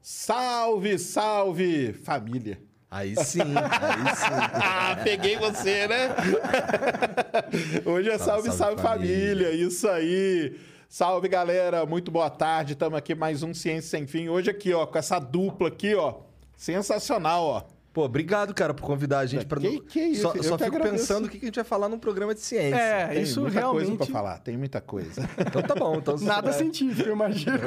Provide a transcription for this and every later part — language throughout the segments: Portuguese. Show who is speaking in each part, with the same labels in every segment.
Speaker 1: Salve, salve, família.
Speaker 2: Aí sim, aí sim.
Speaker 1: Ah, peguei você, né? Hoje é salve, salve,
Speaker 2: Salve, salve,
Speaker 1: família. isso aí. Salve, galera, muito boa tarde. Estamos aqui mais um Ciência Sem Fim. Hoje aqui, ó, com essa dupla aqui, ó. Sensacional, ó.
Speaker 2: Pô, obrigado, cara, por convidar a gente pra.
Speaker 1: Que- que é isso,
Speaker 2: Só,
Speaker 1: eu
Speaker 2: só
Speaker 1: que
Speaker 2: fico
Speaker 1: agradeço.
Speaker 2: pensando o que que a gente vai falar num programa de ciência.
Speaker 3: É,
Speaker 1: Tem
Speaker 3: isso
Speaker 1: muita
Speaker 3: realmente.
Speaker 1: coisa pra falar, tem muita coisa.
Speaker 2: Então tá bom. Então você
Speaker 3: Nada
Speaker 2: vai-
Speaker 3: científico, eu imagino.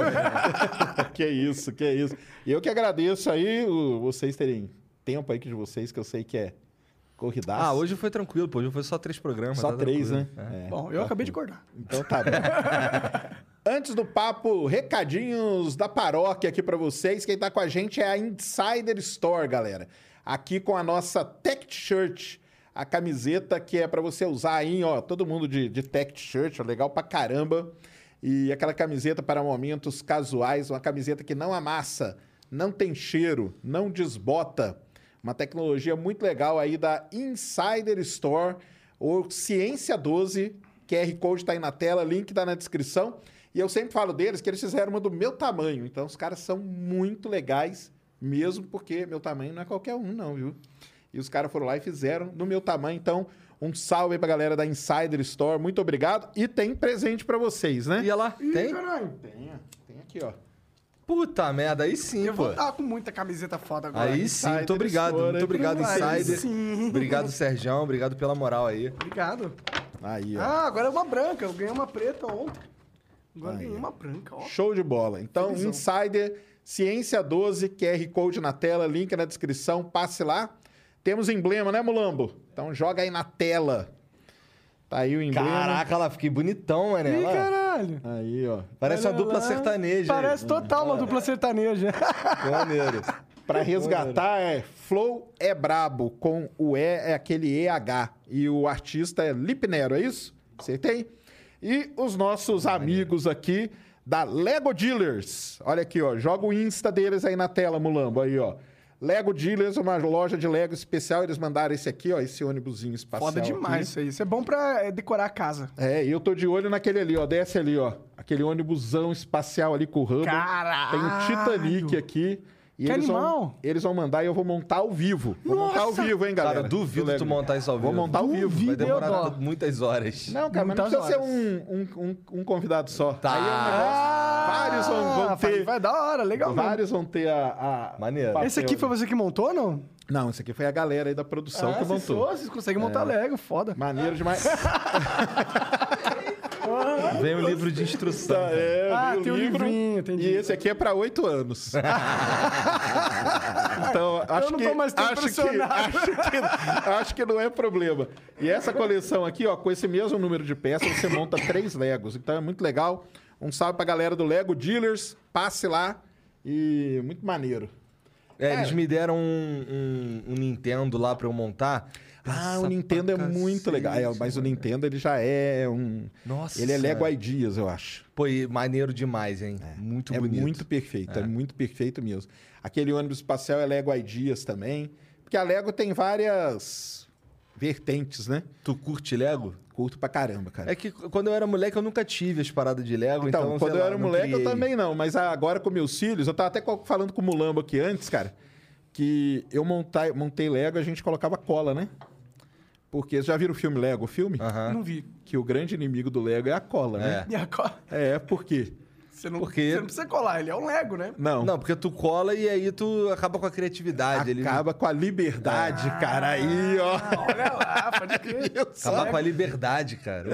Speaker 1: que isso, que isso. Eu que agradeço aí o- vocês terem tempo aí que de vocês, que eu sei que é corridaço.
Speaker 2: Ah, hoje foi tranquilo, pô. Hoje foi só três programas.
Speaker 1: Só
Speaker 2: tá
Speaker 1: três, né?
Speaker 2: tranquilo.
Speaker 1: É.
Speaker 3: Bom, eu acabei de acordar.
Speaker 1: Então tá bom. Antes do papo, recadinhos da paróquia aqui pra vocês. Quem tá com a gente é a Insider Store, galera. Aqui com a nossa Tech Shirt, a camiseta que é pra você usar aí, ó, todo mundo de, de Tech Shirt, ó, legal pra caramba. E aquela camiseta para momentos casuais, uma camiseta que não amassa, não tem cheiro, não desbota. Uma tecnologia muito legal aí da Insider Store, ou Ciência 12. QR Code tá aí na tela, link tá na descrição. E eu sempre falo deles que eles fizeram uma do meu tamanho. Então, os caras são muito legais, mesmo porque meu tamanho não é qualquer um, não, viu? E os caras foram lá e fizeram do meu tamanho. Então, um salve aí pra galera da Insider Store. Muito obrigado. E tem presente pra vocês, né?
Speaker 2: É. E olha lá, tem?
Speaker 3: caralho.
Speaker 1: Tem, ó. tem aqui, ó.
Speaker 2: Puta merda, aí sim,
Speaker 3: Eu
Speaker 2: pô.
Speaker 3: vou estar com muita camiseta foda agora. Tá,
Speaker 2: Aí sim,
Speaker 1: Insider
Speaker 2: muito obrigado.
Speaker 1: Store, hein?
Speaker 2: Muito obrigado,
Speaker 3: Aí
Speaker 2: Insider.
Speaker 3: sim.
Speaker 2: Obrigado, Serjão. Obrigado pela moral aí.
Speaker 3: Obrigado.
Speaker 1: Aí, ó.
Speaker 3: Ah, agora é uma branca. Eu ganhei uma preta ontem. Agora eu ganhei uma branca, ó.
Speaker 1: Show de bola. Então,
Speaker 3: Felizão.
Speaker 1: Insider, Ciência 12, QR Code na tela, link na descrição, passe lá. Temos emblema, né, Mulambo? Então joga aí na tela. Tá aí o emblema.
Speaker 2: Caraca, lá, fiquei bonitão, mané.
Speaker 3: Ih,
Speaker 2: lá.
Speaker 3: caralho.
Speaker 1: Aí, ó.
Speaker 2: Parece uma
Speaker 3: Olha
Speaker 2: dupla
Speaker 3: lá.
Speaker 2: sertaneja.
Speaker 3: Parece total uma dupla sertaneja.
Speaker 2: Que maneiro.
Speaker 1: Pra resgatar é Flow é brabo, com o E é aquele EH. E o artista é Lipnero, é isso? Acertei? E os nossos amigos aqui da Lego Dealers. Olha aqui, ó. Joga o Insta deles aí na tela, Mulambo, aí, ó. Lego Dealers, uma loja de Lego especial. Eles mandaram esse aqui, ó, esse ônibusinho espacial.
Speaker 3: Foda
Speaker 1: aqui.
Speaker 3: demais isso aí. Isso é bom pra é, decorar a casa.
Speaker 1: É, e eu tô de olho naquele ali, ó. Desce ali, ó. Aquele ônibusão espacial ali com o Hubble.
Speaker 3: Caralho!
Speaker 1: Tem o Titanic aqui. E
Speaker 3: Que
Speaker 1: eles Vão,
Speaker 3: animal!
Speaker 1: eles vão mandar e eu vou montar ao vivo. Vou montar ao
Speaker 3: Nossa!
Speaker 1: vivo, hein, galera?
Speaker 2: Cara, duvido
Speaker 1: Eu
Speaker 2: tu
Speaker 1: lembro.
Speaker 2: montar isso ao vivo.
Speaker 1: Vou montar ao vivo.
Speaker 2: Vai
Speaker 3: Duvido, eu
Speaker 2: demorar
Speaker 3: dou.
Speaker 2: t- muitas horas.
Speaker 1: Não, cara, mas não precisa
Speaker 3: Muitas
Speaker 1: ser
Speaker 3: horas.
Speaker 1: um, um, um, um convidado só.
Speaker 2: Tá.
Speaker 1: Aí é um negócio... Vários vão, vão
Speaker 3: Ah,
Speaker 1: ter...
Speaker 3: Vai da hora, legal mesmo.
Speaker 1: Vários vão ter a... a
Speaker 2: Maneiro.
Speaker 1: papel.
Speaker 3: Esse aqui foi Ah, você que montou ou não?
Speaker 1: Não, esse aqui foi a galera aí da produção que
Speaker 3: vocês
Speaker 1: montou.
Speaker 3: são- Vocês conseguem montar Lego, foda.
Speaker 1: Maneiro demais.
Speaker 2: Vem o livro de instrução.
Speaker 1: Tá, é,
Speaker 3: Ah,
Speaker 1: li o
Speaker 3: tem um
Speaker 1: livro,
Speaker 3: livrinho, entendi.
Speaker 1: E esse aqui é para oito anos. então, acho
Speaker 3: não
Speaker 1: que,
Speaker 3: tô mais tão
Speaker 1: acho, que,
Speaker 3: impressionado.
Speaker 1: acho que acho que não é problema. E essa coleção aqui, ó, com esse mesmo número de peças, você monta três Legos. Então é muito legal. Um salve pra galera do Lego Dealers. Passe lá. E muito maneiro.
Speaker 2: É, eles me deram um, um- um Nintendo lá pra eu montar.
Speaker 1: Ah,
Speaker 2: Nossa,
Speaker 1: o Nintendo é
Speaker 2: pra
Speaker 1: muito
Speaker 2: cacete,
Speaker 1: legal. É, mas o
Speaker 2: mano.
Speaker 1: Nintendo ele já é um.
Speaker 2: Nossa.
Speaker 1: ele é Lego Ideas, eu acho.
Speaker 2: Pô, e maneiro demais, hein? Muito
Speaker 1: é
Speaker 2: bonito.
Speaker 1: muito perfeito, é. muito perfeito mesmo. Aquele ônibus espacial é Lego Ideas também, porque a Lego tem várias vertentes, né?
Speaker 2: Tu curte Lego?
Speaker 1: Curto pra caramba, cara.
Speaker 2: É que quando eu era moleque eu nunca tive as paradas de Lego, então,
Speaker 1: então,
Speaker 2: sei
Speaker 1: quando eu
Speaker 2: lá,
Speaker 1: era
Speaker 2: não
Speaker 1: moleque eu
Speaker 2: criei.
Speaker 1: também não, mas agora com meus filhos, eu tava até co- falando com o Mulambo aqui antes, cara, que eu montai, montei Lego, a gente colocava cola, né? Porque já viram o filme Lego, o filme?
Speaker 2: Aham.
Speaker 3: Ah, Não vi.
Speaker 1: Que o grande inimigo do Lego é a cola, né?
Speaker 3: E agora?
Speaker 1: É, por quê?
Speaker 3: Você não,
Speaker 2: Porque-
Speaker 3: você não precisa colar, ele é um Lego, né?
Speaker 1: Não,
Speaker 2: Não, porque tu cola e aí tu acaba com a criatividade. Ele... Ah,
Speaker 1: acaba com a liberdade, cara, aí, ó.
Speaker 3: Olha Ah, lá, pode crer.
Speaker 1: Eu só- É.
Speaker 2: Acabar com a liberdade, cara.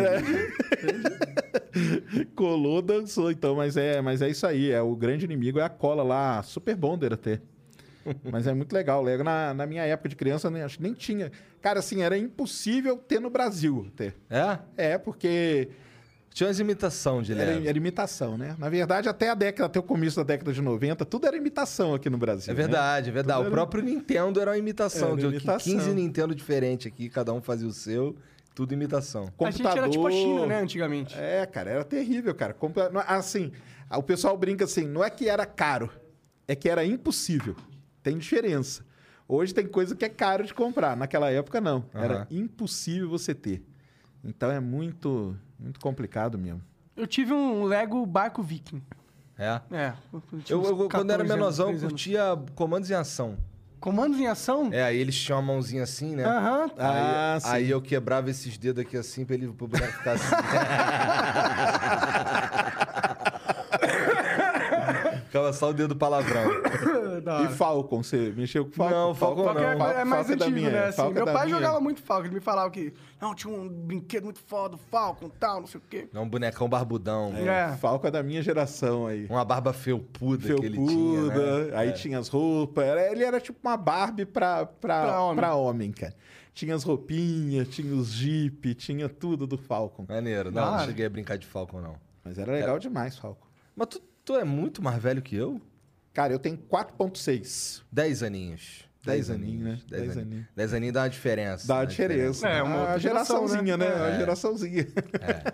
Speaker 1: Colou, dançou, então, mas é, mas é isso aí. É, o grande inimigo é a cola lá, super bonder até. Mas é muito legal, Lego. Na, na minha época de criança, nem, acho que nem tinha. Cara, assim, era impossível ter no Brasil ter.
Speaker 2: É?
Speaker 1: É, porque
Speaker 2: Tinha umas imitação de
Speaker 1: era,
Speaker 2: Lego.
Speaker 1: era imitação, né? Na verdade, até a década, até o começo da década de 90, tudo era imitação aqui no Brasil.
Speaker 2: É
Speaker 1: né?
Speaker 2: verdade, é verdade. O próprio Nintendo era uma imitação.
Speaker 1: Era
Speaker 2: de
Speaker 1: imitação.
Speaker 2: 15 Nintendo diferentes aqui, cada um fazia o seu, tudo imitação.
Speaker 3: A gente era tipo a China, né, antigamente.
Speaker 1: É, cara, era terrível, cara. Compra- não- Assim, o pessoal brinca assim, não é que era caro, é que era impossível. Tem diferença. Hoje tem coisa que é caro de comprar, naquela época não. Era
Speaker 2: Aham.
Speaker 1: impossível você ter. Então é muito, muito complicado mesmo.
Speaker 3: Eu tive um Lego barco viking.
Speaker 2: É.
Speaker 3: É. tinha
Speaker 2: Eu,
Speaker 3: uns
Speaker 2: eu- quando
Speaker 3: 14
Speaker 2: era
Speaker 3: anos,
Speaker 2: menorzão, eu
Speaker 3: 13 anos.
Speaker 2: curtia comandos em ação.
Speaker 3: Comandos em ação?
Speaker 2: É, aí eles tinham a mãozinha assim, né?
Speaker 3: Aham.
Speaker 2: Aí,
Speaker 1: Ah, sim.
Speaker 2: aí eu quebrava esses dedos aqui assim pra ele pro boneco ficar assim. Ficava só o dedo palavrão.
Speaker 3: Da
Speaker 1: E
Speaker 3: hora.
Speaker 1: Falcon, você mexeu com Falcon?
Speaker 2: Não, Falcon
Speaker 3: Falcon é,
Speaker 2: não.
Speaker 3: é mais
Speaker 1: Falcon é da
Speaker 3: antigo,
Speaker 1: minha,
Speaker 3: né? assim.
Speaker 1: Falcon é
Speaker 3: meu
Speaker 1: da
Speaker 3: pai
Speaker 1: minha.
Speaker 3: jogava muito Falcon. Ele me falava que, não, tinha um brinquedo muito foda, Falcon, tal, não sei o quê.
Speaker 2: É um bonecão barbudão.
Speaker 3: É.
Speaker 1: Falco é da minha geração aí.
Speaker 2: Uma barba felpuda, que ele tinha, né?
Speaker 1: Felpuda, aí
Speaker 3: É.
Speaker 1: tinha as roupas. era- ele era tipo uma Barbie pra, pra, pra, homem.
Speaker 3: Pra homem.
Speaker 1: cara. Tinha as roupinhas, tinha os jeep, tinha tudo do Falcon.
Speaker 2: Maneiro.
Speaker 3: Da
Speaker 2: Não, não
Speaker 3: hora.
Speaker 2: cheguei a brincar de Falcon, não.
Speaker 1: Mas era
Speaker 3: É.
Speaker 1: legal demais, Falcon.
Speaker 2: Mas tu, tu é muito mais velho que eu?
Speaker 1: Cara, eu tenho 4.6.
Speaker 2: Dez aninhos.
Speaker 1: Dez aninhos, né?
Speaker 2: Dez,
Speaker 1: Dez
Speaker 2: aninhos.
Speaker 1: aninhos.
Speaker 2: Dez aninhos dá uma diferença.
Speaker 1: Dá
Speaker 2: uma
Speaker 1: a diferença.
Speaker 3: É, uma
Speaker 1: a
Speaker 3: outra geração,
Speaker 1: geraçãozinha, né?
Speaker 3: né?
Speaker 1: A
Speaker 2: É.
Speaker 1: geraçãozinha.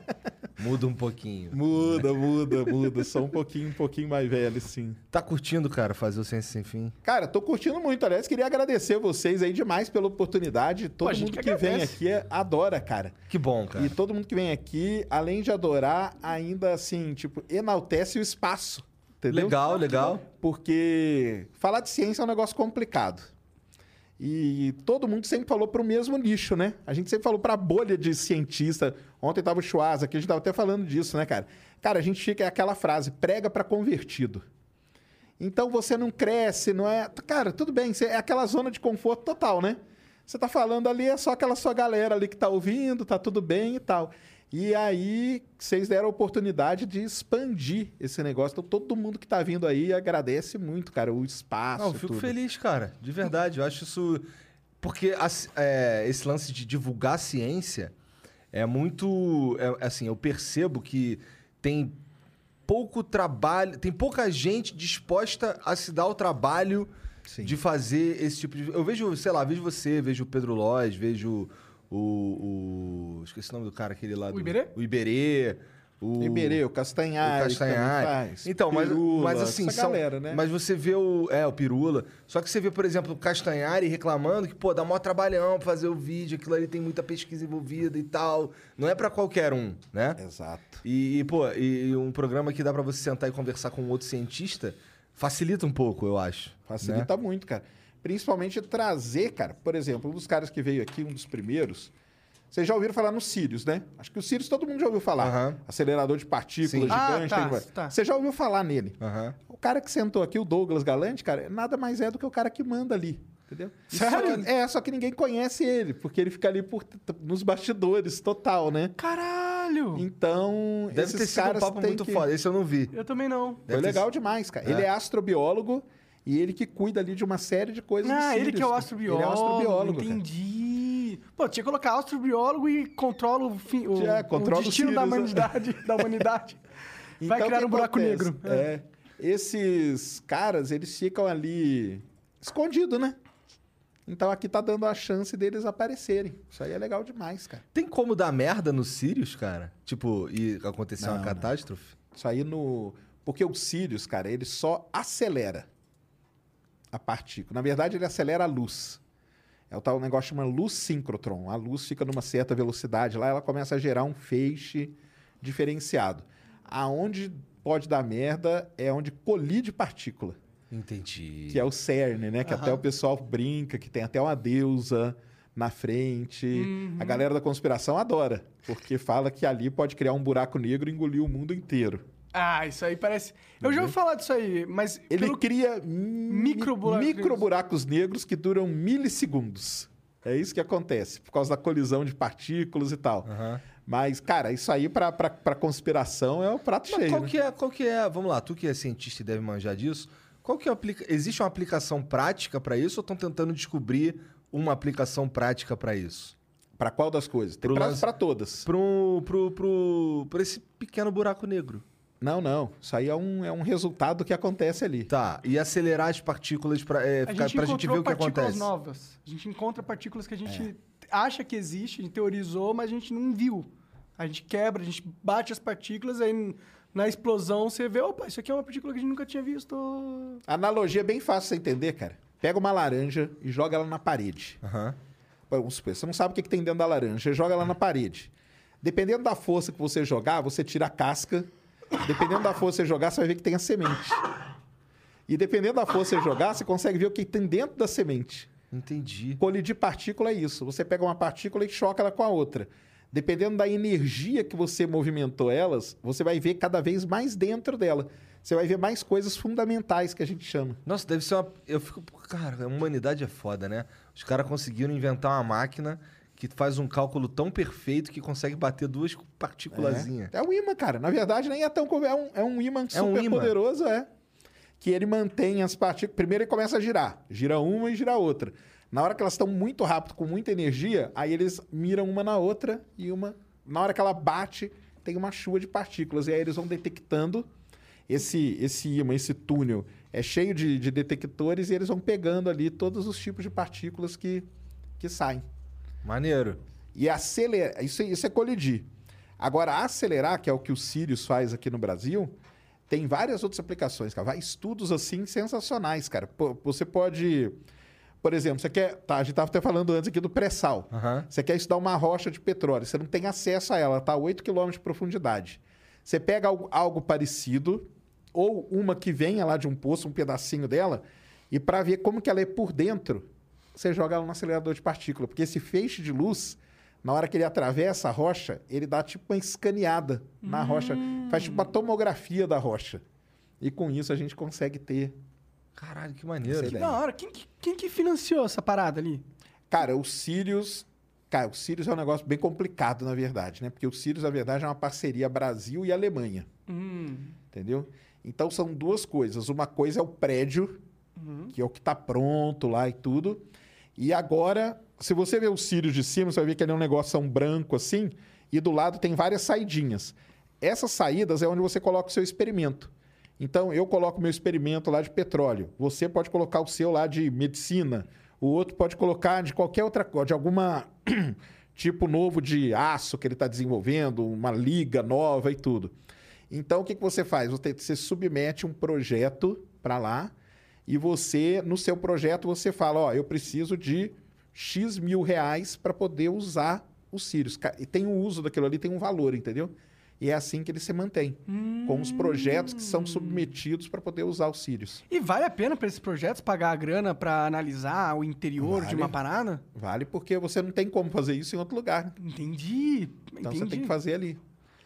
Speaker 2: Muda um pouquinho.
Speaker 1: muda, muda, muda. Sou um pouquinho, um pouquinho mais velho, sim.
Speaker 2: Tá curtindo, cara, fazer o Ciência Sem Fim?
Speaker 1: Cara, tô curtindo muito. Aliás, queria agradecer vocês aí demais pela oportunidade. Todo
Speaker 3: a gente
Speaker 1: mundo que,
Speaker 3: que
Speaker 1: vem
Speaker 3: agradece.
Speaker 1: aqui é- adora, cara.
Speaker 2: Que bom, cara.
Speaker 1: E tá, todo mundo que vem aqui, além de adorar, ainda assim, tipo, enaltece o espaço. Entendeu? Tá
Speaker 2: Legal, legal.
Speaker 1: Porque falar de ciência é um negócio complicado. E todo mundo sempre falou para o mesmo nicho, né? A gente sempre falou para a bolha de cientista. Ontem tava o Schwaz aqui, a gente tava até falando disso, né, cara? Cara, a gente fica é aquela frase, prega para convertido. Então você não cresce, não é. Cara, tudo bem, você- é aquela zona de conforto total, né? Você tá falando ali, é só aquela sua galera ali que tá ouvindo, tá tudo bem e tal. E aí, vocês deram a oportunidade de expandir esse negócio. Então, todo mundo que tá vindo aí agradece muito, cara, o espaço.
Speaker 2: Não, eu fico
Speaker 1: tudo.
Speaker 2: feliz, cara. De verdade. Eu acho isso. Porque a ci- é, esse lance de divulgar a ciência é muito. é, assim, eu percebo que tem pouco trabalho, tem pouca gente disposta a se dar o trabalho de fazer esse tipo de. Eu vejo, sei lá, vejo você, vejo o Pedro Loz, vejo o. o- esqueci o nome do cara, aquele lá. do-
Speaker 3: Iberê?
Speaker 2: O Iberê. O
Speaker 1: Iberê, o Castanhari.
Speaker 2: o Castanhari.
Speaker 1: também faz,
Speaker 2: Então, mas,
Speaker 1: Pirula,
Speaker 2: mas assim,
Speaker 1: essa
Speaker 2: são,
Speaker 1: galera, né?
Speaker 2: mas você vê o. É, o Pirula. Só que você vê, por exemplo, o Castanhari reclamando que, pô, dá maior trabalhão pra fazer o vídeo, aquilo ali tem muita pesquisa envolvida e tal. Não é pra qualquer um, né?
Speaker 1: Exato.
Speaker 2: E, e, pô, e um programa que dá pra você sentar e conversar com outro cientista facilita um pouco, eu acho. né?
Speaker 1: Facilita muito, cara. Principalmente trazer, cara, por exemplo, um dos caras que veio aqui, um dos primeiros. Vocês já ouviram falar no Sirius, né? Acho que o Sirius todo mundo já ouviu falar.
Speaker 2: Aham.
Speaker 1: Acelerador de partículas
Speaker 2: Sim.
Speaker 1: gigante.
Speaker 3: Ah, tá,
Speaker 1: tem-
Speaker 3: tá.
Speaker 1: Você já ouviu falar nele.
Speaker 2: né? Aham.
Speaker 1: O cara que sentou aqui, o Douglas Galante, cara, nada mais é do que o cara que manda ali. Entendeu? Sério? É, só que ninguém conhece ele, porque ele fica ali por, nos bastidores, total, né?
Speaker 3: Caralho!
Speaker 1: Então,
Speaker 2: Deve
Speaker 1: esses
Speaker 2: ter sido um
Speaker 1: caras
Speaker 2: papo
Speaker 1: têm
Speaker 2: muito
Speaker 1: que...
Speaker 2: foda. Esse eu não vi.
Speaker 3: Eu também não.
Speaker 1: Foi
Speaker 2: Deve ter
Speaker 1: legal demais, cara.
Speaker 2: É.
Speaker 1: Ele é astrobiólogo e ele que cuida ali de uma série de coisas. do
Speaker 3: Ah, ele
Speaker 1: Sirius,
Speaker 3: que é o
Speaker 1: cara.
Speaker 3: astrobiólogo.
Speaker 1: Ele é astrobiólogo. cara.
Speaker 3: Entendi. Pô, tinha que colocar astrobiólogo e controla o, fim, o,
Speaker 1: É, controla o
Speaker 3: o destino da
Speaker 1: Sirius, né?
Speaker 3: humanidade. da humanidade. Vai
Speaker 1: Então, o
Speaker 3: criar
Speaker 1: que
Speaker 3: um buraco
Speaker 1: acontece?
Speaker 3: negro.
Speaker 1: É. Esses caras, eles ficam ali escondidos, né? Então aqui tá dando a chance deles aparecerem. Isso aí é legal demais, cara.
Speaker 2: Tem como dar merda no Sirius, cara? Tipo, e acontecer uma
Speaker 1: Não, não.
Speaker 2: catástrofe?
Speaker 1: Isso aí no. Porque o Sirius, cara, ele só acelera a partícula. Na verdade, ele acelera a luz. É o tal negócio chama luz síncrotron. A luz fica numa certa velocidade lá, ela começa a gerar um feixe diferenciado. Aonde pode dar merda é onde colide partícula,
Speaker 2: Entendi.
Speaker 1: que é o CERN, né? Que até o pessoal brinca, que tem até uma deusa na frente. A galera da conspiração adora, porque fala que ali pode criar um buraco negro e engolir o mundo inteiro.
Speaker 3: Ah, isso aí parece. Eu já ouvi falar disso aí, mas.
Speaker 1: Ele
Speaker 3: pelo-
Speaker 1: cria micro buracos,
Speaker 3: Microburacos negros.
Speaker 1: negros que duram milissegundos. É isso que acontece, por causa da colisão de partículas e tal.
Speaker 2: Aham.
Speaker 1: Mas, cara, isso aí pra, pra, pra conspiração é o prato
Speaker 2: Mas
Speaker 1: cheio.
Speaker 2: qual
Speaker 1: né?
Speaker 2: que é, qual que é, vamos lá, tu que é cientista e deve manjar disso, qual que é a aplica... existe uma aplicação prática pra isso ou estão tentando descobrir uma aplicação prática pra isso?
Speaker 1: Pra qual das coisas? Tem
Speaker 2: Pro
Speaker 1: prazo
Speaker 2: lance-
Speaker 1: pra todas.
Speaker 2: Pro, pro, pro, pro esse pequeno buraco negro.
Speaker 1: Não, não. Isso aí é um, é um resultado que acontece ali.
Speaker 2: Tá, e acelerar as partículas pra, é,
Speaker 3: A
Speaker 2: ficar-
Speaker 3: gente
Speaker 2: pra gente ver
Speaker 3: encontrou
Speaker 2: o que
Speaker 3: partículas
Speaker 2: acontece.
Speaker 3: novas. A gente encontra partículas que a gente acha que existe, a gente teorizou, mas a gente não viu. A gente quebra, a gente bate as partículas, aí n- na explosão você vê, opa, isso aqui é uma partícula que a gente nunca tinha visto.
Speaker 1: Analogia bem fácil de você entender, cara. Pega uma laranja e joga ela na parede.
Speaker 2: Aham.
Speaker 1: Vamos supor, você não sabe o que que tem dentro da laranja, você joga ela na parede. Dependendo da força que você jogar, você tira a casca. Dependendo da força que você jogar, você vai ver que tem a semente. E dependendo da força que você jogar, você consegue ver o que tem dentro da semente.
Speaker 2: Entendi.
Speaker 1: Colidir partícula é isso. Você pega uma partícula e choca ela com a outra. Dependendo da energia que você movimentou elas, você vai ver cada vez mais dentro dela. Você vai ver mais coisas fundamentais que a gente chama.
Speaker 2: Nossa, deve ser uma. Eu fico. Cara, a humanidade é foda, né? Os caras conseguiram inventar uma máquina que faz um cálculo tão perfeito que consegue bater duas partículazinhas.
Speaker 1: É. É um imã, cara. Na verdade, nem é tão. co- É um, é um imã
Speaker 2: É
Speaker 1: super
Speaker 2: um ímã.
Speaker 1: poderoso, é. Que ele mantém as partículas. Primeiro ele começa a girar. Gira uma e gira outra. Na hora que elas estão muito rápido, com muita energia, aí eles miram uma na outra e uma. Na hora que ela bate, tem uma chuva de partículas. E aí eles vão detectando. Esse, esse ímã, esse túnel, é cheio de, de detectores e eles vão pegando ali todos os tipos de partículas que, que saem. É.
Speaker 2: Maneiro.
Speaker 1: E acelerar. Isso, isso é colidir. Agora, acelerar, que é o que o Sirius faz aqui no Brasil, tem várias outras aplicações, cara. Vai- Estudos assim sensacionais, cara. Pô, Você pode. Por exemplo, você quer. Tá, a gente estava até falando antes aqui do pré-sal.
Speaker 2: Aham.
Speaker 1: Você quer estudar uma rocha de petróleo, você não tem acesso a ela, está a 8 km de profundidade. Você pega algo, algo parecido, ou uma que venha lá de um poço, um pedacinho dela, e para ver como que ela é por dentro, você joga ela no acelerador de partícula. Porque esse feixe de luz, na hora que ele atravessa a rocha, ele dá tipo uma escaneada na rocha, faz tipo uma tomografia da rocha. E com isso a gente consegue ter.
Speaker 2: Caralho, que maneiro.
Speaker 1: Essa ideia.
Speaker 3: Da hora, quem, que- quem que financiou essa parada ali?
Speaker 1: Cara, o Sirius. Cara, o Sirius é um negócio bem complicado, na verdade, né? Porque o Sirius, na verdade, é uma parceria Brasil e Alemanha.
Speaker 3: Hum,
Speaker 1: Entendeu? Então são duas coisas. Uma coisa é o prédio, que é o que está pronto lá e tudo. E agora, se você ver o Sirius de cima, você vai ver que ele é um negócio branco assim, e do lado tem várias saidinhas. Essas saídas é onde você coloca o seu experimento. Então, eu coloco meu experimento lá de petróleo. Você pode colocar o seu lá de medicina. O outro pode colocar de qualquer outra coisa, de alguma tipo novo de aço que ele está desenvolvendo, uma liga nova e tudo. Então, o que, que você faz? Você, você submete um projeto para lá e você, no seu projeto, você fala, ó, eu preciso de X mil reais para poder usar o Sirius. Ca- E tem o uso daquilo ali, tem um valor, entendeu? E é assim que ele se mantém, com os projetos que são submetidos para poder usar o Sirius.
Speaker 3: E vale a pena pra esses projetos pagar a grana pra analisar o interior de
Speaker 1: Vale.
Speaker 3: uma parada?
Speaker 1: Vale porque você não tem como fazer isso em outro lugar. né?
Speaker 3: Entendi.
Speaker 1: Então,
Speaker 3: entendi.
Speaker 1: você tem que fazer ali.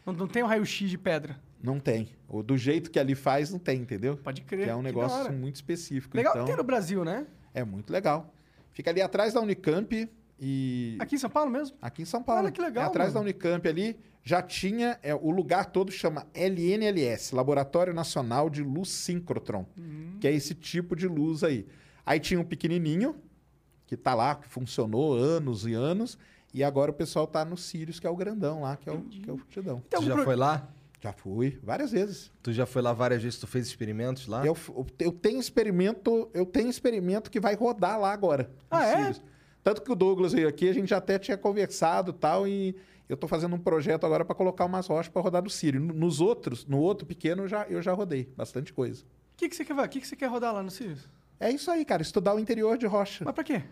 Speaker 3: não, não tem um raio-x de pedra.
Speaker 1: Não tem. Ou do jeito que ali faz, não tem, entendeu?
Speaker 3: Pode crer.
Speaker 1: Que é um
Speaker 3: que da
Speaker 1: negócio
Speaker 3: hora.
Speaker 1: muito específico.
Speaker 3: Legal
Speaker 1: então,
Speaker 3: ter no Brasil, né?
Speaker 1: É muito legal. Fica ali atrás da Unicamp e. Aqui,
Speaker 3: Aqui em São Paulo mesmo?
Speaker 1: em São Paulo.
Speaker 3: Olha que legal,
Speaker 1: É atrás
Speaker 3: mano.
Speaker 1: da Unicamp ali. Já tinha. é, o lugar todo chama LNLS Laboratório Nacional de Luz Síncrotron.
Speaker 3: Hum.
Speaker 1: Que é esse tipo de luz aí. Aí tinha um pequenininho, que tá lá, que funcionou anos e anos. E agora o pessoal tá no Sirius, que é o grandão lá, que é o, que é o fudidão.
Speaker 3: Tem
Speaker 2: Tu
Speaker 3: algum
Speaker 2: já
Speaker 3: pro-
Speaker 2: foi lá?
Speaker 1: Já fui várias vezes.
Speaker 2: Tu já foi lá várias vezes, tu fez experimentos
Speaker 3: Ah.
Speaker 2: lá?
Speaker 1: Eu, eu tenho experimento, eu tenho experimento que vai rodar lá agora. no
Speaker 3: Ah, é?
Speaker 1: Sirius. Tanto que o Douglas veio aqui, a gente já até tinha conversado e tal, e eu tô fazendo um projeto agora para colocar umas rochas para rodar no Sirius. No- Nos outros, no outro pequeno, eu já, eu já rodei bastante coisa.
Speaker 3: O que, que você quer ver? O que, que você quer rodar lá no Sirius?
Speaker 1: É isso aí, cara, estudar o interior de rocha.
Speaker 3: Mas pra quê?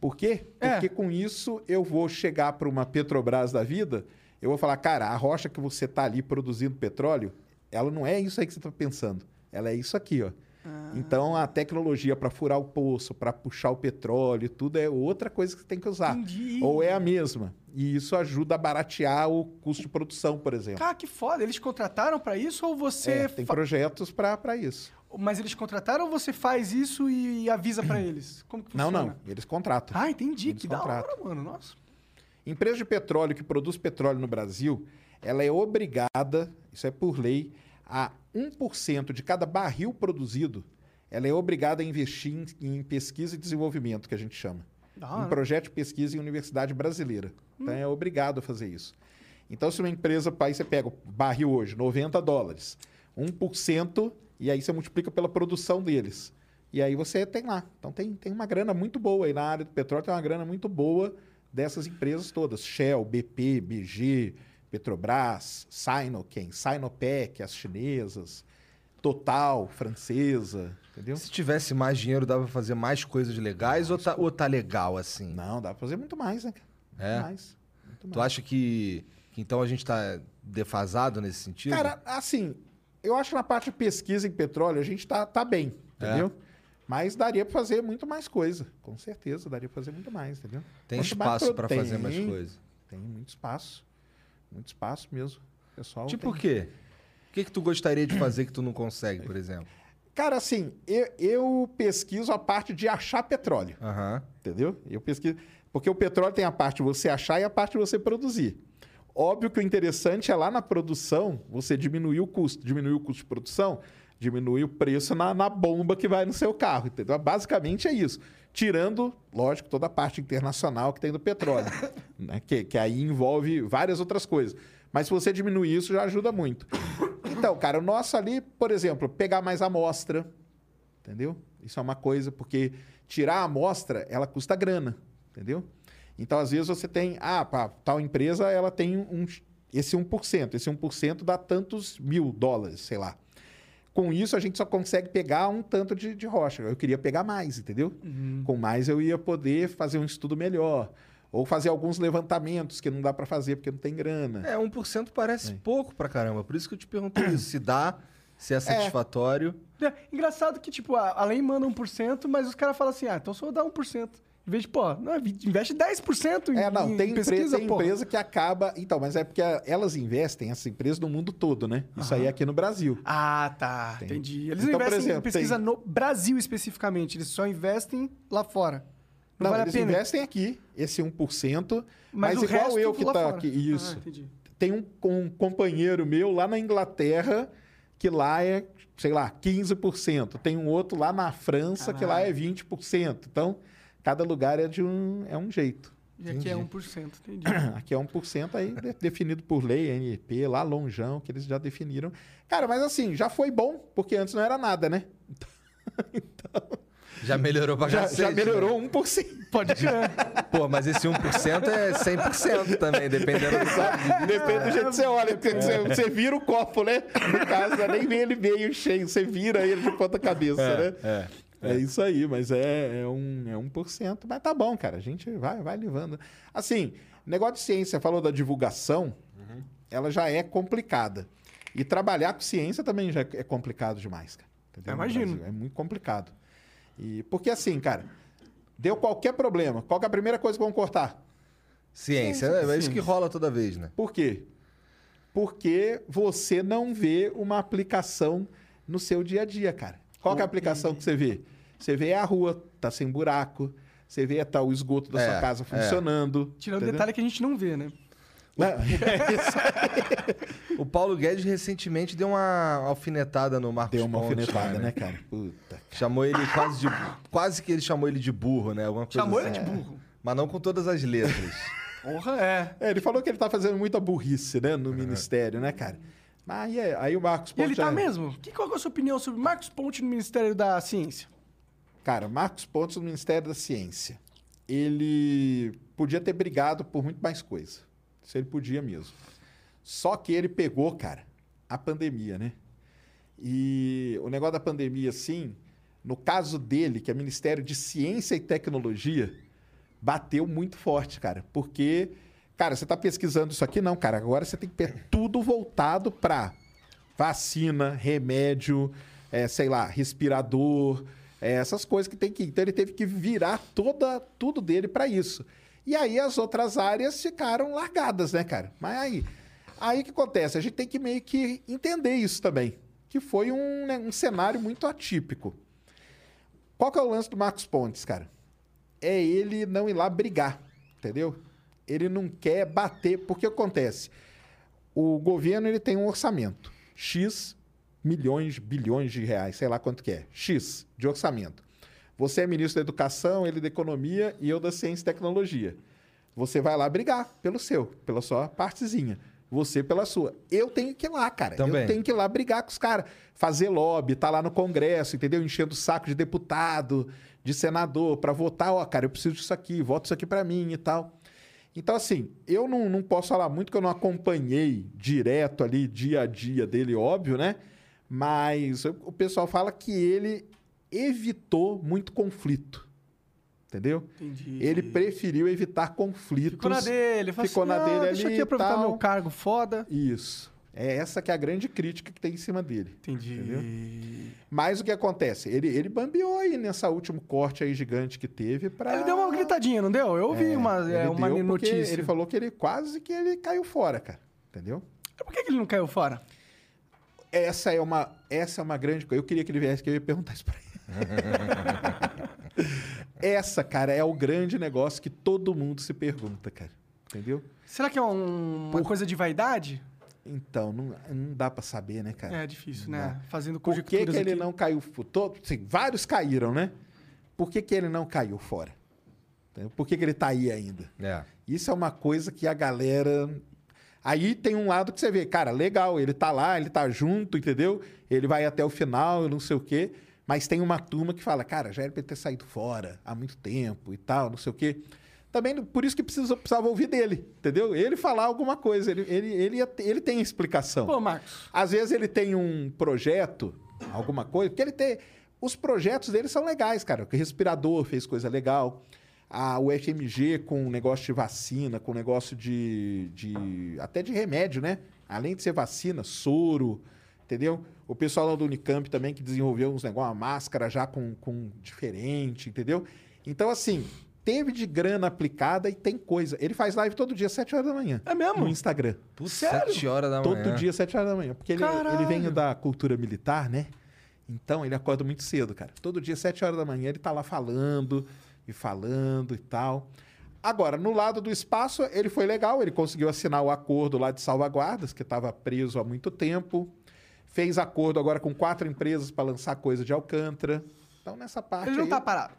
Speaker 1: Por quê?
Speaker 3: É.
Speaker 1: Porque com isso eu vou chegar para uma Petrobras da vida, eu vou falar, cara, a rocha que você tá ali produzindo petróleo, ela não é isso aí que você tá pensando. Ela é isso aqui, ó.
Speaker 3: Ah.
Speaker 1: Então a tecnologia para furar o poço, para puxar o petróleo, tudo é outra coisa que você tem que usar.
Speaker 3: Entendi.
Speaker 1: Ou é a mesma. E isso ajuda a baratear o custo de produção, por exemplo.
Speaker 3: Cara, que foda. Eles te contrataram pra isso ou você.
Speaker 1: É, tem
Speaker 3: fa-
Speaker 1: projetos para isso.
Speaker 3: Mas eles contrataram ou você faz isso e avisa pra eles? Como que
Speaker 1: Não,
Speaker 3: funciona?
Speaker 1: não. Eles contratam.
Speaker 3: Ah, entendi.
Speaker 1: Eles
Speaker 3: que da hora,
Speaker 1: contratam.
Speaker 3: mano. Nossa.
Speaker 1: Empresa de petróleo que produz petróleo no Brasil, ela é obrigada, isso é por lei, a 1% de cada barril produzido, ela é obrigada a investir em, em pesquisa e desenvolvimento, que a gente chama.
Speaker 3: Da
Speaker 2: Ah, né?
Speaker 3: hora.
Speaker 1: Em projeto de pesquisa em universidade brasileira.
Speaker 2: Hum.
Speaker 1: Então é obrigado a fazer isso. Então, se uma empresa, aí você pega o barril hoje, 90 dólares, 1%, e aí você multiplica pela produção deles. E aí você tem lá. Então tem, tem uma grana muito boa aí na área do petróleo, tem uma grana muito boa dessas empresas todas. Shell, BP, BG, Petrobras, Sinochem, Sinopec, as chinesas, Total, francesa, entendeu?
Speaker 2: Se tivesse mais dinheiro, dava pra fazer mais coisas legais ou tá, ou tá legal assim?
Speaker 1: Não, dá pra fazer muito mais, né? cara? Muito
Speaker 2: É?
Speaker 1: mais. Muito mais.
Speaker 2: Tu acha que, que então a gente tá defasado nesse sentido?
Speaker 1: Cara, assim, eu acho que na parte de pesquisa em petróleo a gente tá, tá bem, entendeu? Mas daria pra fazer muito mais coisa. Com certeza, daria pra fazer muito mais, entendeu?
Speaker 2: tem
Speaker 1: Quanto mais
Speaker 2: espaço
Speaker 1: pro-
Speaker 2: pra
Speaker 1: tem,
Speaker 2: fazer mais coisas.
Speaker 1: Tem muito espaço. Muito espaço mesmo. Pessoal,
Speaker 2: Tipo o
Speaker 1: tem-
Speaker 2: quê? O que, que tu gostaria de fazer que tu não consegue, por exemplo?
Speaker 1: Cara, assim, eu, eu pesquiso a parte de achar petróleo,
Speaker 2: Aham.
Speaker 1: entendeu? Eu pesquiso... Porque o petróleo tem a parte de você achar e a parte de você produzir. Óbvio que o interessante é lá na produção você diminuir o custo. Diminuir o custo de produção, diminuir o preço na, na bomba que vai no seu carro. Entendeu? Basicamente é isso. Tirando, lógico, toda a parte internacional que tem do petróleo, né? que, que aí envolve várias outras coisas. Mas se você diminuir isso, já ajuda muito. Então, cara, o nosso ali, por exemplo, pegar mais amostra, entendeu? Isso é uma coisa, porque tirar a amostra, ela custa grana, entendeu? Então, às vezes, você tem, ah, pá, tal empresa, ela tem um, esse 1%, esse 1% dá tantos mil dólares, sei lá. Com isso, a gente só consegue pegar um tanto de, de rocha. Eu queria pegar mais, entendeu? Com mais, eu ia poder fazer um estudo melhor. Ou fazer alguns levantamentos que não dá para fazer porque não tem grana.
Speaker 2: É, 1% parece pouco pra caramba. Por isso que eu te perguntei isso. Se dá, se é satisfatório.
Speaker 3: É, engraçado que, tipo, a, a lei manda 1%, mas os caras falam assim, ah, então só vou dar 1%. Em vez de, pô, não, é investe 10% em,
Speaker 1: É, não,
Speaker 3: em
Speaker 1: tem,
Speaker 3: pesquisa,
Speaker 1: empresa, tem
Speaker 3: pô.
Speaker 1: empresa que acaba. Então, mas é porque a- elas investem, essas empresas, no mundo todo, né? Isso aí é aqui no Brasil.
Speaker 3: Ah, tá. Entendi. Eles
Speaker 1: Então,
Speaker 3: não
Speaker 1: por
Speaker 3: investem
Speaker 1: exemplo,
Speaker 3: em pesquisa
Speaker 1: tem-
Speaker 3: no Brasil especificamente. Eles só investem lá fora. Não,
Speaker 1: Não,
Speaker 3: vale
Speaker 1: eles
Speaker 3: a pena.
Speaker 1: investem aqui, esse 1%,
Speaker 3: mas
Speaker 1: mas,
Speaker 3: o
Speaker 1: igual
Speaker 3: resto é
Speaker 1: eu que
Speaker 3: lá
Speaker 1: tá
Speaker 3: fora.
Speaker 1: aqui. Isso.
Speaker 3: Ah, entendi.
Speaker 1: tem um, um companheiro meu lá na Inglaterra que lá é, sei lá, 15%. Tem um outro lá na França que lá é 20%. Então, cada lugar é de um, é um jeito.
Speaker 3: E aqui é 1%, entendi.
Speaker 1: Aqui é 1% aí de- definido por lei, NEP, lá longeão, que eles já definiram. Cara, mas assim, já foi bom, porque antes não era nada, né?
Speaker 2: Já melhorou pra
Speaker 1: Já,
Speaker 2: cacete,
Speaker 1: já
Speaker 2: né?
Speaker 1: melhorou 1%.
Speaker 3: Pode crer.
Speaker 2: Pô, mas esse 1% é 100% também, dependendo do ponto de vista.
Speaker 1: Depende do jeito que você olha, porque você, você vira o copo, né? No caso, não é nem vem ele meio cheio, você vira ele de ponta cabeça, né?
Speaker 2: É.
Speaker 1: É isso aí, mas é, é, um, é 1%. Mas tá bom, cara. A gente vai, vai levando. Assim, negócio de ciência, falou da divulgação, ela já é complicada. E trabalhar com ciência também já é complicado demais, cara. Entendeu?
Speaker 3: Eu
Speaker 1: No
Speaker 3: imagino.
Speaker 1: Brasil, É muito complicado. E, porque assim, cara, deu qualquer problema. Qual que é a primeira coisa que vão cortar?
Speaker 2: Ciência, né? é isso que rola toda vez, né?
Speaker 1: Por quê? Porque você não vê uma aplicação no seu dia a dia, cara. Qual que é a aplicação que você vê? Você vê a rua, tá sem buraco. Você vê tá, o esgoto da
Speaker 2: É,
Speaker 1: sua casa
Speaker 2: é.
Speaker 1: funcionando.
Speaker 3: Tirando o
Speaker 1: entendeu?
Speaker 3: detalhe que a gente não vê, né?
Speaker 1: Não,
Speaker 2: O Paulo Guedes recentemente deu uma alfinetada no Marcos
Speaker 1: Deu uma
Speaker 2: Pontes,
Speaker 1: alfinetada,
Speaker 2: cara.
Speaker 1: né, cara? Puta.
Speaker 2: Chamou ele quase de... Quase que ele chamou ele de burro, né? Alguma coisa
Speaker 1: é.
Speaker 3: Chamou ele
Speaker 2: assim.
Speaker 3: de burro.
Speaker 2: Mas não com todas as letras.
Speaker 3: Porra, é.
Speaker 1: É, ele falou que ele tá fazendo muita burrice, né, no ministério, né, cara? Mas aí, é- aí o Marcos
Speaker 3: E
Speaker 1: Pontes.
Speaker 3: ele tá
Speaker 1: é-
Speaker 3: mesmo? Que, qual que é a sua opinião sobre Marcos Ponte no Ministério da Ciência?
Speaker 1: Cara, Marcos Pontes no Ministério da Ciência. Ele podia ter brigado por muito mais coisa. Isso ele podia mesmo. Só que ele pegou, cara, a pandemia, né? E o negócio da pandemia, assim, no caso dele, que é Ministério de Ciência e Tecnologia, bateu muito forte, cara. Porque, cara, você está pesquisando isso aqui? Não, cara. Agora você tem que ter tudo voltado para vacina, remédio, é, sei lá, respirador, é, essas coisas que tem que. Então ele teve que virar toda, tudo dele para isso. E aí as outras áreas ficaram largadas, né, cara? Mas aí. Aí o que acontece? A gente tem que meio que entender isso também. Que foi um, né, um cenário muito atípico. Qual que é o lance do Marcos Pontes, cara? é ele não ir lá brigar, entendeu? ele não quer bater, porque acontece. O governo ele tem um orçamento. X milhões, bilhões de reais, sei lá quanto que é. X de orçamento. Você é ministro da Educação, ele é da Economia e eu da Ciência e Tecnologia. Você vai lá brigar pelo seu, pela sua partezinha. Você pela sua. Eu tenho que ir lá, cara.
Speaker 2: Também.
Speaker 1: Eu tenho que ir lá brigar com os caras. Fazer lobby, tá lá no Congresso, entendeu? Enchendo o saco de deputado, de senador, pra votar. Ó, cara, eu preciso disso aqui, voto isso aqui pra mim e tal. Então, assim, eu não, não posso falar muito, que eu não acompanhei direto ali, dia a dia dele, óbvio, né? Mas o o pessoal fala que ele evitou muito conflito. Entendeu?
Speaker 3: Entendi.
Speaker 1: Ele preferiu evitar conflitos.
Speaker 3: Uhum. Ficou na dele. fala
Speaker 1: Ficou
Speaker 3: assim,
Speaker 1: na
Speaker 3: "Ah,
Speaker 1: dele
Speaker 3: Deixa
Speaker 1: ali
Speaker 3: aqui aproveitar
Speaker 1: e tal.
Speaker 3: meu cargo foda.
Speaker 1: Isso. É essa que é a grande crítica que tem em cima dele.
Speaker 3: Entendi.
Speaker 1: Mas o que acontece? Ele, ele bambeou aí nessa último corte aí gigante que teve pra...
Speaker 3: Ele deu uma gritadinha, não deu? Eu ouvi uma,
Speaker 1: É. Ele
Speaker 3: é, uma
Speaker 1: deu porque
Speaker 3: notícia.
Speaker 1: Ele falou que ele quase que ele caiu fora, cara. Entendeu?
Speaker 3: Então Por que que ele não caiu fora?
Speaker 1: Essa é uma, essa é uma grande coisa. Eu queria que ele viesse, que eu ia perguntar isso pra ele. essa, cara, é o grande negócio que todo mundo se pergunta, cara. Entendeu?
Speaker 3: Será que é um- uma coisa de vaidade?
Speaker 1: Então, não, não dá pra saber, né, cara?
Speaker 3: É difícil, né? Fazendo
Speaker 1: Por que,
Speaker 3: conjecturas
Speaker 1: que ele
Speaker 3: aqui.
Speaker 1: não caiu fora? Sim, vários caíram, né? Por que, que ele não caiu fora? Entendeu? Por que, que ele tá aí ainda?
Speaker 2: É.
Speaker 1: Isso é uma coisa que a galera. Aí tem um lado que você vê, cara, legal, ele tá lá, ele tá junto, entendeu? Ele vai até o final, não sei o quê. Mas tem uma turma que fala, cara, já era pra ele ter saído fora há muito tempo e tal, não sei o quê. Também não- por isso que precisa, precisava ouvir dele, entendeu? Ele falar alguma coisa, ele, ele, ele, ia ter- ele tem explicação.
Speaker 3: Pô, Marcos.
Speaker 1: Às vezes ele tem um projeto, alguma coisa, porque ele tem. Os projetos dele são legais, cara. O respirador fez coisa legal. A UFMG com um negócio de vacina, com um negócio de, de. até de remédio, né? Além de ser vacina, soro, entendeu? O pessoal lá do Unicamp também que desenvolveu uns negócios, uma máscara já com, com diferente, entendeu? Então, assim, teve de grana aplicada e tem coisa. Ele faz live todo dia, 7 horas da manhã.
Speaker 3: É mesmo?
Speaker 1: No Instagram.
Speaker 2: Putz, sete horas da manhã.
Speaker 1: Todo dia, 7 horas da manhã. Porque ele,
Speaker 3: Caralho.
Speaker 1: ele vem da cultura militar, né? Então ele acorda muito cedo, cara. Todo dia, 7 horas da manhã, ele tá lá falando e falando e tal. Agora, no lado do espaço, ele foi legal, ele conseguiu assinar o acordo lá de salvaguardas, que estava preso há muito tempo. Fez acordo agora com quatro empresas para lançar coisa de Alcântara. Então, nessa parte.
Speaker 3: Ele não
Speaker 1: aí,
Speaker 3: tá parado.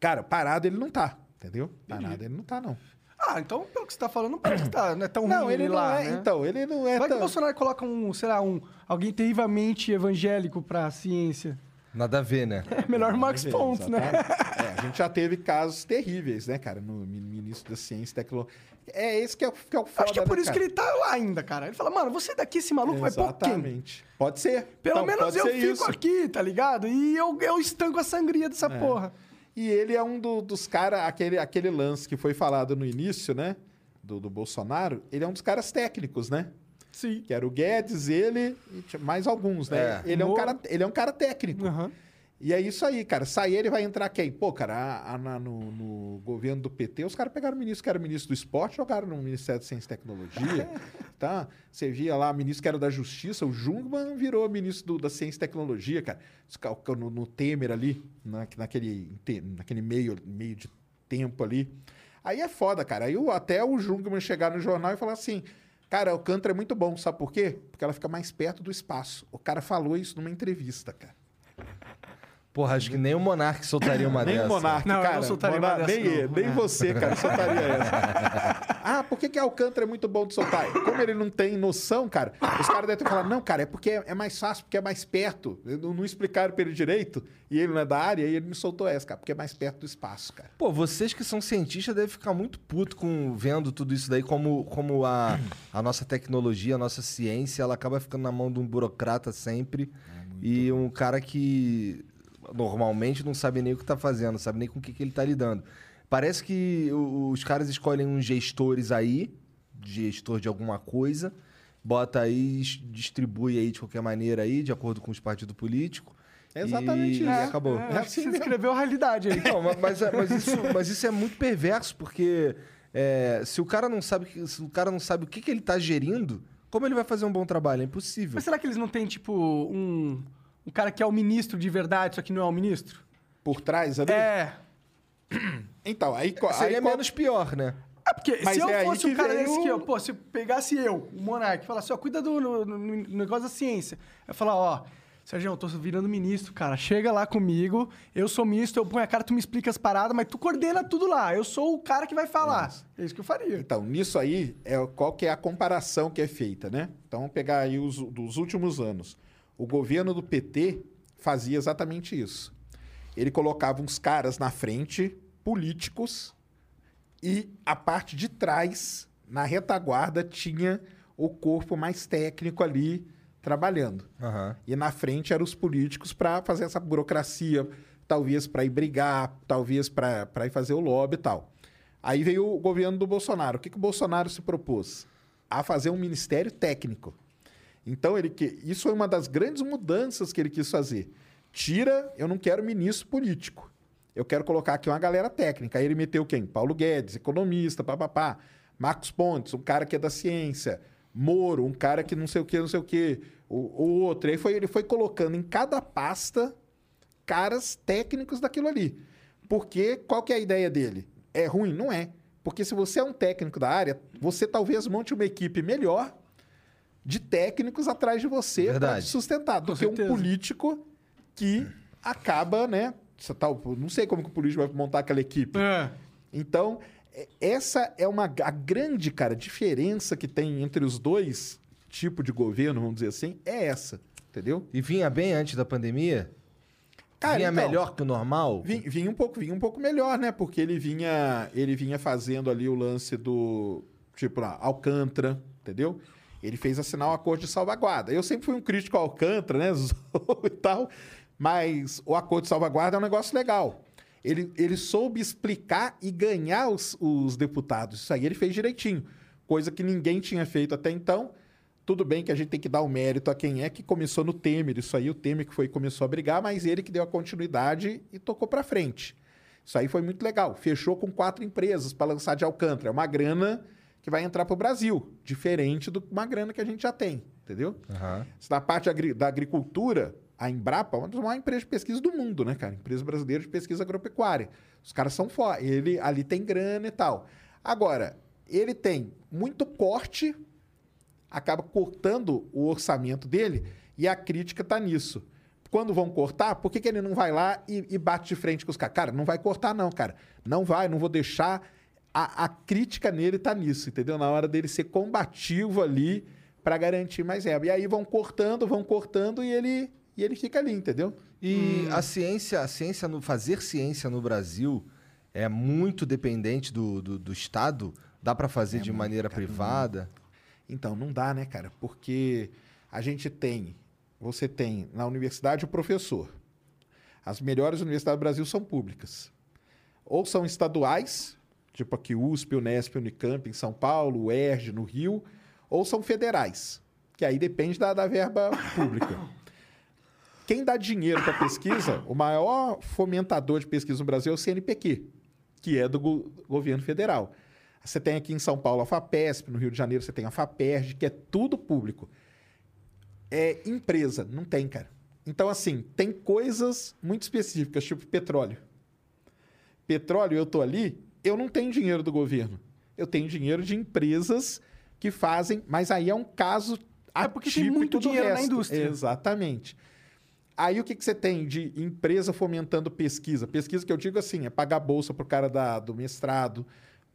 Speaker 1: Cara, parado ele não tá, entendeu? Parado ele não tá, não.
Speaker 3: Ah, então, pelo que você tá falando, não parece que tá, não é tão
Speaker 1: Não,
Speaker 3: ruim
Speaker 1: ele não
Speaker 3: lá,
Speaker 1: é.
Speaker 3: né?
Speaker 1: Então, ele não é
Speaker 3: Vai que o
Speaker 1: tão.
Speaker 3: Bolsonaro coloca um, sei lá, um, alguém terrivelmente evangélico pra ciência.
Speaker 2: Nada a ver, né?
Speaker 3: É melhor o Marcos Pontes, né?
Speaker 1: Exatamente. É, a gente já teve casos terríveis, né, cara, no mi- ministro da Ciência e Tecnologia. É esse que é, o- que é o foda,
Speaker 3: Acho que é por
Speaker 1: né,
Speaker 3: isso
Speaker 1: cara?
Speaker 3: que ele tá lá ainda, cara. Ele fala, mano, você daqui, esse maluco vai pôr quem?
Speaker 1: Exatamente. Pode ser.
Speaker 3: Pelo
Speaker 1: Então,
Speaker 3: menos
Speaker 1: pode
Speaker 3: eu
Speaker 1: ser
Speaker 3: fico
Speaker 1: isso.
Speaker 3: aqui, tá ligado? E eu, eu estanco a sangria dessa porra.
Speaker 1: E ele é um do- dos caras, aquele, aquele lance que foi falado no início, né, do, do Bolsonaro, ele é um dos caras técnicos, né?
Speaker 3: Sim.
Speaker 1: Que era o Guedes, ele e tinha mais alguns, né?
Speaker 2: É.
Speaker 1: Ele, é um
Speaker 3: Moro.
Speaker 1: cara, ele é um cara técnico.
Speaker 3: Aham.
Speaker 1: E é isso aí, cara. Sair ele vai entrar quem? Pô, cara, a- a- na- no, no governo do PT, os caras pegaram o ministro que era ministro do esporte, jogaram no Ministério de Ciência e Tecnologia. tá? Você via lá, ministro que era da Justiça, o Jungmann virou ministro do- da Ciência e Tecnologia, cara. Os ca- ca- No, no Temer ali, na- naquele, inte- naquele meio, meio de tempo ali. Aí é foda, cara. Aí o- até o Jungmann chegar no jornal e falar assim. Cara, o Alcântara é muito bom, sabe por quê? Porque ela fica mais perto do espaço. O cara falou isso numa entrevista, cara.
Speaker 2: Porra, acho que nem o Monark soltaria uma
Speaker 1: Nem
Speaker 2: dessa.
Speaker 1: o Monark,
Speaker 3: Não, eu não
Speaker 1: cara.
Speaker 3: soltaria uma
Speaker 1: Monark-
Speaker 3: dessa,
Speaker 1: nem,
Speaker 3: não.
Speaker 1: ele, nem você, cara, soltaria essa. Ah, por que, que Alcântara é muito bom de soltar? Como ele não tem noção, cara, os caras devem ter falado, não, cara, é porque é, é mais fácil, porque é mais perto. Eu Não, não explicaram pra ele direito, e ele não é da área, e ele me soltou essa, cara, porque é mais perto do espaço, cara.
Speaker 2: Pô, vocês que são cientistas devem ficar muito puto com vendo tudo isso daí, como, como a, a nossa tecnologia, a nossa ciência, ela acaba ficando na mão de um burocrata sempre. e um cara que normalmente não sabe nem o que tá fazendo, não sabe nem com o que, que ele tá lidando. Parece que o- os caras escolhem uns gestores aí, gestor de alguma coisa, bota aí, dis- distribui aí de qualquer maneira aí, de acordo com os partidos políticos.
Speaker 1: É exatamente
Speaker 2: e,
Speaker 1: isso.
Speaker 2: E acabou.
Speaker 3: É,
Speaker 1: assim
Speaker 3: acho que você descreveu a realidade aí.
Speaker 2: Não, ma- mas, é- mas isso, mas isso é muito perverso, porque é, se o cara não sabe, que- se o cara não sabe o que, que ele tá gerindo, como ele vai fazer um bom trabalho? É impossível.
Speaker 3: Mas será que eles não têm, tipo, um, um cara que é o ministro de verdade, só que não é o ministro?
Speaker 1: Por trás ali.
Speaker 3: É.
Speaker 1: Então, aí... co- aí
Speaker 2: Seria
Speaker 1: co-
Speaker 2: menos pior, né?
Speaker 3: É porque
Speaker 1: Mas
Speaker 3: se eu
Speaker 1: é aí
Speaker 3: fosse
Speaker 1: que
Speaker 3: um cara
Speaker 1: vem
Speaker 3: desse
Speaker 1: o-
Speaker 3: que eu, pô, se pegasse eu, o Monark, e falasse, ó, cuida do no- no- no negócio da ciência. Eu falar, ó, Sérgio, eu tô virando ministro, cara. Chega lá comigo, eu sou ministro, eu ponho a cara, tu me explica as paradas, mas tu coordena tudo lá. Eu sou o cara que vai falar. É isso que eu faria.
Speaker 1: Então, nisso aí, é, qual que é a comparação que é feita, né? Então, vamos pegar aí os dos últimos anos. O governo do PT fazia exatamente isso. Ele colocava uns caras na frente, políticos, e a parte de trás, na retaguarda, tinha o corpo mais técnico ali trabalhando.
Speaker 2: Aham.
Speaker 1: E na frente eram os políticos para fazer essa burocracia, talvez para ir brigar, talvez para ir fazer o lobby e tal. Aí veio o governo do Bolsonaro. O que, que o Bolsonaro se propôs? A fazer um ministério técnico. Então, ele que isso é uma das grandes mudanças que ele quis fazer. Tira, eu não quero ministro político. Eu quero colocar aqui uma galera técnica. Aí ele meteu quem? Paulo Guedes, economista, papapá. Marcos Pontes, um cara que é da ciência. Moro, um cara que não sei o que, não sei o que. O, o outro. Aí foi, ele foi colocando em cada pasta caras técnicos daquilo ali. Porque qual que é a ideia dele? É ruim? Não é. Porque se você é um técnico da área, você talvez monte uma equipe melhor de técnicos atrás de você para
Speaker 2: Verdade.
Speaker 1: te sustentar do
Speaker 3: Com
Speaker 1: que um
Speaker 3: certeza.
Speaker 1: político que acaba, né? você tá- Não sei como que o político vai montar aquela equipe.
Speaker 3: É.
Speaker 1: Então, é- essa é uma a grande, cara, diferença que tem entre os dois tipos de governo, vamos dizer assim, é essa, entendeu?
Speaker 2: E vinha bem antes da pandemia? vinha
Speaker 1: então,
Speaker 2: melhor que o normal?
Speaker 1: Vin- Vinha, um pouco, vinha um pouco melhor, né? Porque ele vinha, ele vinha fazendo ali o lance do tipo lá, Alcântara, entendeu? Ele fez assinar um acordo de salvaguarda. Eu sempre fui um crítico ao Alcântara, né? Zou e tal. Mas o acordo de salvaguarda é um negócio legal. Ele, ele soube explicar e ganhar os, os deputados. Isso aí ele fez direitinho. Coisa que ninguém tinha feito até então. Tudo bem que a gente tem que dar o mérito a quem é que começou no Temer. Isso aí, o Temer que foi começou a brigar, mas ele que deu a continuidade e tocou para frente. Isso aí foi muito legal. Fechou com quatro empresas para lançar de Alcântara. É uma grana que vai entrar para o Brasil, diferente de uma grana que a gente já tem, entendeu?
Speaker 2: Aham.
Speaker 1: Se Na parte agri- da agricultura, a Embrapa é uma das maiores empresas de pesquisa do mundo, né, cara? Empresa brasileira de pesquisa agropecuária. Os caras são foda. Ele ali tem grana e tal. Agora, ele tem muito corte, acaba cortando o orçamento dele, e a crítica tá nisso. Quando vão cortar, por que, que ele não vai lá e, e bate de frente com os caras? Cara, não vai cortar, não, cara. Não vai, não vou deixar. A, a crítica nele tá nisso, entendeu? Na hora dele ser combativo ali para garantir mais verba. E aí vão cortando, vão cortando e ele, e ele fica ali, entendeu? Hum.
Speaker 2: E a ciência, a ciência no, fazer ciência no Brasil é muito dependente do, do, do Estado? Dá pra
Speaker 1: É
Speaker 2: fazer de maneira privada?
Speaker 1: Então, não dá, né, cara? Porque a gente tem, você tem na universidade o professor. As melhores universidades do Brasil são públicas. Ou são estaduais, tipo aqui USP, Unesp, Unicamp em São Paulo, UERJ no Rio, ou são federais, que aí depende da, da verba pública. Quem dá dinheiro para pesquisa, o maior fomentador de pesquisa no Brasil é o CNPq, que é do go- governo federal. Você tem aqui em São Paulo a FAPESP, no Rio de Janeiro você tem a FAPERJ, que é tudo público. É empresa, não tem, cara. Então, assim, tem coisas muito específicas, tipo petróleo. Petróleo, eu tô ali, eu não tenho dinheiro do governo. Eu tenho dinheiro de empresas que fazem, mas aí é um caso atípico
Speaker 3: É porque tem muito
Speaker 1: do
Speaker 3: dinheiro na
Speaker 1: resto.
Speaker 3: indústria.
Speaker 1: Exatamente. Aí o que, que você tem de empresa fomentando pesquisa? Pesquisa que eu digo assim, é pagar bolsa pro cara da- do mestrado,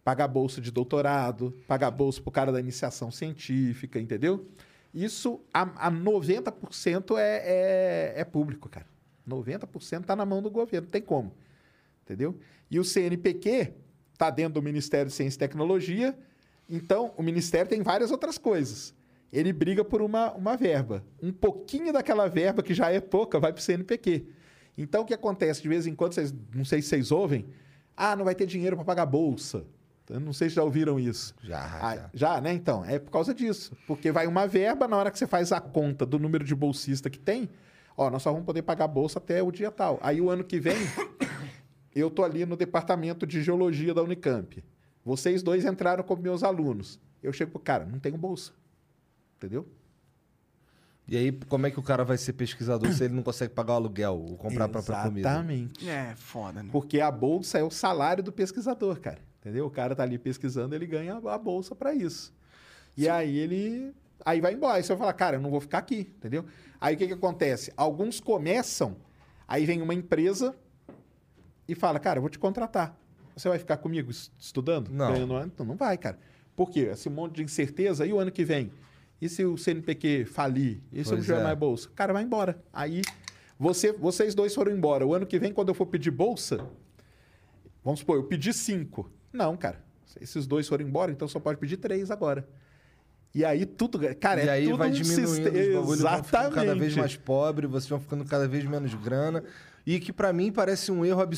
Speaker 1: pagar bolsa de doutorado, pagar bolsa pro cara da iniciação científica, entendeu? Isso a, a 90% é, é, é público, cara. 90% tá na mão do governo, não tem como. Entendeu? E o CNPq tá dentro do Ministério de Ciência e Tecnologia, então o Ministério tem várias outras coisas. Ele briga por uma, uma verba. Um pouquinho daquela verba, que já é pouca, vai pro CNPq. Então o que acontece? De vez em quando, vocês, não sei se vocês ouvem, ah, não vai ter dinheiro para pagar bolsa. Eu não sei se já ouviram isso.
Speaker 2: Já,
Speaker 1: Ah,
Speaker 2: já.
Speaker 1: já, né? Então, é por causa disso. Porque vai uma verba, na hora que você faz a conta do número de bolsista que tem, ó, nós só vamos poder pagar a bolsa até o dia tal. Aí o ano que vem, eu tô ali no departamento de geologia da Unicamp. Vocês dois entraram como meus alunos. Eu chego pro cara, não tenho bolsa. Entendeu?
Speaker 2: E aí, como é que o cara vai ser pesquisador se ele não consegue pagar o aluguel ou comprar a própria comida?
Speaker 1: Exatamente.
Speaker 3: É, foda, né?
Speaker 1: Porque a bolsa é o salário do pesquisador, cara. Entendeu? O cara tá ali pesquisando, ele ganha a bolsa para isso. E aí ele. Aí vai embora. Aí você vai falar, cara, eu não vou ficar aqui, entendeu? Aí o que, que acontece? Alguns começam, aí vem uma empresa e fala, cara, eu vou te contratar. Você vai ficar comigo es- estudando?
Speaker 2: Não.
Speaker 1: Ganhando ano? Então não vai, cara. Por quê? Esse monte de incerteza, e o ano que vem? E se o CNPq falir? E se eu não
Speaker 2: Pois
Speaker 1: tiver
Speaker 2: é.
Speaker 1: mais bolsa? Cara, vai embora. Aí você, vocês dois foram embora. O ano que vem, quando eu for pedir bolsa, Vamos supor, eu pedi cinco. Não, cara. Se esses dois foram embora, então só pode pedir três agora. E aí tudo. Cara,
Speaker 2: e
Speaker 1: é
Speaker 2: aí
Speaker 1: tudo
Speaker 2: vai
Speaker 1: um
Speaker 2: diminuindo
Speaker 1: sistema.
Speaker 2: os bagulhos, vão ficando
Speaker 1: Exatamente.
Speaker 2: cada vez mais pobre, vocês vão ficando cada vez menos grana. E que pra mim parece um erro absurdo.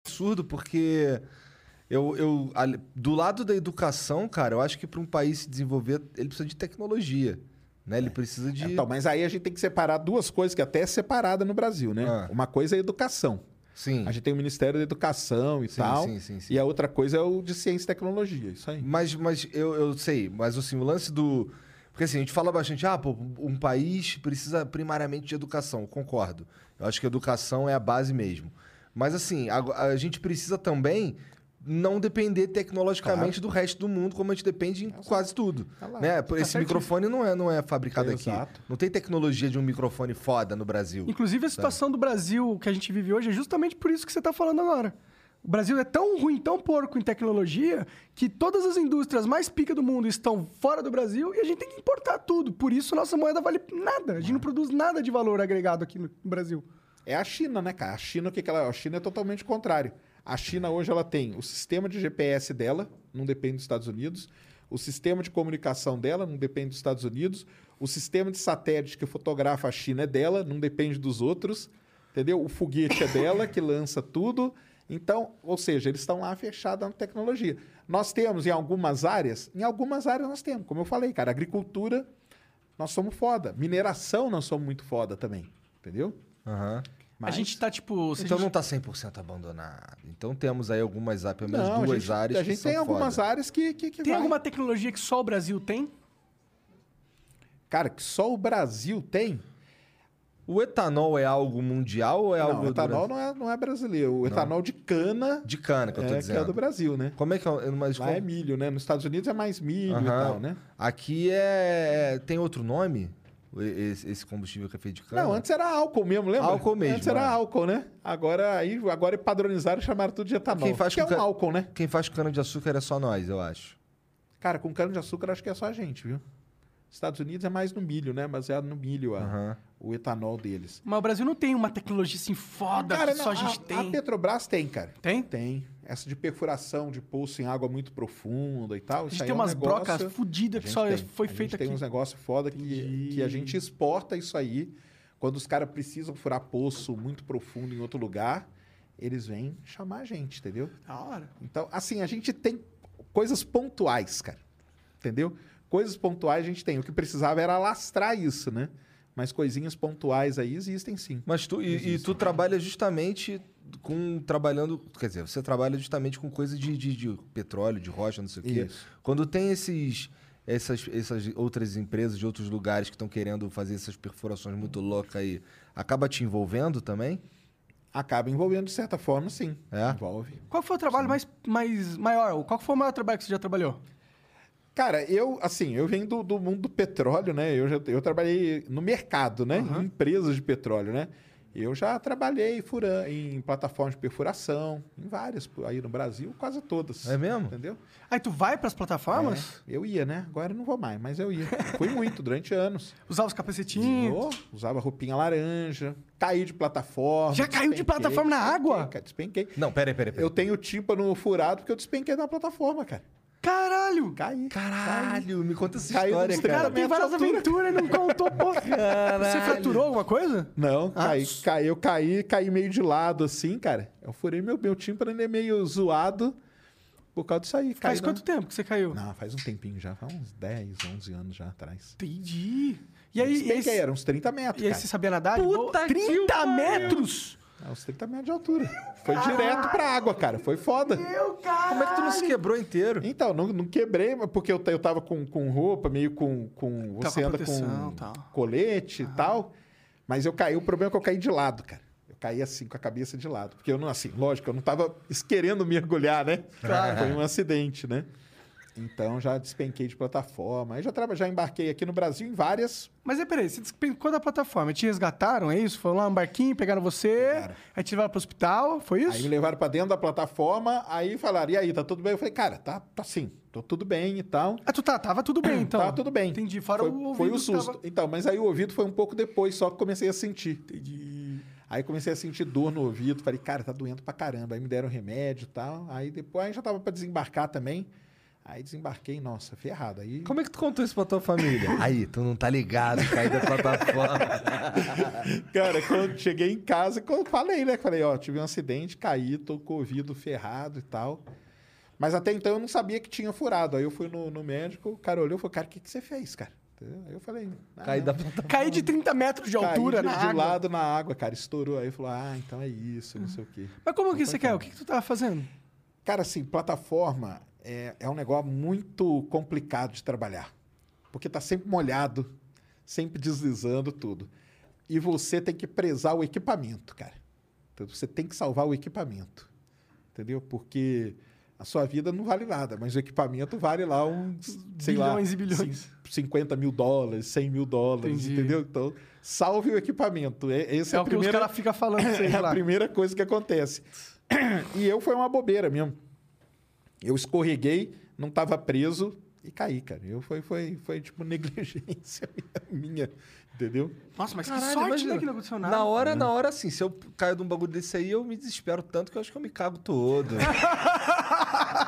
Speaker 2: absurdo, porque eu, eu ali- do lado da educação, cara, eu acho que para um país se desenvolver, ele precisa de tecnologia, né? Ele precisa de
Speaker 1: Então, mas aí a gente tem que separar duas coisas que até é separada no Brasil, né?
Speaker 2: Ah.
Speaker 1: Uma coisa é a educação.
Speaker 2: sim.
Speaker 1: A gente tem o Ministério da Educação e
Speaker 2: Sim,
Speaker 1: tal.
Speaker 2: sim, sim, sim.
Speaker 1: E a outra coisa é o de ciência e tecnologia. Isso aí.
Speaker 2: Mas, mas eu, eu sei, mas assim, o lance do. Porque assim, a gente fala bastante, ah, pô, um país precisa primariamente de educação, concordo. Eu acho que educação é a base mesmo. Mas assim, a, a gente precisa também não depender tecnologicamente do resto do mundo, como a gente depende em quase tudo.
Speaker 1: Tá lá,
Speaker 2: né? Por- Esse microfone não é, não é fabricado aqui.
Speaker 1: Exato.
Speaker 2: Não tem tecnologia de um microfone foda no Brasil.
Speaker 3: Inclusive, a
Speaker 1: Tá.
Speaker 3: situação do Brasil que a gente vive hoje é justamente por isso que você está falando agora. O Brasil é tão ruim, tão porco em tecnologia, que todas as indústrias mais pica do mundo estão fora do Brasil e a gente tem que importar tudo. Por isso, nossa moeda vale nada. A gente não produz nada de valor agregado aqui no no Brasil.
Speaker 1: É a China, né, cara? A China, o que, que ela é? A China é totalmente o contrário. A China hoje ela tem o sistema de GPS dela, não depende dos Estados Unidos, o sistema de comunicação dela não depende dos Estados Unidos, o sistema de satélite que fotografa a China é dela, não depende dos outros, entendeu? O foguete é dela que lança tudo. Então, ou seja, eles estão lá fechados na tecnologia. Nós temos em algumas áreas, em algumas áreas nós temos, como eu falei, cara, agricultura, nós somos foda. Mineração nós somos muito foda também, entendeu?
Speaker 2: Aham.
Speaker 3: A gente está, tipo... se a
Speaker 2: Então
Speaker 3: gente-
Speaker 2: não tá 100% abandonado. Então temos aí algumas áreas, pelo menos
Speaker 1: Não,
Speaker 2: duas
Speaker 1: a gente,
Speaker 2: áreas
Speaker 1: A
Speaker 2: que
Speaker 1: gente
Speaker 2: são
Speaker 1: tem algumas
Speaker 2: foda.
Speaker 1: áreas que, que, que
Speaker 3: Tem
Speaker 1: vai.
Speaker 3: alguma tecnologia que só o Brasil tem?
Speaker 1: Cara, que só o Brasil tem?
Speaker 2: O etanol é algo mundial ou é
Speaker 1: não,
Speaker 2: algo
Speaker 1: o
Speaker 2: do
Speaker 1: etanol
Speaker 2: Brasil?
Speaker 1: não é, não é brasileiro. O etanol de cana
Speaker 2: de cana que eu tô
Speaker 1: é, que
Speaker 2: dizendo?
Speaker 1: é do Brasil, né?
Speaker 2: Como é que é? o- Mas
Speaker 1: Lá
Speaker 2: como-
Speaker 1: é milho, né? Nos Estados Unidos é mais milho e
Speaker 2: Aham.
Speaker 1: tal, né?
Speaker 2: Aqui é tem outro nome O- esse, esse combustível que é feito de cana?
Speaker 1: Não, antes era álcool mesmo, lembra?
Speaker 2: Álcool mesmo,
Speaker 1: Antes era
Speaker 2: é.
Speaker 1: álcool, né? Agora, aí, agora padronizaram e chamaram tudo de etanol.
Speaker 2: Quem faz
Speaker 1: que é
Speaker 2: com
Speaker 1: um
Speaker 2: ca-
Speaker 1: álcool, né?
Speaker 2: Quem faz cana de açúcar é só nós, eu acho.
Speaker 1: Cara, com cana-de-açúcar acho que é só a gente, viu? Estados Unidos é mais no milho, né? Baseado no milho, a-
Speaker 2: Aham.
Speaker 1: o etanol deles.
Speaker 3: Mas o Brasil não tem uma tecnologia assim foda
Speaker 1: Cara,
Speaker 3: que
Speaker 1: não,
Speaker 3: só a gente
Speaker 1: a,
Speaker 3: tem.
Speaker 1: a Petrobras tem, cara.
Speaker 3: Tem?
Speaker 1: Tem. Essa de perfuração de poço em água muito profunda e tal.
Speaker 3: A
Speaker 1: isso
Speaker 3: gente
Speaker 1: aí
Speaker 3: tem
Speaker 1: é um
Speaker 3: umas
Speaker 1: negócio-
Speaker 3: brocas fodidas que
Speaker 1: A
Speaker 3: só
Speaker 1: gente tem.
Speaker 3: foi
Speaker 1: A gente
Speaker 3: feita aqui.
Speaker 1: tem uns negócios foda que, que a gente exporta isso aí. Quando os caras precisam furar poço muito profundo em outro lugar, eles vêm chamar a gente, entendeu?
Speaker 3: Da hora.
Speaker 1: Então, assim, a gente tem coisas pontuais, cara. Entendeu? Coisas pontuais a gente tem. O que precisava era alastrar isso, né? Mas coisinhas pontuais aí existem sim.
Speaker 2: Mas né? tu e, e tu trabalha justamente com trabalhando, quer dizer, você trabalha justamente com coisa de, de- de petróleo, de rocha, não sei o quê.
Speaker 1: Isso.
Speaker 2: Quando tem esses essas, essas outras empresas de outros lugares que estão querendo fazer essas perfurações muito loucas aí, acaba te envolvendo também?
Speaker 1: Acaba envolvendo de certa forma, sim.
Speaker 2: É?
Speaker 1: Envolve.
Speaker 3: Qual foi o trabalho mais, mais maior? Qual que foi o maior trabalho que você já trabalhou?
Speaker 1: Cara, eu, assim, eu venho do, do mundo do petróleo, né? Eu, já, eu trabalhei no mercado, né? Em empresas de petróleo, né? Eu já trabalhei fura- em plataformas de perfuração, em várias por aí no Brasil, quase todas.
Speaker 2: É mesmo?
Speaker 1: Entendeu?
Speaker 3: Aí tu vai pras plataformas?
Speaker 1: É, eu ia, né? Agora eu não vou mais, mas eu ia. Fui muito, durante anos.
Speaker 3: Usava os capacetinhos?
Speaker 1: Usou, usava roupinha laranja, caí de plataforma.
Speaker 3: Já caiu de
Speaker 1: despenquei,
Speaker 3: plataforma na
Speaker 1: despenquei,
Speaker 3: água?
Speaker 1: cara, Despenquei.
Speaker 2: Não, peraí, peraí, peraí.
Speaker 1: Eu tenho tímpano furado porque eu despenquei da plataforma, cara.
Speaker 3: Caralho!
Speaker 1: Caí.
Speaker 2: Caralho, me conta essa
Speaker 1: Caiu
Speaker 2: história,
Speaker 1: dos
Speaker 2: cara.
Speaker 3: Cara, tem várias aventuras e não contou, pô. Você fraturou alguma coisa?
Speaker 1: Não,
Speaker 3: Ah,
Speaker 1: caí,
Speaker 3: s-
Speaker 1: caí, eu caí, caí meio de lado assim, cara. Eu furei meu, meu tímpano, ele é meio zoado. Por causa disso aí.
Speaker 3: Faz
Speaker 1: caí
Speaker 3: quanto tempo que você caiu?
Speaker 1: na... Não, faz um tempinho já. Faz uns 10, 11 anos já atrás.
Speaker 3: Entendi. E aí,
Speaker 1: Se bem
Speaker 3: e
Speaker 1: que
Speaker 3: esse,
Speaker 1: era uns 30 metros,
Speaker 3: e aí
Speaker 1: cara.
Speaker 3: você sabia nadar? de
Speaker 4: Puta
Speaker 3: boa?
Speaker 4: que
Speaker 3: 30
Speaker 4: pariu!
Speaker 3: metros!
Speaker 1: É uns 30 metros de altura. Foi direto pra água, cara. Foi foda.
Speaker 2: Como é que tu não se quebrou inteiro?
Speaker 1: Então, não, não quebrei, mas porque eu, ta- eu tava com, com roupa, meio com. com
Speaker 3: Tava
Speaker 1: você
Speaker 3: com
Speaker 1: anda
Speaker 3: proteção,
Speaker 1: com
Speaker 3: tal.
Speaker 1: colete e tal. Mas eu caí, o problema é que eu caí de lado, cara. Eu caí assim, com a cabeça de lado. Porque eu não, assim, lógico, eu não tava es- querendo mergulhar, né? Foi um acidente, né? Então já despenquei de plataforma. Aí já, traba, já embarquei aqui no Brasil em várias.
Speaker 3: Mas aí, peraí, você despencou da plataforma, te resgataram, é isso? Foram lá um barquinho, pegaram você, aí te levaram pro hospital, foi
Speaker 1: Aí
Speaker 3: isso?
Speaker 1: me levaram pra dentro da plataforma, aí falaram, e aí, tá tudo bem? Eu falei, cara, tá, tá sim, tô tudo bem e tal.
Speaker 3: Ah, tu tá, tava tudo bem, então.
Speaker 1: Tá tudo bem.
Speaker 3: Entendi, fora
Speaker 1: foi,
Speaker 3: o ouvido.
Speaker 1: Foi o
Speaker 3: que
Speaker 1: susto.
Speaker 3: tava-
Speaker 1: Então, mas aí o ouvido foi um pouco depois, só que comecei a sentir. Entendi. Aí comecei a sentir dor no ouvido. Falei, cara, tá doendo pra caramba. Aí me deram remédio e tal. Aí depois aí já tava pra desembarcar também. Aí desembarquei, nossa, ferrado. Aí.
Speaker 2: Como é que tu contou isso pra tua família? Aí, tu não tá ligado, caí da plataforma.
Speaker 1: Cara, quando cheguei em casa, quando falei, né? Falei, ó, tive um acidente, caí, tô com o ouvido ferrado e tal. Mas até então eu não sabia que tinha furado. Aí eu fui no, no médico, o cara olhou e falou, cara, o que, que você fez, cara? Entendeu? Aí eu falei, "Ah,
Speaker 2: Caí
Speaker 1: não."
Speaker 2: da plataforma.
Speaker 3: Caí de 30 metros de altura
Speaker 1: Caí
Speaker 3: na
Speaker 1: de um
Speaker 3: água.
Speaker 1: lado na água, cara. Estourou. Aí falou, ah, então é isso, não sei o quê.
Speaker 3: Mas como que você quer? O que, que tu tava fazendo?
Speaker 1: Cara, assim, plataforma é, é um negócio muito complicado de trabalhar. Porque tá sempre molhado, sempre deslizando tudo. E você tem que prezar o equipamento, cara. Então, você tem que salvar o equipamento. Entendeu? Porque a sua vida não vale nada, mas o equipamento vale lá uns, sei lá,
Speaker 3: Bilhões e bilhões.
Speaker 1: cin- 50 mil dólares, 100 mil dólares,
Speaker 3: Entendi.
Speaker 1: entendeu? Então, salve o equipamento. É, esse
Speaker 3: É
Speaker 1: é
Speaker 3: o
Speaker 1: a
Speaker 3: que os
Speaker 1: primeira...
Speaker 3: caras ficam falando, sei
Speaker 1: É
Speaker 3: lá.
Speaker 1: a primeira coisa que acontece. E eu foi uma bobeira mesmo. Eu escorreguei, não estava preso e caí, cara. Eu foi, foi, foi tipo negligência minha, entendeu?
Speaker 3: Nossa, mas que
Speaker 2: Caralho,
Speaker 3: sorte,
Speaker 2: imagina.
Speaker 3: né, que não aconteceu nada.
Speaker 2: Na hora, na hora, assim, se eu caio de um bagulho desse aí, eu me desespero tanto que eu acho que eu me cago todo.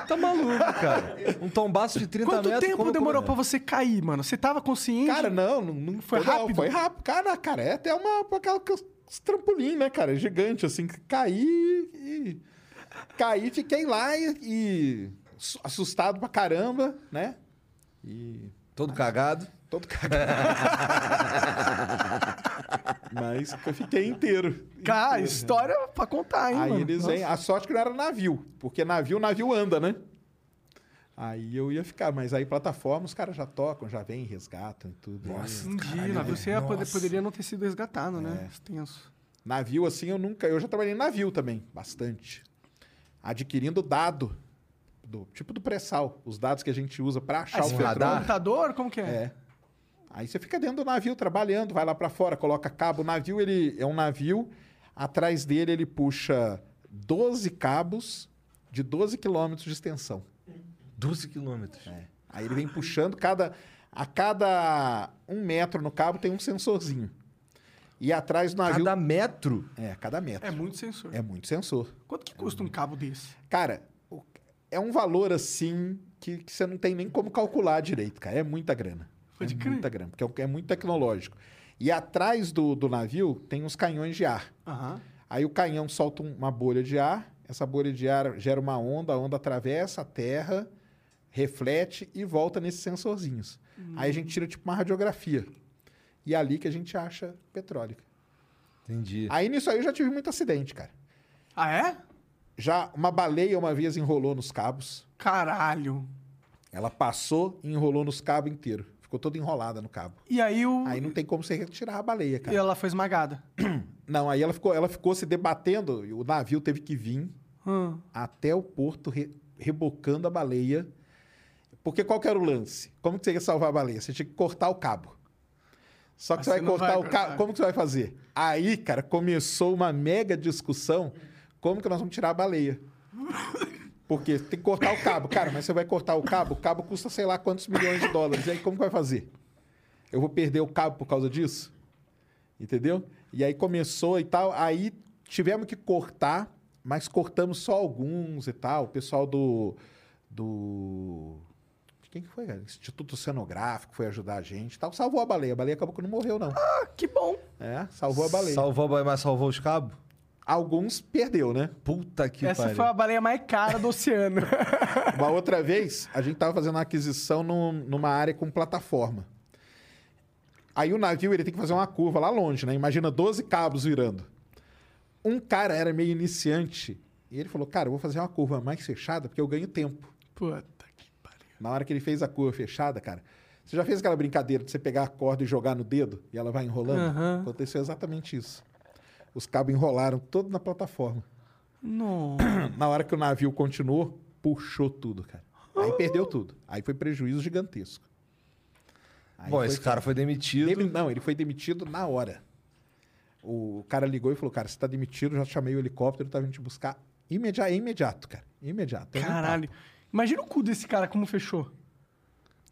Speaker 2: tá maluco, cara. Um tombaço de 30
Speaker 3: Quanto
Speaker 2: metros.
Speaker 3: tempo
Speaker 2: como-
Speaker 3: demorou pra
Speaker 2: como-
Speaker 3: você cair, mano? Você tava consciente?
Speaker 1: Cara, não, não, não
Speaker 3: Foi
Speaker 1: toda-
Speaker 3: rápido?
Speaker 1: Foi rápido. Cara, cara, é até uma aquela que os- os trampolim, né, cara? Gigante, assim, que caí e. Caí, fiquei lá e, e su- assustado pra caramba, né? E
Speaker 2: Todo cagado.
Speaker 1: Todo cagado. Mas que eu fiquei inteiro.
Speaker 3: Cara,
Speaker 1: Inteiro,
Speaker 3: história pra contar, hein,
Speaker 1: né? é, Aí
Speaker 3: mano?
Speaker 1: eles
Speaker 3: Nossa.
Speaker 1: vêm. A sorte que não era navio, porque navio, navio anda, né? Aí eu ia ficar, mas aí plataforma os caras já tocam, já vêm, resgatam e tudo. né? Aí,
Speaker 3: Entendi, na um você ia poder- poderia não ter sido resgatado, né?
Speaker 1: É.
Speaker 3: Tenso.
Speaker 1: Navio, assim, eu nunca. Eu já trabalhei em navio também, bastante. Adquirindo dado. Do, tipo do pré-sal, os dados que a gente usa pra achar
Speaker 2: Ah,
Speaker 1: o
Speaker 2: esse
Speaker 1: petróleo.
Speaker 2: radar? né?
Speaker 3: Computador, como que é?
Speaker 1: É. Aí você fica dentro do navio trabalhando, vai lá pra fora, coloca cabo. O navio ele é um navio, atrás dele ele puxa 12 cabos de 12 quilômetros de extensão. É.
Speaker 2: 12 quilômetros.
Speaker 1: Aí ele vem puxando cada a cada um metro no cabo tem um sensorzinho. E atrás do navio
Speaker 2: Cada metro.
Speaker 1: é cada metro.
Speaker 3: É, muito sensor.
Speaker 1: É muito sensor.
Speaker 3: Quanto que custa um cabo desse?
Speaker 1: Cara, o- é um valor assim que, que você não tem nem como calcular direito, cara. É muita grana.
Speaker 3: Pode
Speaker 1: é
Speaker 3: crer.
Speaker 1: muita grana, porque é, um- é muito tecnológico. E atrás do, do navio tem uns canhões de ar.
Speaker 3: Aham.
Speaker 1: Aí o canhão solta um- uma bolha de ar, essa bolha de ar gera uma onda, a onda atravessa a terra, reflete e volta nesses sensorzinhos. Aí a gente tira tipo uma radiografia. E é ali que a gente acha petróleo.
Speaker 2: Entendi.
Speaker 1: Aí nisso aí eu já tive muito acidente, cara.
Speaker 3: Ah, é?
Speaker 1: Já uma baleia uma vez enrolou nos cabos.
Speaker 3: Caralho.
Speaker 1: Ela passou e enrolou nos cabos inteiro. Ficou toda enrolada no cabo.
Speaker 3: E aí o.
Speaker 1: Aí não tem como você retirar a baleia,
Speaker 3: E
Speaker 1: cara.
Speaker 3: ela foi esmagada.
Speaker 1: Não, aí ela ficou, ela ficou se debatendo. e O navio teve que vir
Speaker 3: Hum.
Speaker 1: até o porto re- rebocando a baleia. Porque qual que era o lance? Como que você ia salvar a baleia? Você tinha que cortar o cabo. Só que
Speaker 3: Mas
Speaker 1: você vai
Speaker 3: você Assim não
Speaker 1: cortar
Speaker 3: vai né? É.
Speaker 1: o cabo.
Speaker 3: cortar.
Speaker 1: Como que você vai fazer? Aí, cara, começou uma mega discussão. Como que nós vamos tirar a baleia? Porque tem que cortar o cabo. Cara, mas você vai cortar o cabo? O cabo custa sei lá quantos milhões de dólares. E aí, como que vai fazer? Eu vou perder o cabo por causa disso? Entendeu? E aí começou e tal. Aí tivemos que cortar, mas cortamos só alguns e tal. O pessoal do. do. de Quem que foi, cara? Instituto Oceanográfico foi ajudar a gente e tal. Salvou a baleia. A baleia acabou que não morreu, não.
Speaker 3: Ah, que bom.
Speaker 1: É, salvou a baleia.
Speaker 2: Salvou, a baleia, mas salvou os cabos?
Speaker 1: Alguns perdeu, né?
Speaker 2: Puta que
Speaker 3: Essa
Speaker 2: pariu.
Speaker 3: foi a baleia mais cara do oceano.
Speaker 1: Uma outra vez, a gente tava fazendo uma aquisição num- numa área com plataforma. Aí o navio ele tem que fazer uma curva lá longe, né? Imagina 12 cabos virando. Um cara era meio iniciante e ele falou: Cara, eu vou fazer uma curva mais fechada porque eu ganho tempo.
Speaker 3: Puta que pariu.
Speaker 1: Na hora que ele fez a curva fechada, cara, você já fez aquela brincadeira de você pegar a corda e jogar no dedo e ela vai enrolando?
Speaker 3: Aham.
Speaker 1: Aconteceu exatamente isso. Os cabos enrolaram todo na plataforma.
Speaker 3: Nossa.
Speaker 1: Na hora que o navio continuou, puxou tudo, cara. Aí perdeu tudo. Aí foi prejuízo gigantesco. Aí
Speaker 2: Bom,
Speaker 1: foi-
Speaker 2: esse cara foi demitido.
Speaker 1: Ele, não, ele foi demitido na hora. O cara ligou e falou: Cara, você tá demitido, já chamei o helicóptero, tá vindo te buscar imediato, imediato cara. Imediato. Tem um
Speaker 3: Caralho. Imagina o cu desse cara, como fechou.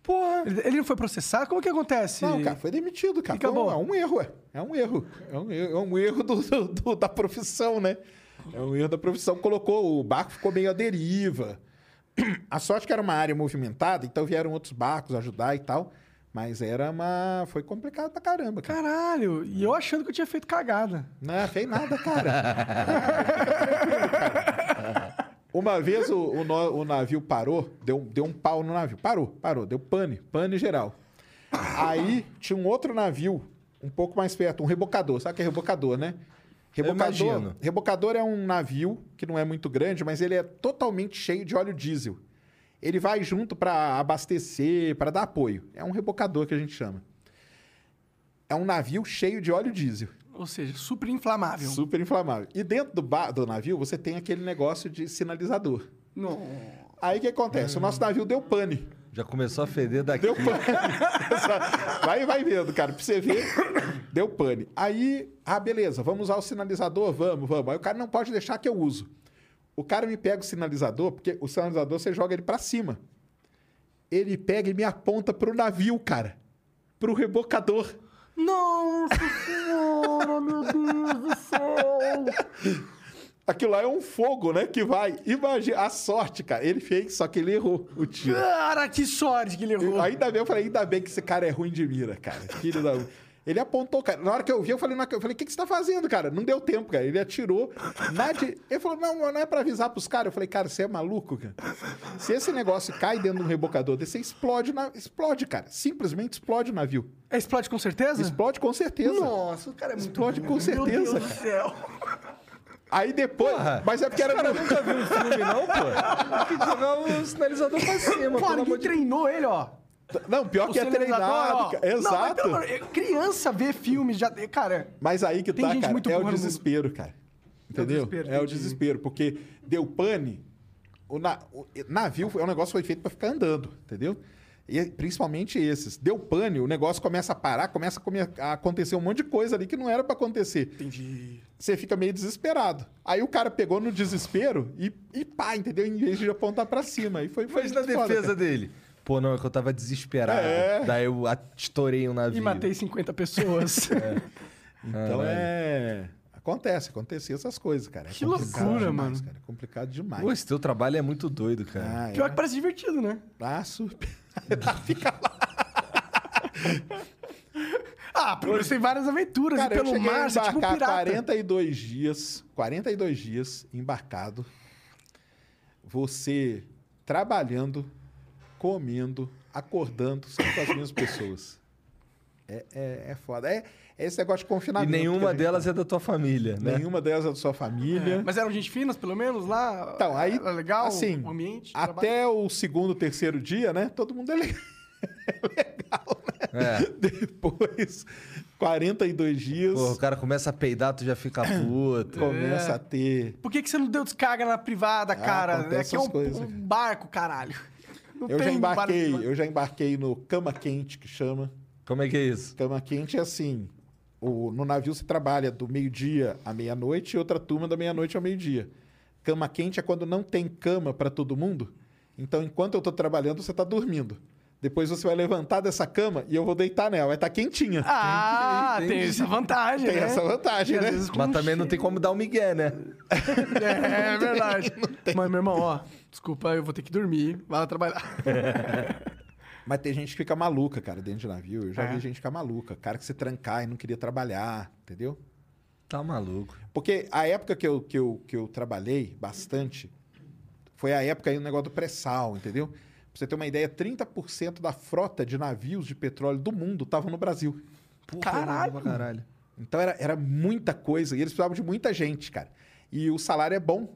Speaker 1: Porra.
Speaker 3: Ele ele não foi processar? Como que acontece?
Speaker 1: Não, cara, foi demitido, cara.
Speaker 3: E acabou.
Speaker 1: Foi um- é um erro, é. É um erro. É um erro, é um erro do- do- do- da profissão, né? É um erro da profissão. Colocou, o barco ficou meio à deriva. A sorte que era uma área movimentada, então vieram outros barcos ajudar e tal. Mas era uma. Foi complicado pra caramba, cara.
Speaker 3: Caralho. E eu achando que eu tinha feito cagada.
Speaker 1: Não, Né? fez nada, cara. Uma vez o, o no- o navio parou, deu, deu um pau no navio. Parou, parou, deu pane, pane geral. Aí tinha um outro navio, um pouco mais perto, um rebocador. Sabe o que é rebocador, né? Rebocador,
Speaker 2: imagino.
Speaker 1: rebocador é um navio que não é muito grande, mas ele é totalmente cheio de óleo diesel. Ele vai junto para abastecer, para dar apoio. É um rebocador que a gente chama. É um navio cheio de óleo diesel.
Speaker 3: Ou seja, super inflamável.
Speaker 1: Super inflamável. E dentro do, ba- do navio, você tem aquele negócio de sinalizador.
Speaker 3: Não.
Speaker 1: Aí o que acontece? O nosso navio deu pane.
Speaker 2: Já começou a feder daqui.
Speaker 1: Deu pane. vai, vai vendo, cara, pra você ver. Deu pane. Aí, ah, beleza, vamos usar o sinalizador? Vamos, vamos. Aí o cara não pode deixar que eu uso. O cara me pega o sinalizador, porque o sinalizador você joga ele pra cima. Ele pega e me aponta pro navio, cara. Pro rebocador.
Speaker 3: Nossa senhora, meu Deus do céu.
Speaker 1: Aquilo lá é um fogo, né? Que vai. Imagina, a sorte, cara. Ele fez, só que ele errou o tiro.
Speaker 3: Cara, que sorte que ele errou.
Speaker 1: Eu- Ainda bem, eu falei, ainda bem que esse cara é ruim de mira, cara. Filho da. Ele apontou, cara. Na hora que eu vi, eu falei, na- eu falei, o que, que você tá fazendo, cara? Não deu tempo, cara. Ele atirou. Na di- Ele falou, não, não é pra avisar pros caras. Eu falei, cara, você é maluco, cara. Se esse negócio cai dentro de um rebocador desse, você explode, na... explode, cara. Simplesmente explode o navio.
Speaker 3: Explode com certeza?
Speaker 1: Explode com certeza.
Speaker 3: Ah. Nossa, o cara é muito
Speaker 1: Explode
Speaker 3: burro.
Speaker 1: com certeza,
Speaker 3: Meu Deus do céu.
Speaker 1: Aí depois.
Speaker 2: Porra,
Speaker 1: mas é porque era.
Speaker 2: Cara,
Speaker 1: no-
Speaker 2: nunca vi um filme, não, pô? Tem que jogar o sinalizador pra cima, pelo
Speaker 3: Pô,
Speaker 2: amor
Speaker 3: ninguém
Speaker 2: de
Speaker 3: treinou ele, ó.
Speaker 1: Não, pior que é
Speaker 3: sinalizador, ó.
Speaker 1: treinado. cara.
Speaker 3: Não,
Speaker 1: Exato.
Speaker 3: mas pelo amor- criança vê filmes já. Cara,
Speaker 1: Mas aí que
Speaker 3: Tem
Speaker 1: tá,
Speaker 3: gente
Speaker 1: cara,
Speaker 3: muito
Speaker 1: é o
Speaker 3: burra no
Speaker 1: desespero, cara. Entendeu?
Speaker 3: desespero,
Speaker 1: É o
Speaker 3: entendi.
Speaker 1: desespero, porque deu pane. O, na- o navio é um negócio que foi feito pra ficar andando, entendeu? E é, principalmente esses. Deu pane, o negócio começa a parar, começa a, come- a acontecer um monte de coisa ali que não era pra acontecer. Entendi. Você fica meio desesperado. Aí o cara pegou no desespero e, e pá, entendeu? Em vez de apontar pra cima. E foi, foi
Speaker 2: Mas na
Speaker 1: muito foda,
Speaker 2: defesa
Speaker 1: cara.
Speaker 2: dele. Pô, não, é que eu tava desesperado.
Speaker 1: É.
Speaker 2: Daí eu a- estourei um navio.
Speaker 3: e matei 50 pessoas.
Speaker 1: É. Então é. Acontece, acontecia essas coisas, cara. É
Speaker 3: Que
Speaker 1: complicado
Speaker 3: loucura,
Speaker 1: demais,
Speaker 3: mano.
Speaker 1: Cara. É complicado demais.
Speaker 2: Pô, esse teu trabalho é muito doido, cara.
Speaker 1: Ah, é.
Speaker 3: Pior que parece divertido, né?
Speaker 1: Ah, super. Fica lá.
Speaker 3: Ah, primeiro tem várias aventuras.
Speaker 1: Cara,
Speaker 3: e
Speaker 1: eu
Speaker 3: pelo
Speaker 1: cheguei a
Speaker 3: mar, você é tipo um
Speaker 1: embarcar
Speaker 3: pirata.
Speaker 1: 42 dias, 42 dias embarcado. Você trabalhando, comendo, acordando, sempre com as mesmas pessoas. É, é, é foda. É, é esse negócio de
Speaker 2: e
Speaker 1: confinamento. que a
Speaker 2: nenhuma
Speaker 1: gente tá-
Speaker 2: delas
Speaker 1: fala.
Speaker 2: é da tua família,
Speaker 3: assim,
Speaker 2: né?
Speaker 1: Nenhuma delas é da sua família.
Speaker 3: Mas eram gente finas, pelo menos, lá?
Speaker 1: Então, aí,
Speaker 3: Era legal
Speaker 1: assim,
Speaker 3: o ambiente? o trabalho?
Speaker 1: até o segundo, terceiro dia, né? Todo mundo é legal.
Speaker 2: É.
Speaker 1: Depois, 42 dias,
Speaker 2: Porra, o cara começa a peidar, tu já fica puto.
Speaker 1: começa a ter
Speaker 3: Por que, que você não deu descarga na privada, cara?
Speaker 1: Ah, acontece
Speaker 3: É que é um,
Speaker 1: essas coisas,
Speaker 3: um
Speaker 1: cara.
Speaker 3: barco, caralho. Não
Speaker 1: Eu já
Speaker 3: tem um
Speaker 1: embarquei,
Speaker 3: barco-
Speaker 1: eu já embarquei no cama quente que chama.
Speaker 2: Como é que é isso?
Speaker 1: Cama quente é assim, o- no navio você trabalha do meio-dia à meia-noite e outra turma da meia-noite ao meio-dia. Cama quente é quando não tem cama para todo mundo. Então, enquanto eu tô trabalhando, você tá dormindo. Depois você vai levantar dessa cama e eu vou deitar nela. Vai estar quentinha.
Speaker 3: Ah, tem, essa vantagem,
Speaker 1: Tem
Speaker 3: né?
Speaker 1: essa vantagem,
Speaker 3: E às
Speaker 1: né?
Speaker 3: vezes com
Speaker 2: Mas também não tem como dar o migué, né?
Speaker 3: É, é verdade. Mas, meu irmão, ó, desculpa, eu vou ter que dormir. Vai lá trabalhar.
Speaker 1: Mas tem gente que fica maluca, cara, dentro de navio. Eu já
Speaker 3: É.
Speaker 1: vi gente ficar maluca. Cara que se trancar e não queria trabalhar, entendeu?
Speaker 2: Tá maluco.
Speaker 1: Porque a época que eu, que eu, que eu trabalhei bastante foi a época aí do negócio do pré-sal, entendeu? Pra você ter uma ideia, 30% da frota de navios de petróleo do mundo estava no Brasil.
Speaker 2: Porra,
Speaker 3: Caralho!
Speaker 2: pra caralho.
Speaker 1: Então era, era muita coisa e eles precisavam de muita gente, cara. E o salário é bom.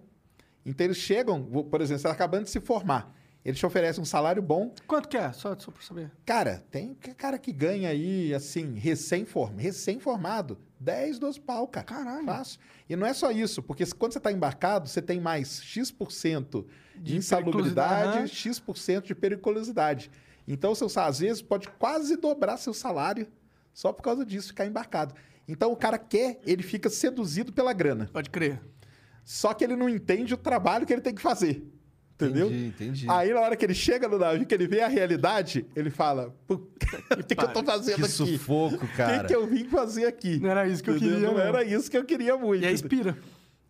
Speaker 1: Então eles chegam, vo- por exemplo, você está acabando de se formar. Eles te oferecem um salário bom.
Speaker 3: Quanto que é? Só, só pra saber.
Speaker 1: Cara, tem ca- cara que ganha aí, assim, recém-formado, recém-formado 10, 12 pau, cara.
Speaker 3: Caralho.
Speaker 1: Fácil. E não é só isso, porque se- quando você está embarcado, você tem mais X% de
Speaker 3: De
Speaker 1: insalubridade,
Speaker 3: periculosidade.
Speaker 1: X% de periculosidade. Então, seu, sa- às vezes, pode quase dobrar seu salário só por causa disso, ficar embarcado. Então, o cara quer, ele fica seduzido pela grana.
Speaker 3: Pode crer.
Speaker 1: Só que ele não entende o trabalho que ele tem que fazer. Entendeu?
Speaker 2: Entendi, entendi.
Speaker 1: Aí na hora que ele chega no navio, que ele vê a realidade, ele fala: "Puta, o que, que eu tô fazendo
Speaker 2: que é
Speaker 1: aqui?
Speaker 2: sufoco,
Speaker 1: O
Speaker 2: cara.
Speaker 1: que, que eu vim fazer aqui?
Speaker 3: Não era isso que eu
Speaker 1: Entendeu?
Speaker 3: queria,
Speaker 1: Não
Speaker 3: não.
Speaker 1: era isso que eu queria muito.
Speaker 3: E aí expira.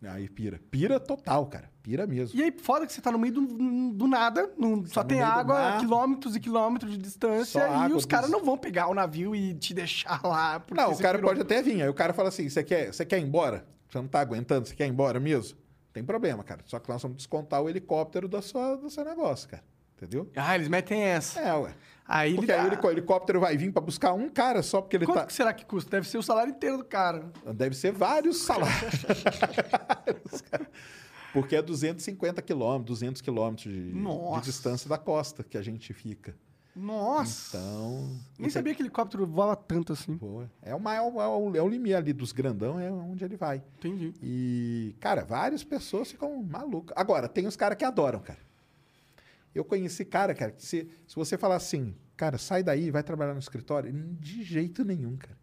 Speaker 1: Aí pira. Pira total, cara. Pira mesmo.
Speaker 3: E aí, foda que você tá no meio do, do nada, não- só
Speaker 1: no
Speaker 3: tem
Speaker 1: meio do
Speaker 3: água
Speaker 1: mar.
Speaker 3: a quilômetros e quilômetros de distância,
Speaker 1: Só
Speaker 3: e
Speaker 1: água,
Speaker 3: os caras
Speaker 1: dos-
Speaker 3: não vão pegar o navio e te deixar lá. porque
Speaker 1: Não, o
Speaker 3: você
Speaker 1: cara
Speaker 3: pirou.
Speaker 1: pode até vir. Aí o cara fala assim: você quer, você quer ir embora? Você não tá aguentando? Você quer ir embora mesmo? Tem problema, cara. Só que nós vamos descontar o helicóptero da sua, do seu negócio, cara. Entendeu?
Speaker 3: Ah, eles metem essa.
Speaker 1: É, ué.
Speaker 3: Aí ele
Speaker 1: Porque
Speaker 3: dá-
Speaker 1: aí o helico- helicóptero vai vir pra buscar um cara só porque ele
Speaker 3: Quanto
Speaker 1: tá.
Speaker 3: que será que custa? Deve ser o salário inteiro do cara.
Speaker 1: Deve ser vários salários. Porque é 250 quilômetros, 200 quilômetros de, de
Speaker 3: Nossa.
Speaker 1: distância da costa que a gente fica.
Speaker 3: Nossa!
Speaker 1: Então.
Speaker 3: Nem sabia que helicóptero voa tanto assim.
Speaker 1: Boa. É, uma, é, o- é o- é o limite ali dos grandão, é onde ele vai.
Speaker 3: Entendi.
Speaker 1: E, cara, várias pessoas ficam malucas. Agora, tem os caras que adoram, cara. Eu conheci cara, cara, que se, se você falar assim, cara, sai daí, vai trabalhar no escritório, ele, de jeito nenhum, cara.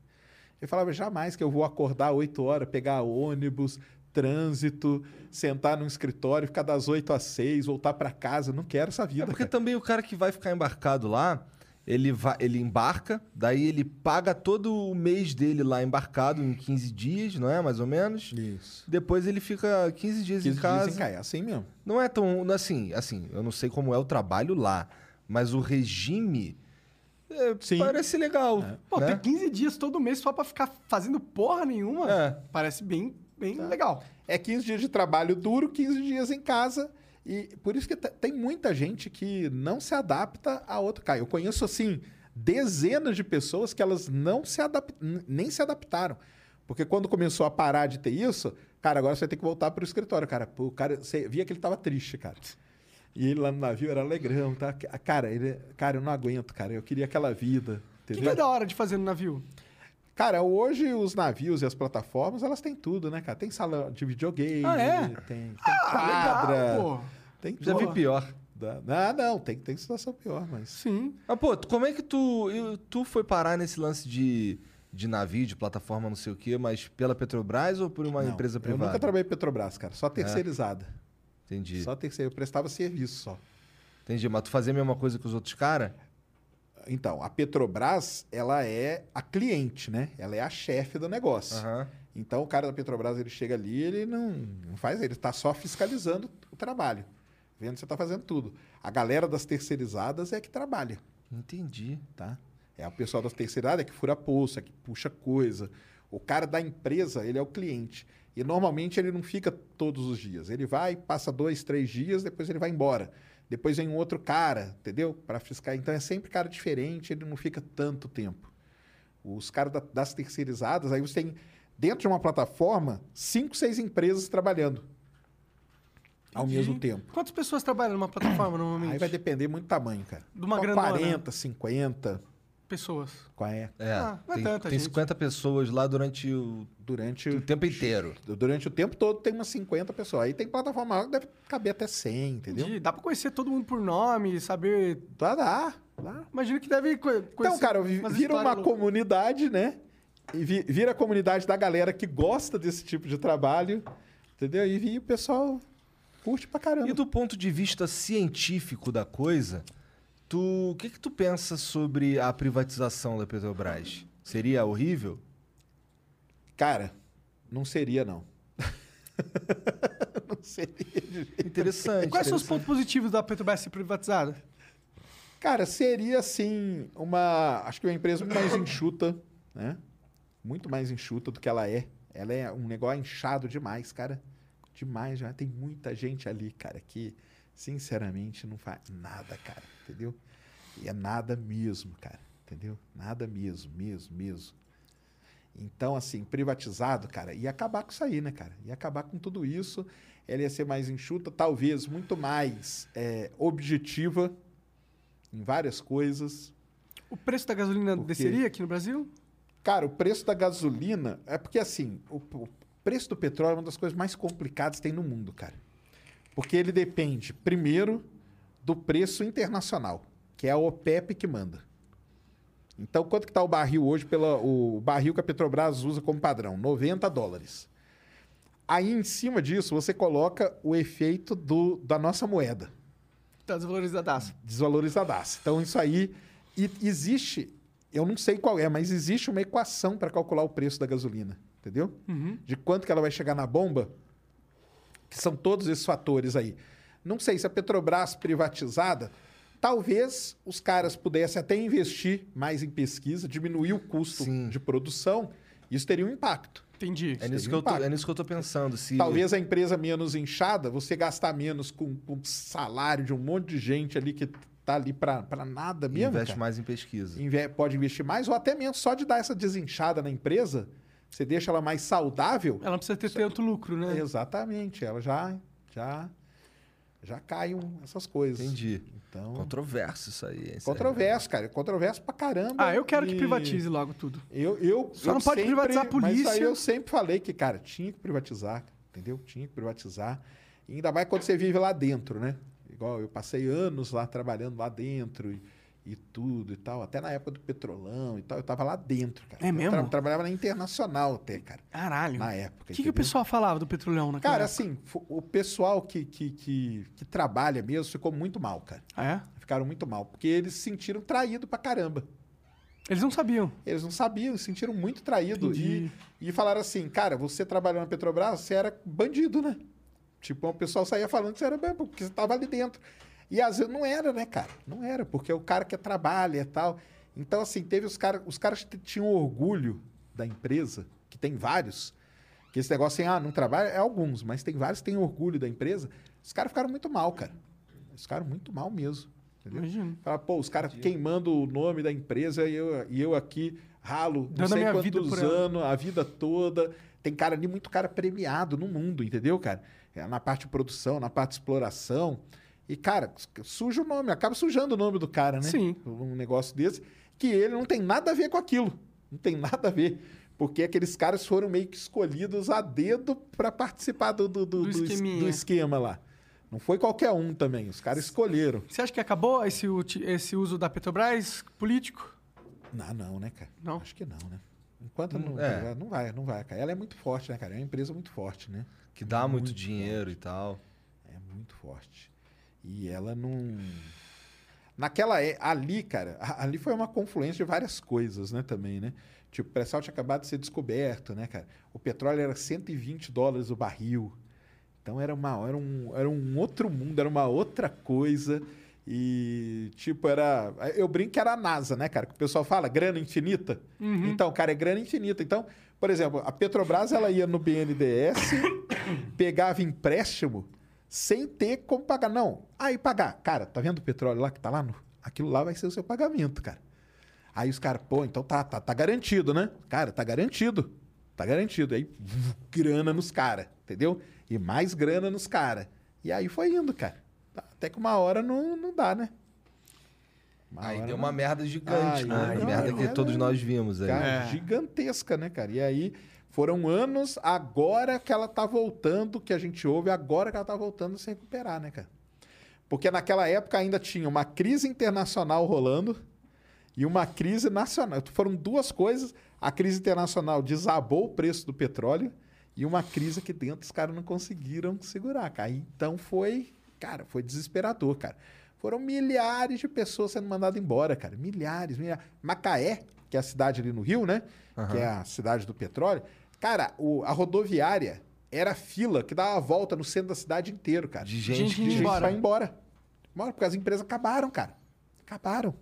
Speaker 1: Eu falava, jamais que eu vou acordar 8 horas, pegar ônibus, trânsito, sentar num escritório, ficar das 8 às 6, voltar pra casa. Não quero essa vida.
Speaker 2: É porque
Speaker 1: cara.
Speaker 2: também o cara que vai ficar embarcado lá, ele, vai, ele embarca, daí ele paga todo o mês dele lá embarcado em 15 dias, não é? Mais ou menos.
Speaker 1: Isso.
Speaker 2: Depois ele fica 15 dias
Speaker 1: 15
Speaker 2: em casa.
Speaker 1: dias em caia, assim mesmo.
Speaker 2: Não é tão. não, Assim, assim, eu não sei como é o trabalho lá, mas o regime é,
Speaker 1: Sim.
Speaker 2: parece legal.
Speaker 3: Pô,
Speaker 2: né?
Speaker 3: tem 15 dias todo mês só pra ficar fazendo porra nenhuma.
Speaker 2: É.
Speaker 3: Parece bem, bem legal.
Speaker 1: É 15 dias de trabalho duro, 15 dias em casa. E por isso que te- tem muita gente que não se adapta a outro cara. Eu conheço, assim, dezenas de pessoas que elas não se adap- n- nem se adaptaram. Porque quando começou a parar de ter isso, cara, agora você vai ter que voltar pro escritório, cara. Pô, O cara, você via que ele tava triste, cara. E ele lá no navio era alegrão, tá? Cara, ele, cara, eu não aguento, cara. Eu queria aquela vida,
Speaker 3: O que,
Speaker 1: entendeu?
Speaker 3: que é da hora de fazer no navio?
Speaker 1: Cara, hoje os navios e as plataformas, elas têm tudo, né, cara? Tem sala de videogame,
Speaker 3: Ah, é?
Speaker 1: tem, tem quadra,
Speaker 3: legal, Ah, pô.
Speaker 1: tem
Speaker 2: Já vi
Speaker 1: tudo.
Speaker 2: pior.
Speaker 1: Da- Ah, não, tem, tem situação pior, mas...
Speaker 3: Sim.
Speaker 2: Ah, pô, tu- como é que tu, eu- tu foi parar nesse lance de, de navio, de plataforma, não sei o quê, mas pela Petrobras ou por uma
Speaker 1: Não,
Speaker 2: empresa privada?
Speaker 1: Eu nunca trabalhei em Petrobras, cara,
Speaker 3: É.
Speaker 1: só terceirizada.
Speaker 2: Entendi.
Speaker 1: Só terceira, eu prestava serviço só.
Speaker 2: Entendi, mas tu fazia a mesma coisa que os outros caras?
Speaker 1: Então, a Petrobras, ela é a cliente, né? Ela é a chefe do negócio.
Speaker 2: Aham.
Speaker 1: Então, o cara da Petrobras, ele chega ali, ele não, não faz, ele está só fiscalizando o trabalho, vendo se você está fazendo tudo. A galera das terceirizadas é que trabalha.
Speaker 2: Entendi.
Speaker 1: tá? É o pessoal da terceira área que fura poça, que puxa coisa. O cara da empresa, ele é o cliente. E normalmente ele não fica todos os dias. Ele vai, passa dois, três dias, depois ele vai embora. Depois vem um outro cara, entendeu? Para fiscal. Então é sempre cara diferente, ele não fica tanto tempo. Os caras da- das terceirizadas, aí você tem, dentro de uma plataforma, cinco, seis empresas trabalhando ao
Speaker 3: Entendi.
Speaker 1: mesmo tempo.
Speaker 3: Quantas pessoas trabalham numa plataforma normalmente?
Speaker 1: Aí vai depender muito do tamanho, cara.
Speaker 3: De uma
Speaker 1: Então,
Speaker 3: grandona.
Speaker 1: 40, 50,
Speaker 3: Pessoas.
Speaker 1: qual é?
Speaker 2: É,
Speaker 3: Ah, não é
Speaker 2: tem,
Speaker 3: tanta
Speaker 2: tem
Speaker 3: gente.
Speaker 2: 50 pessoas lá durante o,
Speaker 1: Durante
Speaker 2: o tempo inteiro.
Speaker 1: Durante o tempo todo tem umas 50 pessoas. Aí tem plataforma maior que deve caber até 100, entendeu?
Speaker 3: Entendi. Dá pra conhecer todo mundo por nome, saber.
Speaker 1: Dá, dá, dá.
Speaker 3: Imagina que deve co- conhecer.
Speaker 1: Então, cara, vi-
Speaker 3: umas
Speaker 1: vira uma
Speaker 3: histórias loucas.
Speaker 1: comunidade, né? E vi- vira a comunidade da galera que gosta desse tipo de trabalho, entendeu? E vi- o pessoal curte pra caramba.
Speaker 2: E do ponto de vista científico da coisa, tu, o que que tu pensa sobre a privatização da Petrobras? Seria horrível?
Speaker 1: Cara, não seria, não. não seria.
Speaker 2: Interessante.
Speaker 3: Quais são os
Speaker 2: interessante.
Speaker 3: pontos positivos da Petrobras ser privatizada?
Speaker 1: Cara, seria assim uma, acho que uma empresa muito mais enxuta, né? Muito mais enxuta do que ela é. Ela é um negócio inchado demais, cara. Demais, já. Tem muita gente ali, cara, que sinceramente não faz nada, cara. Entendeu? E é nada mesmo, cara. Entendeu? Nada mesmo, mesmo, mesmo. Então, assim, privatizado, cara, ia acabar com isso aí, né, cara? Ia acabar com tudo isso. Ela ia ser mais enxuta, talvez muito mais é, objetiva em várias coisas.
Speaker 3: O preço da gasolina
Speaker 1: quê?
Speaker 3: desceria aqui no Brasil?
Speaker 1: Cara, o preço da gasolina é porque, assim, o, o preço do petróleo é uma das coisas mais complicadas que tem no mundo, cara. Porque ele depende, primeiro, do preço internacional, que é a OPEP que manda. Então, quanto que está o barril hoje? Pela, o barril que a Petrobras usa como padrão? 90 dólares. Aí, em cima disso, você coloca o efeito do, da nossa moeda
Speaker 3: Tá desvalorizadaço.
Speaker 1: desvalorizadaço. Então, isso aí. E existe, eu não sei qual é, mas existe uma equação para calcular o preço da gasolina, entendeu? De quanto que ela vai chegar na bomba, que são todos esses fatores aí. Não sei se a Petrobras privatizada, talvez os caras pudessem até investir mais em pesquisa, diminuir o custo
Speaker 2: Sim.
Speaker 1: de produção, isso teria um impacto.
Speaker 3: Entendi.
Speaker 2: É nisso,
Speaker 1: teve
Speaker 2: que eu tô,
Speaker 1: impacto.
Speaker 2: é nisso que eu tô pensando. Se
Speaker 1: Talvez a empresa menos inchada, você gastar menos com, com salário de um monte de gente ali que tá ali para nada mesmo.
Speaker 2: investe
Speaker 1: cara.
Speaker 2: mais em pesquisa.
Speaker 1: Inve- pode investir mais, ou até mesmo só de dar essa desinchada na empresa, você deixa ela mais saudável.
Speaker 3: Ela não precisa ter tanto lucro, né?
Speaker 1: Exatamente, ela já já já cai um- essas coisas.
Speaker 2: Entendi.
Speaker 1: Então,
Speaker 2: Controverso isso aí. hein? Isso aí.
Speaker 1: controverso, cara, controverso pra caramba.
Speaker 3: Ah, eu quero que
Speaker 1: E
Speaker 3: privatize logo tudo.
Speaker 1: Eu, eu
Speaker 3: Só
Speaker 1: eu
Speaker 3: não pode privatizar a
Speaker 1: Mas isso aí
Speaker 3: polícia.
Speaker 1: eu sempre falei que, cara, tinha que privatizar, entendeu? Tinha que privatizar. E ainda mais quando você vive lá dentro, né? Igual eu passei anos lá trabalhando lá dentro e, e tudo e tal. Até na época do petrolão e tal, eu tava lá dentro, cara.
Speaker 3: É
Speaker 1: eu
Speaker 3: mesmo?
Speaker 1: trabalhava na internacional até, cara.
Speaker 3: Caralho.
Speaker 1: Na época.
Speaker 3: O que, que o
Speaker 1: entendeu?
Speaker 3: pessoal falava do petrolão naquela
Speaker 1: Cara,
Speaker 3: época?
Speaker 1: assim, fo- o pessoal que, que, que, que trabalha mesmo ficou muito mal, cara.
Speaker 3: Ah, é?
Speaker 1: Ficaram muito mal, porque eles se sentiram traídos pra caramba.
Speaker 3: Eles não sabiam.
Speaker 1: Eles não sabiam, se sentiram muito traídos. E, e falaram assim, cara, você trabalhou na Petrobras, você era bandido, né? Tipo, o pessoal saía falando que você era bandido, porque você estava ali dentro. E às vezes não era, né, cara? Não era, porque é o cara que trabalha e tal. Então, assim, teve os caras... Os caras t- tinham orgulho da empresa, que tem vários. Que esse negócio assim, ah, não trabalha, é alguns, mas tem vários que têm orgulho da empresa. Os caras ficaram muito mal, cara. Eles ficaram muito mal mesmo. Entendeu?
Speaker 3: Imagino.
Speaker 1: Fala, pô, os caras queimando o nome da empresa e eu, e eu aqui ralo não
Speaker 3: Dando a
Speaker 1: sei
Speaker 3: minha vida
Speaker 1: quantos
Speaker 3: por ela.
Speaker 1: anos, a vida toda. Tem cara ali, muito cara premiado no mundo, entendeu, cara? É, Na parte de produção, na parte de exploração. E, cara, suja o nome, acaba sujando o nome do cara, né?
Speaker 3: Sim.
Speaker 1: Um negócio desse, que ele não tem nada a ver com aquilo. Não tem nada a ver. Porque aqueles caras foram meio que escolhidos a dedo para participar do, do, do,
Speaker 3: Do
Speaker 1: do es-
Speaker 3: esqueminha.
Speaker 1: do esquema lá. Não foi qualquer um também, os caras escolheram.
Speaker 3: Você acha que acabou esse, uti- esse uso da Petrobras político?
Speaker 1: Não, não, né, cara?
Speaker 3: Não?
Speaker 1: Acho que não, né? Enquanto não,
Speaker 2: é.
Speaker 1: não vai, não vai, cara. Ela é muito forte, né, cara? É uma empresa muito forte, né?
Speaker 2: Que dá muito, dinheiro e tal.
Speaker 1: É muito forte. E ela não. Naquela. é- Ali, cara, a- ali foi uma confluência de várias coisas, né, também, né? Tipo, o pré-sal tinha acabado de ser descoberto, né, cara? O petróleo era 120 dólares o barril. Então era, uma, era, um, era um outro mundo, era uma outra coisa. E, tipo, era. Eu brinco que era a NASA, né, cara? Que o pessoal fala grana infinita. Então, cara, é grana infinita. Então, por exemplo, a Petrobras ela ia no BNDES, pegava empréstimo sem ter como pagar. Não, aí pagar. Cara, tá vendo o petróleo lá que tá lá? No... Aquilo lá vai ser o seu pagamento, cara. Aí os caras, pô, então tá, tá, tá garantido, né? Cara, tá garantido. Tá garantido. Aí, vu, grana nos caras, entendeu? E mais grana nos caras. E aí foi indo, cara. Até que uma hora não, não dá, né? Uma
Speaker 2: Aí
Speaker 1: hora
Speaker 2: deu
Speaker 1: não-
Speaker 2: uma merda gigante,
Speaker 1: Ai,
Speaker 2: né?
Speaker 1: ai,
Speaker 2: a merda
Speaker 1: ai,
Speaker 2: que
Speaker 1: ai.
Speaker 2: todos nós vimos aí.
Speaker 1: Cara, gigantesca, né, cara? E aí foram anos, agora que ela tá voltando, que a gente ouve, agora que ela tá voltando a se recuperar, né, cara? Porque naquela época ainda tinha uma crise internacional rolando e uma crise nacional. Foram duas coisas. A crise internacional desabou o preço do petróleo e uma crise aqui dentro os caras não conseguiram segurar, cara. Então foi, cara, foi desesperador, cara. Foram milhares de pessoas sendo mandadas embora, cara. Milhares, milhares. Macaé, que é a cidade ali no Rio, né? Que é a cidade do petróleo. Cara, o- a rodoviária era a fila que dava a volta no centro da cidade inteiro, cara.
Speaker 2: De gente,
Speaker 3: Gente
Speaker 2: que-
Speaker 3: indo
Speaker 1: Gente
Speaker 3: embora.
Speaker 1: vai embora. Embora, porque as empresas acabaram, cara. Acabaram.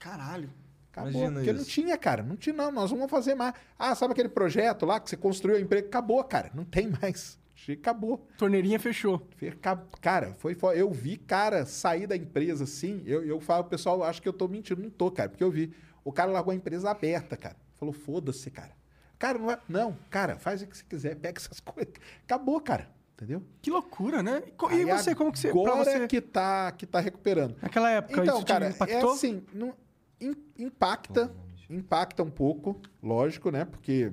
Speaker 3: Caralho.
Speaker 1: Acabou.
Speaker 2: Imagina
Speaker 1: porque não
Speaker 2: isso.
Speaker 1: tinha, cara. Não tinha, não. Nós vamos fazer mais. Ah, sabe aquele projeto lá que você construiu a empresa? Acabou, cara. Não tem mais. Acabou.
Speaker 3: Torneirinha fechou.
Speaker 1: Fica- Cara, foi fo- Eu vi, cara, sair da empresa assim. Eu, eu falo, pessoal, acho que eu tô mentindo. Não tô, cara, porque eu vi. O cara largou a empresa aberta, cara. Falou, foda-se, cara. Cara, não é. Não, cara, faz o que você quiser, pega essas coisas. Acabou, cara. Entendeu?
Speaker 3: Que loucura, né? E, co- e
Speaker 1: Aí
Speaker 3: você, como que você. Pra
Speaker 1: agora
Speaker 3: você um
Speaker 1: que tá, que tá recuperando.
Speaker 3: Naquela época,
Speaker 1: então,
Speaker 3: isso
Speaker 1: cara,
Speaker 3: te impactou?
Speaker 1: é assim, não- im- impacta, impacta um pouco, lógico, né? Porque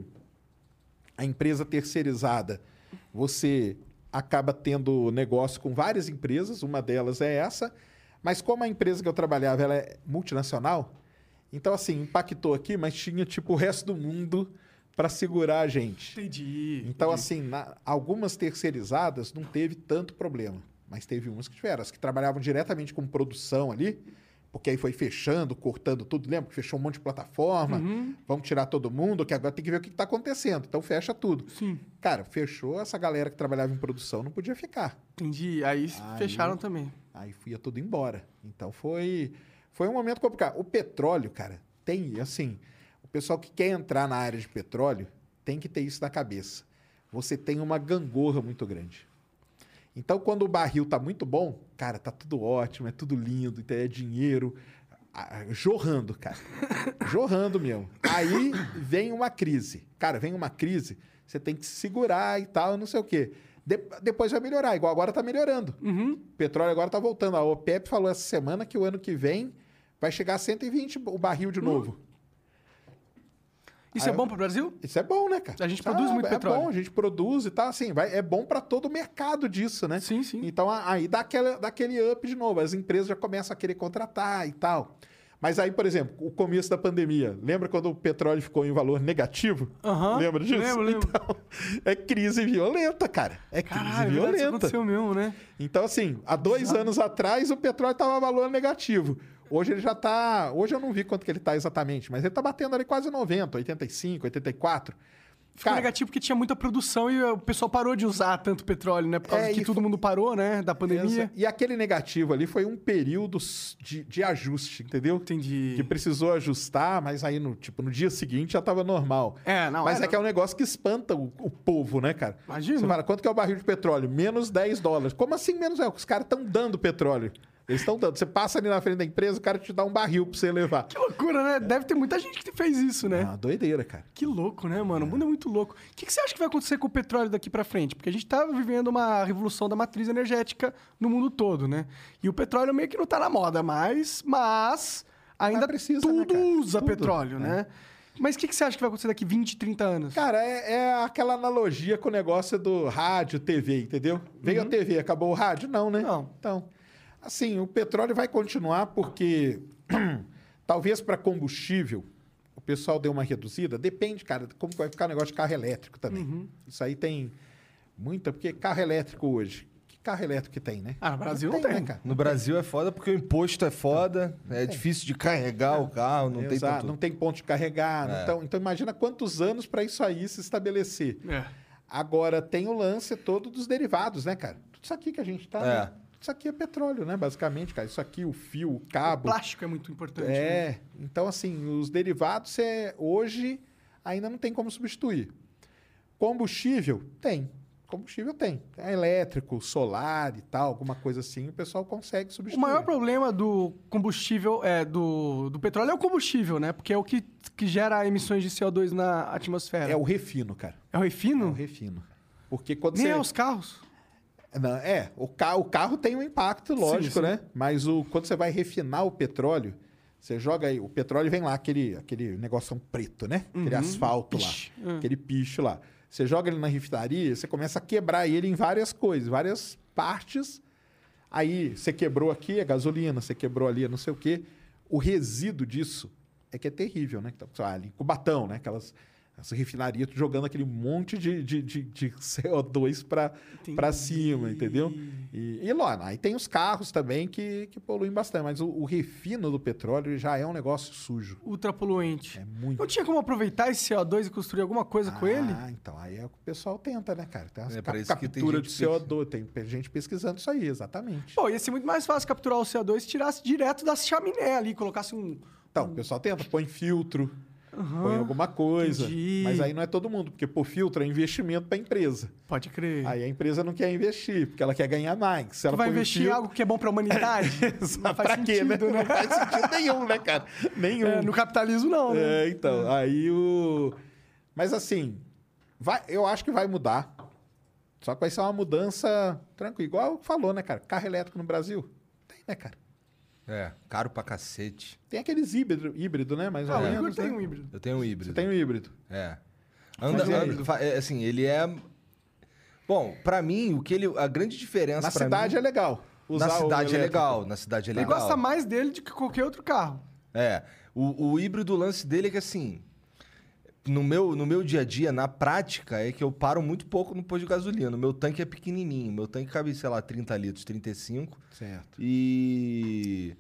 Speaker 1: a empresa terceirizada, você acaba tendo negócio com várias empresas, uma delas é essa, mas como a empresa que eu trabalhava ela é multinacional, então assim, impactou aqui, mas tinha tipo o resto do mundo para segurar a gente.
Speaker 3: Entendi.
Speaker 1: Então, assim, na- algumas terceirizadas não teve tanto problema, mas teve umas que tiveram. As que trabalhavam diretamente com produção ali, porque aí foi fechando, cortando tudo. Lembra que fechou um monte de plataforma?
Speaker 3: Uhum.
Speaker 1: Vamos tirar todo mundo, que agora tem que ver o que está acontecendo. Então, fecha tudo.
Speaker 3: Sim.
Speaker 1: Cara, fechou, essa galera que trabalhava em produção não podia ficar.
Speaker 3: Entendi. Aí,
Speaker 1: Aí-
Speaker 3: fecharam também.
Speaker 1: Aí ia tudo embora. Então foi foi um momento complicado. O petróleo, cara, tem assim, o pessoal que quer entrar na área de petróleo tem que ter isso na cabeça. Você tem uma gangorra muito grande. Então quando o barril tá muito bom, cara, tá tudo ótimo, é tudo lindo, então é dinheiro ah, jorrando, cara. jorrando mesmo. Aí vem uma crise. Cara, vem uma crise, você tem que se segurar e tal, não sei o quê. De- depois vai melhorar, igual agora tá melhorando.
Speaker 3: Uhum.
Speaker 1: O petróleo agora está voltando. A OPEP falou essa semana que o ano que vem vai chegar a 120 o barril
Speaker 3: Hum.
Speaker 1: de novo.
Speaker 3: Isso
Speaker 1: Aí
Speaker 3: é
Speaker 1: eu-
Speaker 3: bom pro Brasil?
Speaker 1: Isso é bom, né, cara?
Speaker 3: A gente
Speaker 1: Isso é-
Speaker 3: produz muito
Speaker 1: é
Speaker 3: petróleo.
Speaker 1: bom, a gente produz e tal. Assim, vai, é bom para todo o mercado disso, né?
Speaker 3: Sim, sim.
Speaker 1: Então a- aí dá, aquela, dá aquele up de novo. As empresas já começam a querer contratar e tal. Mas aí, por exemplo, o começo da pandemia. Lembra quando o petróleo ficou em valor negativo?
Speaker 3: Aham.
Speaker 1: Lembra disso?
Speaker 3: Lembro, lembro.
Speaker 1: Então, é crise violenta, cara. É crise
Speaker 3: Caralho, verdade, isso
Speaker 1: violenta.
Speaker 3: aconteceu mesmo, né?
Speaker 1: Então, assim, há dois anos atrás o petróleo estava valor negativo. Hoje ele já está. Hoje eu não vi quanto que ele está exatamente, mas ele está batendo ali quase 90, 85, 84.
Speaker 3: Ficou
Speaker 1: Cara,
Speaker 3: negativo porque tinha muita produção e o pessoal parou de usar tanto petróleo, né? Por causa
Speaker 1: É,
Speaker 3: que
Speaker 1: e
Speaker 3: todo
Speaker 1: foi-
Speaker 3: mundo parou, né? Da pandemia.
Speaker 1: E aquele negativo ali foi um período de, de ajuste, entendeu?
Speaker 3: Entendi.
Speaker 1: Que precisou ajustar, mas aí no, tipo, no dia seguinte já estava normal.
Speaker 3: É, não,
Speaker 1: Mas
Speaker 3: é,
Speaker 1: é, que é um negócio que espanta o, o povo, né, cara?
Speaker 3: Imagino.
Speaker 1: Você fala, quanto que é o barril de petróleo? Menos 10 dólares. Como assim menos? É, os caras estão dando petróleo. Eles estão dando. Você passa ali na frente da empresa, o cara te dá um barril pra você levar.
Speaker 3: Que loucura, né? Deve ter muita gente que fez isso, né?
Speaker 1: É uma doideira, cara.
Speaker 3: Que louco, né, mano? O mundo é muito louco. O que, que você acha que vai acontecer com o petróleo daqui pra frente? Porque a gente tá vivendo uma revolução da matriz energética no mundo todo, né? E o petróleo meio que não tá na moda mais, mas ainda
Speaker 1: Mas precisa, né,
Speaker 3: tudo
Speaker 1: cara?
Speaker 3: usa
Speaker 1: Tudo,
Speaker 3: petróleo,
Speaker 1: é.
Speaker 3: né? Mas o que, que você acha que vai acontecer daqui 20, 30 anos?
Speaker 1: Cara, é, é aquela analogia com o negócio do rádio, TV, entendeu? Veio a TV, acabou o rádio? Não, né?
Speaker 3: Uhum. Não.
Speaker 1: Então, assim, o petróleo vai continuar porque talvez para combustível o pessoal deu uma reduzida. Depende, cara, de como vai ficar o negócio de carro elétrico também.
Speaker 3: Uhum.
Speaker 1: Isso aí tem muita, porque carro elétrico hoje, que carro elétrico que tem, né?
Speaker 3: Ah, no Brasil não tem.
Speaker 1: né, cara?
Speaker 2: No Brasil é foda porque o imposto é foda, é difícil de carregar o carro, não tem
Speaker 1: Exato,
Speaker 2: tanto...
Speaker 1: não tem ponto de carregar. não
Speaker 2: É.
Speaker 1: tão- então imagina quantos anos para isso aí se estabelecer.
Speaker 3: É.
Speaker 1: Agora, tem o lance todo dos derivados, né, cara? Tudo isso aqui que a gente tá.
Speaker 2: É.
Speaker 1: né? Isso aqui é petróleo, né, basicamente, cara? Isso aqui, o fio, o cabo.
Speaker 3: Plástico é muito importante. né?
Speaker 1: É. Então, assim, os derivados é, hoje ainda não tem como substituir. Combustível, tem. Combustível tem. É elétrico, solar e tal, alguma coisa assim, o pessoal consegue
Speaker 3: O
Speaker 1: substituir.
Speaker 3: maior problema do combustível, é, do, do petróleo é o combustível, né? Porque é o que, que gera emissões de CO2 na atmosfera.
Speaker 1: é o refino, cara.
Speaker 3: É o refino?
Speaker 1: É o refino. Porque quando
Speaker 3: Nem
Speaker 1: você.
Speaker 3: é os carros.
Speaker 1: Não, é, o, ca o carro tem um impacto, lógico,
Speaker 3: sim.
Speaker 1: né? Mas o, quando você vai refinar o petróleo, você joga aí, o petróleo vem lá, aquele, aquele negocinho preto, né? Aquele asfalto
Speaker 3: Uhum. Piche. Hum.
Speaker 1: lá, aquele picho lá. Você joga ele na refinaria, você começa a quebrar ele em várias coisas, várias partes. Aí você quebrou aqui a gasolina, você quebrou ali a não sei o quê. O resíduo disso é que é terrível, né? Então, sei lá, ali em Cubatão, né? Aquelas as refinarias tu jogando aquele monte de, de, de, de CO2 pra, pra cima, entendeu? E, e lá, aí tem os carros também que, que poluem bastante, mas o, o refino do petróleo já é um negócio sujo.
Speaker 3: Ultrapoluente.
Speaker 1: É muito.
Speaker 3: Não tinha como aproveitar esse CO2 e construir alguma coisa Tá com ele?
Speaker 1: Ah, então aí é o que o pessoal tenta, né, cara? Tem umas
Speaker 2: É,
Speaker 1: ca-
Speaker 2: pra isso que tem
Speaker 1: captura de
Speaker 2: gente pesquisando.
Speaker 1: CO2, tem pe- gente pesquisando isso aí, exatamente.
Speaker 3: Pô, ia ser muito mais fácil capturar o CO2 se tirasse direto da chaminé ali, colocasse um,
Speaker 1: Então, o pessoal tenta, põe filtro, põe alguma coisa.
Speaker 3: entendi.
Speaker 1: Mas aí não é todo mundo, porque pôr filtro é investimento para a empresa.
Speaker 3: Pode crer.
Speaker 1: Aí a empresa não quer investir, porque ela quer ganhar mais. Se ela
Speaker 3: Tu vai
Speaker 1: põe um
Speaker 3: investir em
Speaker 1: filtro-
Speaker 3: algo que é bom pra humanidade? não faz
Speaker 1: pra quê, né?
Speaker 3: sentido,
Speaker 1: Não faz sentido nenhum, né, cara? Nenhum.
Speaker 3: É, no capitalismo, não, né?
Speaker 1: É, então, aí o. Mas assim, vai, eu acho que vai mudar. Só que vai ser uma mudança tranquila. Igual falou, né, cara? Carro elétrico no Brasil. Tem, né, cara?
Speaker 2: É, caro pra cacete.
Speaker 1: Tem aqueles híbrido, híbrido né? Mais ou
Speaker 3: Ah, o Igor
Speaker 1: menos.
Speaker 3: tem
Speaker 1: né?
Speaker 3: um híbrido.
Speaker 2: Eu tenho um híbrido.
Speaker 1: Você tem um híbrido.
Speaker 2: É. Anda,
Speaker 1: Mas e aí?
Speaker 2: anda- fa- é, assim, ele é. Bom, pra mim, o que ele. A grande diferença.
Speaker 1: Na
Speaker 2: pra
Speaker 1: cidade
Speaker 2: mim,
Speaker 1: é legal. Usar
Speaker 2: Na
Speaker 1: o
Speaker 2: cidade é
Speaker 1: elétrico.
Speaker 2: legal. Na cidade é
Speaker 3: Ele
Speaker 2: legal.
Speaker 3: gosta mais dele do que qualquer outro carro.
Speaker 2: É. O, o híbrido o lance dele é que assim. No meu, no meu dia a dia, na prática, é que eu paro muito pouco no posto de gasolina. O meu tanque é pequenininho. Meu tanque cabe, sei lá, 30 litros, 35.
Speaker 1: Certo.
Speaker 2: E.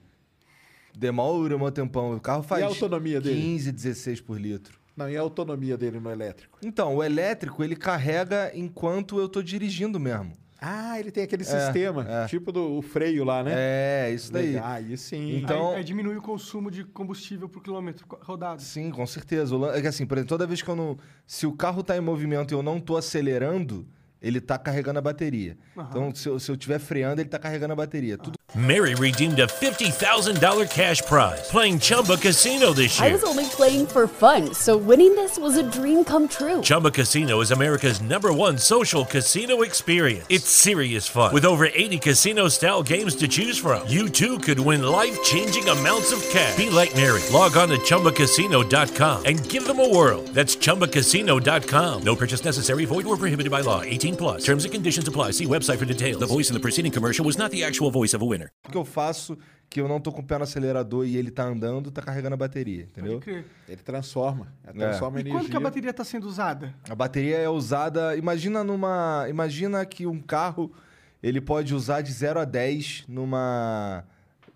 Speaker 2: Demora um tempão. O carro faz.
Speaker 1: E a autonomia dele?
Speaker 2: 15, 16 por litro.
Speaker 1: Não, e a autonomia dele no elétrico?
Speaker 2: Então, o elétrico ele carrega enquanto eu tô dirigindo mesmo.
Speaker 1: Ah, ele tem aquele sistema, tipo do o freio lá, né?
Speaker 2: É, isso daí.
Speaker 1: Legal, aí sim.
Speaker 2: Então-
Speaker 3: Aí, aí diminui o consumo de combustível por quilômetro co- rodado.
Speaker 2: Sim, com certeza. O lan- É que assim, por exemplo, toda vez que eu não. Se o carro tá em movimento e eu não tô acelerando, ele tá carregando a bateria. Então, se eu, se eu tiver freando, ele tá carregando a
Speaker 3: Ah.
Speaker 2: bateria. Tudo
Speaker 5: Mary redeemed a $50,000 cash prize playing Chumba Casino this
Speaker 6: I
Speaker 5: year.
Speaker 6: was only playing for fun, so winning this was a dream come true.
Speaker 5: Chumba Casino is America's number one social casino experience. It's serious fun. With over 80 casino style games to choose from, you too could win life changing amounts of cash. Be like Mary. Log on to chumbacasino.com and give them a whirl. That's chumbacasino.com. No purchase necessary, void where prohibited by law. 18 plus. Terms and conditions apply. See website for details. The voice in the preceding commercial was not the actual voice of a winner.
Speaker 2: que eu faço que eu não tô com o pé no acelerador e ele tá andando, tá carregando a bateria, entendeu?
Speaker 3: Pode crer.
Speaker 1: Ele transforma.
Speaker 2: É.
Speaker 1: Ele transforma
Speaker 3: E
Speaker 1: energia.
Speaker 3: quando que é a bateria está sendo usada?
Speaker 2: A bateria é usada. Imagina numa. Imagina que um carro ele pode usar de 0 a 10 numa.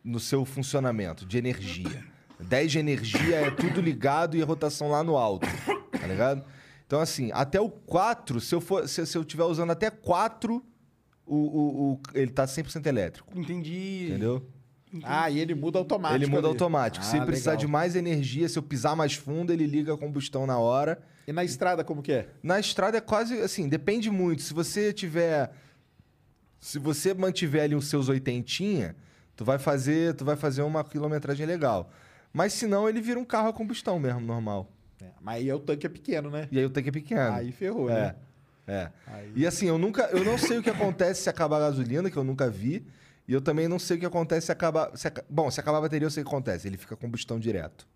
Speaker 2: no seu funcionamento de energia. 10 de energia é tudo ligado e a rotação lá no alto. Tá ligado? Então, assim, até o 4, se eu for. Se, se eu estiver usando até 4, o, o, o- ele tá 100% elétrico.
Speaker 3: Entendi.
Speaker 2: Entendeu?
Speaker 1: Ah, e ele muda automático.
Speaker 2: ele muda
Speaker 1: ali.
Speaker 2: automático. se
Speaker 1: Ah,
Speaker 2: precisar
Speaker 1: legal.
Speaker 2: de mais energia, se eu pisar mais fundo, ele liga a combustão na hora.
Speaker 1: E na estrada, como que é?
Speaker 2: Na estrada é quase assim, depende muito. Se você tiver. Se você mantiver ali os seus oitentinha, tu vai fazer, tu vai fazer uma quilometragem legal. Mas se não, ele vira um carro a combustão mesmo, normal.
Speaker 1: É, Mas aí é o tanque é pequeno, né?
Speaker 2: E aí o tanque é pequeno.
Speaker 1: Aí ferrou,
Speaker 2: é.
Speaker 1: né?
Speaker 2: É.
Speaker 1: Aí-
Speaker 2: E assim, eu nunca. Eu não sei o que acontece se acabar a gasolina, que eu nunca vi. E eu também não sei o que acontece se acabar. se aca- Bom, se acabar a bateria, eu sei o que acontece. Ele fica combustão direto.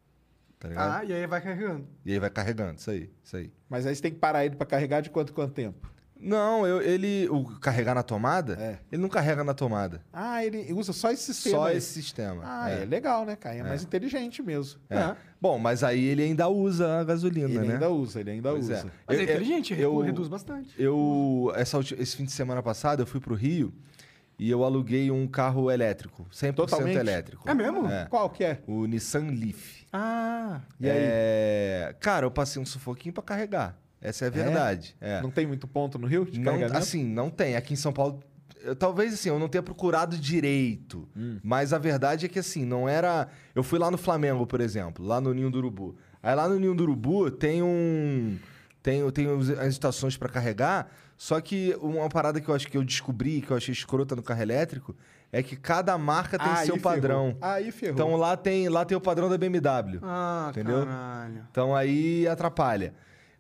Speaker 2: Tá ligado?
Speaker 3: Ah, e aí vai carregando.
Speaker 2: E aí vai carregando, isso aí, isso aí.
Speaker 1: Mas aí você tem que parar ele pra carregar de quanto em quanto tempo?
Speaker 2: Não, eu- ele. O carregar na tomada?
Speaker 1: É.
Speaker 2: Ele não carrega na tomada.
Speaker 1: Ah, ele usa só esse sistema.
Speaker 2: Só
Speaker 1: aí.
Speaker 2: esse sistema.
Speaker 1: Ah, é. legal, né, cara? É, mais inteligente mesmo.
Speaker 2: É. Bom, mas aí ele ainda usa a gasolina,
Speaker 1: Ele
Speaker 2: né?
Speaker 1: ainda usa, ele ainda
Speaker 2: Pois é.
Speaker 1: usa.
Speaker 3: Mas
Speaker 2: Eu-
Speaker 3: é inteligente,
Speaker 2: eu-
Speaker 3: recu- reduz bastante.
Speaker 2: Eu, essa ulti- esse fim de semana passado, eu fui pro Rio e eu aluguei um carro elétrico. 100%
Speaker 1: Totalmente?
Speaker 2: elétrico.
Speaker 3: É mesmo?
Speaker 1: Qual que é?
Speaker 2: O Nissan Leaf.
Speaker 3: Ah,
Speaker 1: E aí?
Speaker 2: É, Cara, eu passei um sufoquinho pra carregar. Essa é a verdade. É.
Speaker 1: Não tem muito ponto no Rio de
Speaker 2: Não-
Speaker 1: carregamento?
Speaker 2: assim, não tem. Aqui em São Paulo, eu- talvez assim, eu não tenha procurado direito.
Speaker 1: Hum.
Speaker 2: Mas a verdade é que assim, não era. Eu fui lá no Flamengo, por exemplo, lá no Ninho do Urubu. Aí lá no Ninho do Urubu tem um. Tem, tem os- as estações pra carregar. Só que uma parada que eu acho que eu descobri, que eu achei escrota no carro elétrico, é que cada marca tem
Speaker 1: Aí
Speaker 2: seu
Speaker 1: ferrou.
Speaker 2: padrão.
Speaker 1: Aí ferrou.
Speaker 2: Então lá tem, lá tem o padrão da BMW.
Speaker 3: ah
Speaker 2: Entendeu?
Speaker 3: caralho.
Speaker 2: Então aí atrapalha.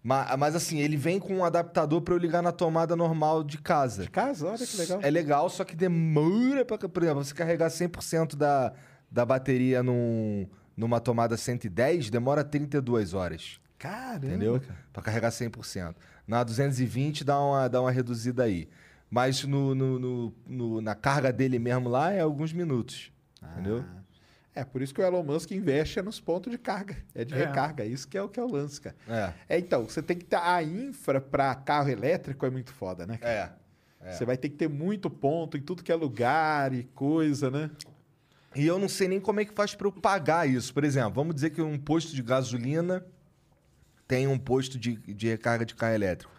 Speaker 2: Ma- Mas, assim, ele vem com um adaptador pra eu ligar na tomada normal de casa.
Speaker 1: De casa? Olha que legal.
Speaker 2: É legal, só que demora pra, por exemplo, você carregar 100% da, da bateria num, numa tomada 110, demora 32 horas.
Speaker 1: Caramba,
Speaker 2: Entendeu?
Speaker 1: cara.
Speaker 2: Pra carregar 100%. Na 220 dá uma, dá uma reduzida aí. Mas no, no- no- no- na carga dele mesmo lá é alguns minutos.
Speaker 1: Ah.
Speaker 2: Entendeu?
Speaker 1: É, por isso que o Elon Musk investe é nos pontos de carga. É de
Speaker 3: É.
Speaker 1: recarga. Isso que é o que é o lance, cara.
Speaker 2: É.
Speaker 1: É, então, você tem que ter a infra para carro elétrico é muito foda, né? cara?
Speaker 2: É.
Speaker 1: Você vai ter que ter muito ponto em tudo que é lugar e coisa, né?
Speaker 2: E eu não sei nem como é que faz pra eu pagar isso. Por exemplo, vamos dizer que um posto de gasolina tem um posto de, de recarga de carro elétrico.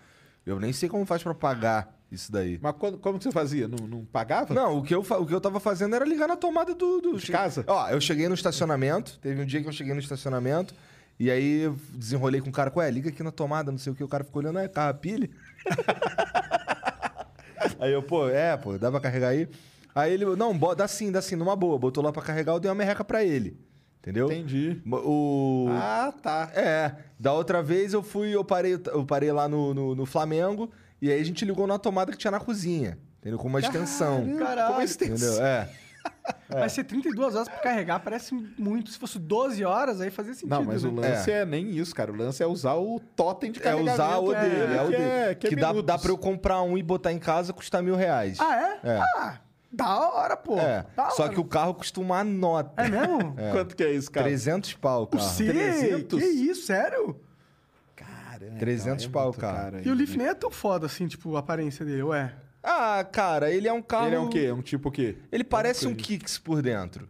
Speaker 2: Eu nem sei como faz pra pagar Isso daí.
Speaker 1: Mas quando- como que você fazia? Não, não pagava?
Speaker 2: Não, o que, eu, fa- o que eu tava fazendo era ligar na tomada do. do
Speaker 1: De casa?
Speaker 2: Ó, eu cheguei no estacionamento. Teve um dia que eu cheguei no estacionamento. E aí eu desenrolei com o cara, ué, liga aqui na tomada, não sei o que. O cara ficou olhando, é carro a pilha. aí eu, pô, é, pô, dá pra carregar aí. Aí ele, não, bo- dá sim, dá sim, numa boa. Botou lá pra carregar, eu dei uma merreca pra ele. Entendeu?
Speaker 1: Entendi.
Speaker 2: Ma- O...
Speaker 1: Ah, tá.
Speaker 2: É, da outra vez eu fui, eu parei, eu parei lá no, no, no Flamengo e aí a gente ligou na tomada que tinha na cozinha, entendeu? Com uma extensão.
Speaker 3: Caralho.
Speaker 2: Com Entendeu? É.
Speaker 3: Mas ser 32 horas pra carregar parece muito. Se fosse 12 horas, aí fazia sentido.
Speaker 1: Não, mas o
Speaker 3: né?
Speaker 1: lance é. nem isso, cara. O lance é usar o totem de
Speaker 2: É
Speaker 1: carregamento.
Speaker 2: usar o
Speaker 1: né?
Speaker 2: dele, é o
Speaker 1: Que
Speaker 2: dele.
Speaker 1: que é
Speaker 2: que dá,
Speaker 1: minutos.
Speaker 2: dá pra eu comprar um e botar em casa custar mil reais.
Speaker 3: Ah, é?
Speaker 2: É.
Speaker 3: Ah, da hora, pô.
Speaker 2: é.
Speaker 3: Da
Speaker 2: Só
Speaker 3: hora.
Speaker 2: que o carro costuma uma nota.
Speaker 3: É mesmo?
Speaker 1: Quanto que é isso, cara?
Speaker 2: 300 pau o carro.
Speaker 3: Sim,
Speaker 1: 300?
Speaker 3: que isso, sério?
Speaker 1: Caramba,
Speaker 2: 300 pau,
Speaker 1: é, então muito
Speaker 2: cara.
Speaker 1: caro
Speaker 3: E o
Speaker 1: ainda.
Speaker 3: Leaf nem é tão foda assim, tipo, a aparência dele, ué.
Speaker 2: Ah, cara, ele é um carro.
Speaker 1: Ele é um quê? É Hum. um tipo o quê?
Speaker 2: Ele parece um Kicks por dentro.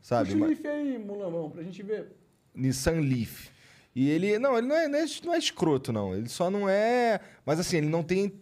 Speaker 2: Sabe? Mas-
Speaker 3: aí, mulamão, pra gente ver.
Speaker 2: Nissan Leaf. E ele. Não, ele não é, não é- não é escroto, não. Ele só não é. Mas assim, ele não tem.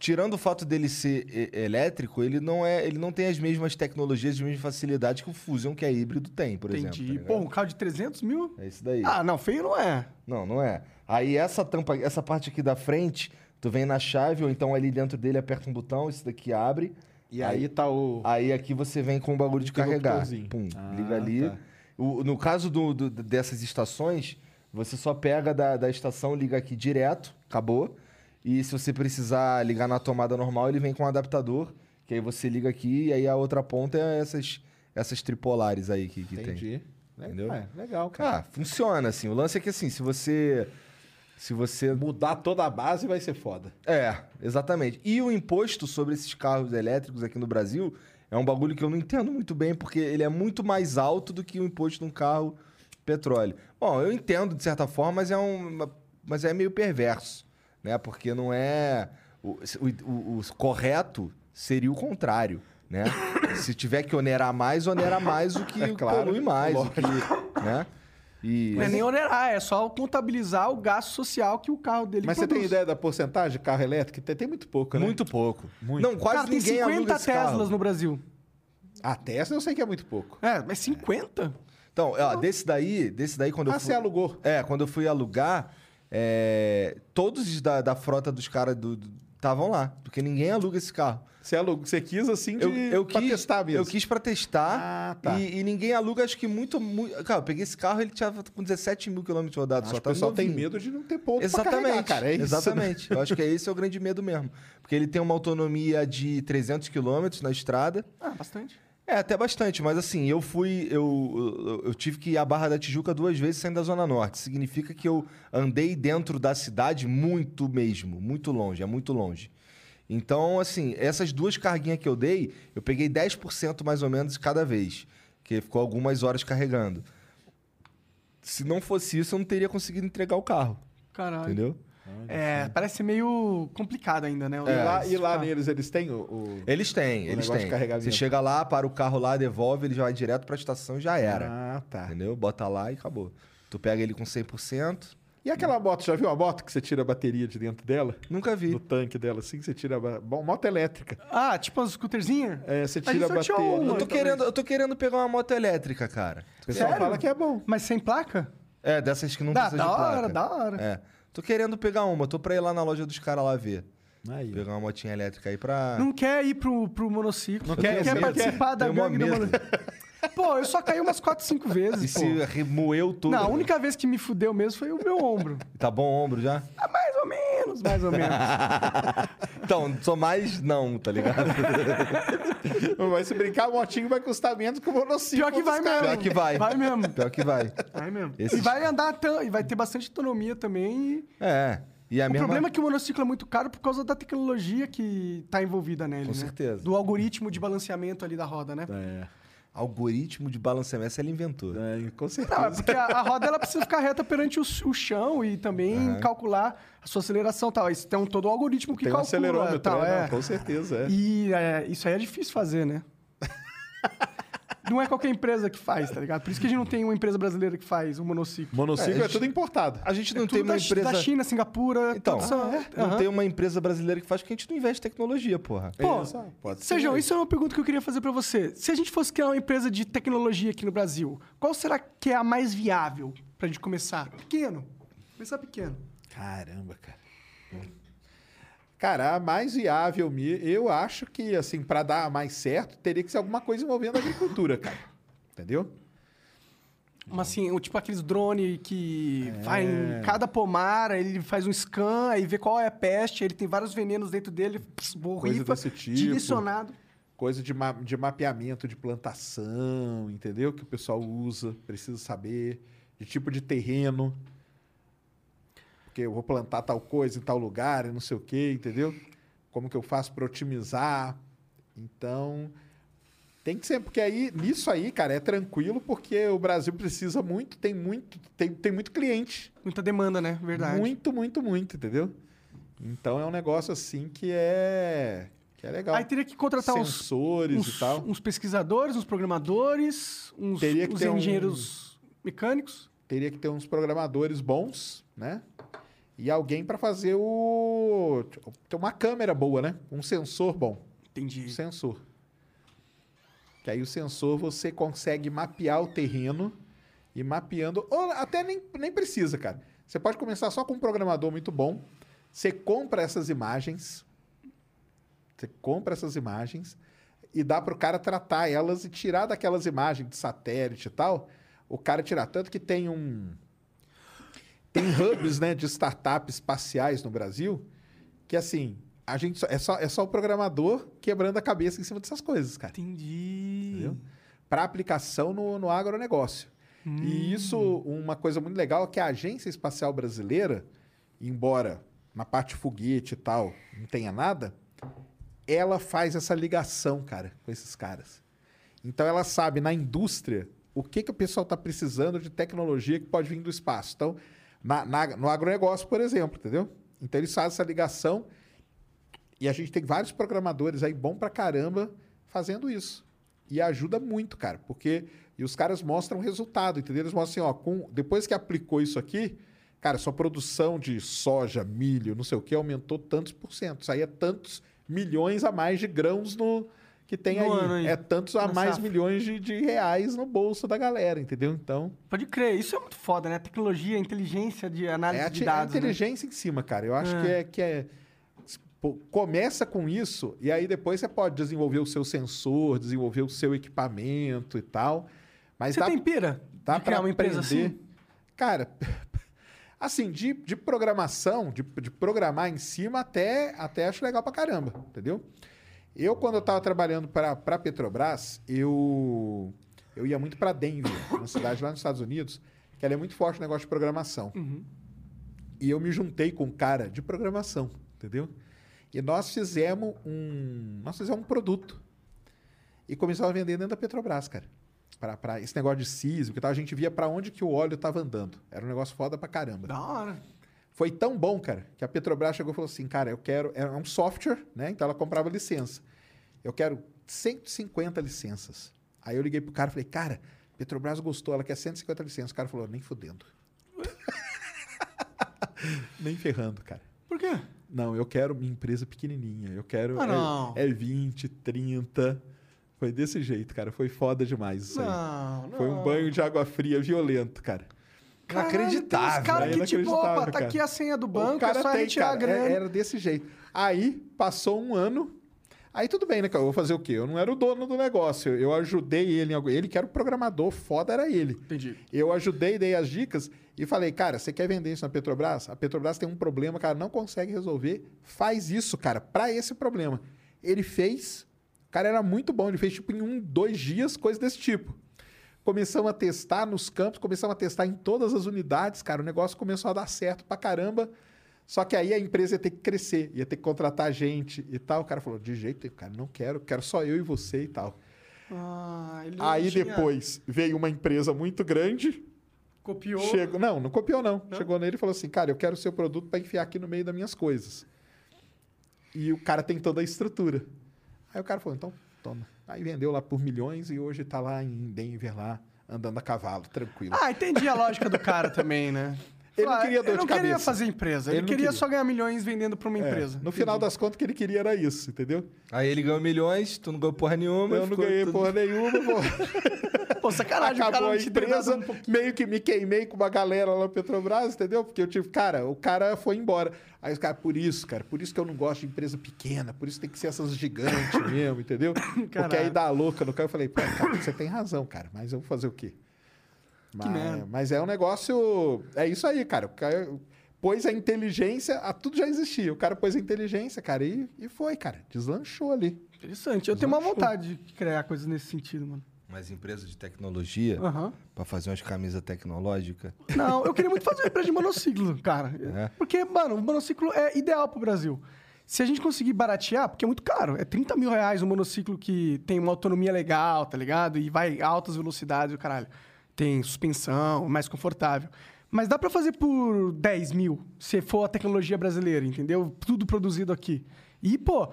Speaker 2: Tirando o fato dele ser e- elétrico, ele não é. Ele não tem as mesmas tecnologias, as mesmas facilidades que o Fusion, que é híbrido, tem, por
Speaker 3: Entendi.
Speaker 2: exemplo. tá
Speaker 3: pô,
Speaker 2: ligado?
Speaker 3: um carro de 300 mil?
Speaker 2: É isso daí.
Speaker 3: Ah, não, feio não é.
Speaker 2: Não, não é. Aí essa tampa, essa parte aqui da frente, tu vem na chave, ou então ali dentro dele aperta um botão, isso daqui abre.
Speaker 1: E aí, tá o.
Speaker 2: Aí aqui você vem com o bagulho de
Speaker 1: um
Speaker 2: carregar.
Speaker 1: Interruptorzinho.
Speaker 2: Pum,
Speaker 1: Ah,
Speaker 2: liga ali.
Speaker 1: tá.
Speaker 2: O- no caso do- do- dessas estações, você só pega da, da estação, liga aqui direto, acabou. E se você precisar ligar na tomada normal, ele vem com um adaptador, que aí você liga aqui e aí a outra ponta é essas, essas tripolares aí que, que tem.
Speaker 1: Entendi.
Speaker 2: Entendeu?
Speaker 1: É, legal, cara.
Speaker 2: Ah, funciona assim. O lance é que assim, se você. Se você
Speaker 1: Mudar toda a base vai ser foda.
Speaker 2: é, exatamente. E o imposto sobre esses carros elétricos aqui no Brasil é um bagulho que eu não entendo muito bem, porque ele é muito mais alto do que o imposto de um carro petróleo. Bom, eu entendo de certa forma, mas é, um, mas é meio perverso, né? Porque não é. O, o- o- o correto seria o contrário, né? Se tiver que onerar mais, onera mais o que
Speaker 1: É claro,
Speaker 2: polui mais. o que- né? E-
Speaker 3: Não é nem onerar, é só contabilizar o gasto social que o carro dele
Speaker 1: Mas você
Speaker 3: produz.
Speaker 1: tem ideia da porcentagem de carro elétrico? Tem, tem muito pouco, né?
Speaker 2: Muito pouco.
Speaker 1: Muito.
Speaker 2: Não, quase
Speaker 3: Cara, tem
Speaker 2: ninguém aluga
Speaker 3: 50
Speaker 2: esse carro.
Speaker 3: Teslas no Brasil.
Speaker 1: A Tesla eu sei que é muito pouco.
Speaker 3: É, mas 50?
Speaker 2: Então, ó, desse daí, desse daí quando eu
Speaker 1: Ah,
Speaker 2: fui...
Speaker 1: você alugou.
Speaker 2: É, quando eu fui alugar, é, todos os da, da frota dos caras estavam lá, porque ninguém aluga esse carro.
Speaker 1: Você alugou. Você quis assim de...
Speaker 2: Eu, eu
Speaker 1: pra
Speaker 2: quis,
Speaker 1: testar mesmo.
Speaker 2: eu quis pra testar
Speaker 1: Ah, tá.
Speaker 2: e, e ninguém aluga, acho que muito, muito... Cara, eu peguei esse carro, ele tinha com 17 mil quilômetros rodados,
Speaker 1: Acho que
Speaker 2: só
Speaker 1: o
Speaker 2: tá
Speaker 1: pessoal tem
Speaker 2: novinho.
Speaker 1: medo de não ter ponto pra
Speaker 2: Exatamente,
Speaker 1: carregar, cara. É isso, né?
Speaker 2: exatamente. Eu acho que esse é o grande medo mesmo, porque ele tem uma autonomia de 300 quilômetros na estrada,
Speaker 3: Ah, bastante.
Speaker 2: é, até bastante, mas assim, eu fui. Eu, eu, eu tive que ir à Barra da Tijuca duas vezes saindo da Zona Norte. Significa que eu andei dentro da cidade muito mesmo, muito longe, é muito longe. Então, assim, essas duas carguinhas que eu dei, eu peguei 10% mais ou menos cada vez, que ficou algumas horas carregando. Se não fosse isso, eu não teria conseguido entregar o carro,
Speaker 3: Caralho.
Speaker 2: entendeu?
Speaker 3: É, parece ser meio complicado ainda, né? o
Speaker 1: E lá,
Speaker 3: negócio.
Speaker 1: É, e lá
Speaker 3: Ah,
Speaker 1: neles eles têm o. o-
Speaker 2: Eles têm,
Speaker 1: O
Speaker 2: eles
Speaker 1: negócio de
Speaker 2: têm.
Speaker 1: carregamento.
Speaker 2: Você chega lá, para o carro lá, devolve, ele já vai direto para a estação e já era.
Speaker 1: Ah, tá.
Speaker 2: Entendeu? Bota lá e acabou. Tu pega ele com 100%.
Speaker 1: E aquela moto, já viu a moto que você tira a bateria de dentro dela?
Speaker 2: Nunca
Speaker 1: Do
Speaker 2: vi.
Speaker 1: tanque dela, assim, que você tira a. ba- Bom, moto elétrica.
Speaker 3: Ah, tipo umas scooterzinhas?
Speaker 1: É, você
Speaker 3: gente
Speaker 1: tira a
Speaker 3: só tinha
Speaker 1: bateria.
Speaker 3: uma.
Speaker 2: Eu tô, querendo, eu tô querendo pegar uma moto elétrica, cara.
Speaker 1: O pessoal
Speaker 3: Sério?
Speaker 1: fala que é bom.
Speaker 3: Mas sem placa?
Speaker 2: É, dessas que não
Speaker 3: Da-
Speaker 2: precisa
Speaker 3: da
Speaker 2: de
Speaker 3: hora,
Speaker 2: placa.
Speaker 3: da hora.
Speaker 2: É. Tô querendo pegar uma. Tô pra ir lá na loja dos caras lá ver.
Speaker 1: Aí.
Speaker 2: Pegar uma motinha elétrica aí pra...
Speaker 3: Não quer ir pro, pro monociclo. Não
Speaker 2: tenho
Speaker 3: quer,
Speaker 2: medo.
Speaker 3: participar da
Speaker 2: Tenho mó
Speaker 3: gangue do
Speaker 2: medo.
Speaker 3: monociclo. Pô, eu só caí umas 4, 5
Speaker 2: E
Speaker 3: vezes, pô.
Speaker 2: se remoeu tudo.
Speaker 3: Não, a única vez que me fudeu mesmo foi o meu ombro.
Speaker 2: Tá bom o ombro já?
Speaker 3: Ah, mais ou menos, mais ou menos.
Speaker 2: Então, sou mais não, tá ligado?
Speaker 1: Mas se brincar, a motinho vai custar menos que o monociclo.
Speaker 3: Pior que vai
Speaker 1: dos
Speaker 3: mesmo.
Speaker 1: caras.
Speaker 2: Pior que vai.
Speaker 3: Vai mesmo.
Speaker 2: Pior que vai.
Speaker 3: Vai É mesmo.
Speaker 2: Esses-
Speaker 3: E vai andar tan- e vai ter bastante autonomia também. e-
Speaker 2: É. E a
Speaker 3: O
Speaker 2: mesma...
Speaker 3: problema é que o monociclo é muito caro por causa da tecnologia que tá envolvida nele,
Speaker 2: Com
Speaker 3: né?
Speaker 2: certeza. É.
Speaker 3: Do algoritmo de balanceamento ali da roda, né?
Speaker 2: Algoritmo de balanceamento, essa ele inventou.
Speaker 1: É, com certeza.
Speaker 3: Não, é porque a, a roda ela precisa ficar reta perante o, s- o chão e também calcular a sua aceleração e tal. Isso tem um, todo o algoritmo que
Speaker 1: Tem um
Speaker 3: calcula.
Speaker 1: acelerômetro,
Speaker 3: tal,
Speaker 1: né?
Speaker 3: é.
Speaker 1: Não, com certeza, é.
Speaker 3: E é, isso aí é difícil fazer, né? Não é qualquer empresa que faz, tá ligado? Por isso que a gente não tem uma empresa brasileira que faz um monociclo.
Speaker 1: Monociclo
Speaker 2: É,
Speaker 1: é,
Speaker 2: a gente-
Speaker 1: tudo importado.
Speaker 2: A gente não
Speaker 3: É
Speaker 2: tem
Speaker 3: tudo
Speaker 2: uma
Speaker 3: da, Chi-
Speaker 2: empresa.
Speaker 3: da China, Singapura,
Speaker 2: Então,
Speaker 3: tudo só-
Speaker 2: é, não
Speaker 3: Aham.
Speaker 2: tem uma empresa brasileira que faz porque a gente não investe em tecnologia, porra.
Speaker 3: Pô,
Speaker 1: É Isso, pode ser.
Speaker 3: Sejão, isso é uma pergunta que eu queria fazer pra você. Se a gente fosse criar uma empresa de tecnologia aqui no Brasil, qual será que é a mais viável pra gente começar? Pequeno. Começar pequeno.
Speaker 1: Caramba, cara. Cara, a mais viável, mi- eu acho que, assim, para dar mais certo, teria que ser alguma coisa envolvendo a agricultura, cara. Entendeu?
Speaker 3: Mas assim, o- tipo aqueles drone que vai
Speaker 1: É.
Speaker 3: em cada pomar, aí ele faz um scan, aí vê qual é a peste, ele tem vários venenos dentro dele, pss, borrifa,
Speaker 1: desse tipo.
Speaker 3: direcionado.
Speaker 1: Coisa de, ma- de mapeamento de plantação, entendeu? Que o pessoal usa, precisa saber. De tipo de terreno. Porque eu vou plantar tal coisa em tal lugar e não sei o quê, entendeu? Como que eu faço para otimizar. Então, tem que ser. Porque aí, nisso aí, cara, é tranquilo, porque o Brasil precisa muito, tem muito, tem, tem muito cliente.
Speaker 3: Muita demanda, né? Verdade.
Speaker 1: Muito, muito, muito, entendeu? Então é um negócio assim que é. Que é legal
Speaker 3: Aí teria que contratar uns,
Speaker 1: sensores
Speaker 3: uns,
Speaker 1: e tal.
Speaker 3: uns pesquisadores, uns programadores, uns,
Speaker 1: Teria que
Speaker 3: uns
Speaker 1: ter um-
Speaker 3: engenheiros mecânicos.
Speaker 1: Teria que ter uns programadores bons, né? E alguém pra fazer o. Ter uma câmera boa, né? Um sensor bom. Um
Speaker 3: Entendi.
Speaker 1: sensor. Que aí o sensor você consegue mapear o terreno e mapeando. Ou até nem, nem precisa, cara. Você pode começar só com um programador muito bom. Você compra essas imagens. Você compra essas imagens e dá pro cara tratar elas e tirar daquelas imagens de satélite e tal. O cara tirar. Tanto que tem um. Tem hubs né, de startups espaciais no Brasil que assim, a gente só- é, só, é só o programador quebrando a cabeça em cima dessas coisas, cara.
Speaker 3: Entendi.
Speaker 1: Entendeu? Para aplicação no, no agronegócio. E isso, uma coisa muito legal é que a Agência Espacial Brasileira, embora na parte foguete e tal não tenha nada, ela faz essa ligação, cara, com esses caras. Então ela sabe na indústria o que, que o pessoal está precisando de tecnologia que pode vir do espaço. Então, na- na- no agronegócio, por exemplo, entendeu? Então eles fazem essa ligação e a gente tem vários programadores aí bom pra caramba fazendo isso. E ajuda muito, cara, porque e os caras mostram resultado, entendeu? Eles mostram assim, ó, com- depois que aplicou isso aqui, cara, sua produção de soja, milho, não sei o que aumentou tantos por cento. Isso aí é tantos milhões a mais de grãos no que tem
Speaker 3: No
Speaker 1: aí.
Speaker 3: ano aí,
Speaker 1: É tantos a
Speaker 3: na
Speaker 1: mais
Speaker 3: safra.
Speaker 1: milhões de, de reais no bolso da galera, entendeu? Então,
Speaker 3: Pode crer, isso é muito foda, né? Tecnologia, inteligência de análise
Speaker 1: é a,
Speaker 3: de dados. né?
Speaker 1: inteligência em cima, cara. Eu acho
Speaker 3: É.
Speaker 1: que é que é pô, começa com isso e aí depois você pode desenvolver o seu sensor, desenvolver o seu equipamento e tal. Mas
Speaker 3: Você
Speaker 1: dá,
Speaker 3: tem pira
Speaker 1: dá
Speaker 3: de criar
Speaker 1: para
Speaker 3: É uma empresa assim?
Speaker 1: Cara, assim, de, de programação, de, de programar em cima até até acho legal pra caramba, entendeu? Eu quando eu tava trabalhando para para Petrobras, eu eu ia muito pra Denver, uma cidade lá nos Estados Unidos, que ela é muito forte no negócio de programação. E eu me juntei com um cara de programação, entendeu? E nós fizemos um, nós fizemos um produto. E começamos a vender dentro da Petrobras, cara. Pra, pra esse negócio de sismo e tal, a gente via pra onde que o óleo tava andando. Era um negócio foda pra caramba.
Speaker 3: Da hora.
Speaker 1: Foi tão bom, cara, que a Petrobras chegou e falou assim, cara, eu quero... Era um software, né? Então ela comprava licença. Eu quero 150 licenças. Aí eu liguei pro cara e falei, cara, Petrobras gostou, ela quer 150 licenças. O cara falou, nem fudendo. nem ferrando, cara.
Speaker 3: Por quê?
Speaker 1: Não, eu quero minha empresa pequenininha. Eu quero.
Speaker 3: Ah,
Speaker 1: é-
Speaker 3: não.
Speaker 1: É, 20, 30. Foi desse jeito, cara. Foi foda demais isso
Speaker 3: Não,
Speaker 1: aí.
Speaker 3: não.
Speaker 1: Foi um banho de água fria violento, cara.
Speaker 3: Caralho, Tem
Speaker 2: Inacreditável,
Speaker 3: uns caras
Speaker 1: é
Speaker 3: que tipo,
Speaker 1: inacreditável,
Speaker 3: opa, tá
Speaker 1: cara.
Speaker 3: aqui a senha do
Speaker 1: o
Speaker 3: banco,
Speaker 1: cara
Speaker 3: é só
Speaker 1: tem,
Speaker 3: retirar
Speaker 1: cara.
Speaker 3: a grana.
Speaker 1: É- Era desse jeito. Aí passou um ano. Aí tudo bem, né, cara? Eu vou fazer o quê? Eu não era o dono do negócio. Eu ajudei ele em algo. Ele que era o programador, foda era ele.
Speaker 3: Entendi.
Speaker 1: Eu ajudei, dei as dicas e falei, cara, você quer vender isso na Petrobras? A Petrobras tem um problema, cara, não consegue resolver. Faz isso, cara, pra esse problema. Ele fez, o cara era muito bom, ele fez tipo em um, dois dias, coisa desse tipo. Começamos a testar nos campos, começamos a testar em todas as unidades, cara. O negócio começou a dar certo pra caramba. Só que aí a empresa ia ter que crescer, ia ter que contratar gente e tal. O cara falou: de jeito nenhum, cara, não quero, quero só eu e você e tal.
Speaker 3: Ah, ele
Speaker 1: Aí
Speaker 3: tinha-
Speaker 1: depois veio uma empresa muito grande,
Speaker 3: Copiou.
Speaker 1: Chegou, não, não copiou não. Chegou nele e falou assim, cara, eu quero o seu produto para enfiar aqui no meio das minhas coisas. E o cara tem toda a estrutura. Aí o cara falou, então, então
Speaker 3: Toma.
Speaker 1: Aí vendeu lá por milhões e hoje tá lá em Denver, lá, andando a cavalo, tranquilo.
Speaker 3: Ah, entendi a lógica do cara também, né?
Speaker 1: Ele não
Speaker 3: Falar,
Speaker 1: queria dor
Speaker 3: Eu não
Speaker 1: de
Speaker 3: queria
Speaker 1: cabeça.
Speaker 3: fazer empresa. Ele,
Speaker 1: Ele não
Speaker 3: queria,
Speaker 1: queria.
Speaker 3: só ganhar milhões vendendo pra uma
Speaker 1: É,
Speaker 3: empresa.
Speaker 1: no final das contas, o que ele queria era isso, entendeu?
Speaker 2: Aí ele ganhou milhões, tu não ganhou porra nenhuma.
Speaker 1: eu não
Speaker 2: ficou
Speaker 1: ganhei
Speaker 2: tudo-
Speaker 1: porra nenhuma, pô.
Speaker 3: Pô, sacanagem, o cara
Speaker 1: acabou
Speaker 3: não
Speaker 1: a
Speaker 3: te ter dado
Speaker 1: empresa,
Speaker 3: um pouquinho.
Speaker 1: meio que me queimei com uma galera lá no Petrobras, entendeu? Porque eu tive, cara, o cara foi embora. Aí os caras, por isso, cara, por isso que eu não gosto de empresa pequena, por isso tem que ser essas gigantes mesmo, entendeu? Porque aí
Speaker 3: Caralho.
Speaker 1: dá a louca no cara. Eu falei, pô, cara, você tem razão, cara, mas eu vou fazer o quê? Mas,
Speaker 3: merda.
Speaker 1: mas é um negócio. É isso aí, cara. O cara pôs a inteligência, a, tudo já existia. O cara pôs a inteligência, cara, e, e foi, cara. Deslanchou ali.
Speaker 3: Interessante. Eu tenho uma vontade de criar coisas nesse sentido, mano.
Speaker 2: Mas empresa de tecnologia,
Speaker 3: Aham.
Speaker 2: pra fazer umas camisas tecnológicas.
Speaker 3: Não, eu queria muito fazer uma empresa de monociclo, cara.
Speaker 2: É?
Speaker 3: Porque, mano, o monociclo é ideal pro Brasil. Se a gente conseguir baratear, porque é muito caro, é 30 mil reais um monociclo que tem uma autonomia legal, tá ligado? E vai a altas velocidades, o caralho. Tem suspensão, é mais confortável. Mas dá pra fazer por 10 mil, se for a tecnologia brasileira, entendeu? Tudo produzido aqui. E, pô,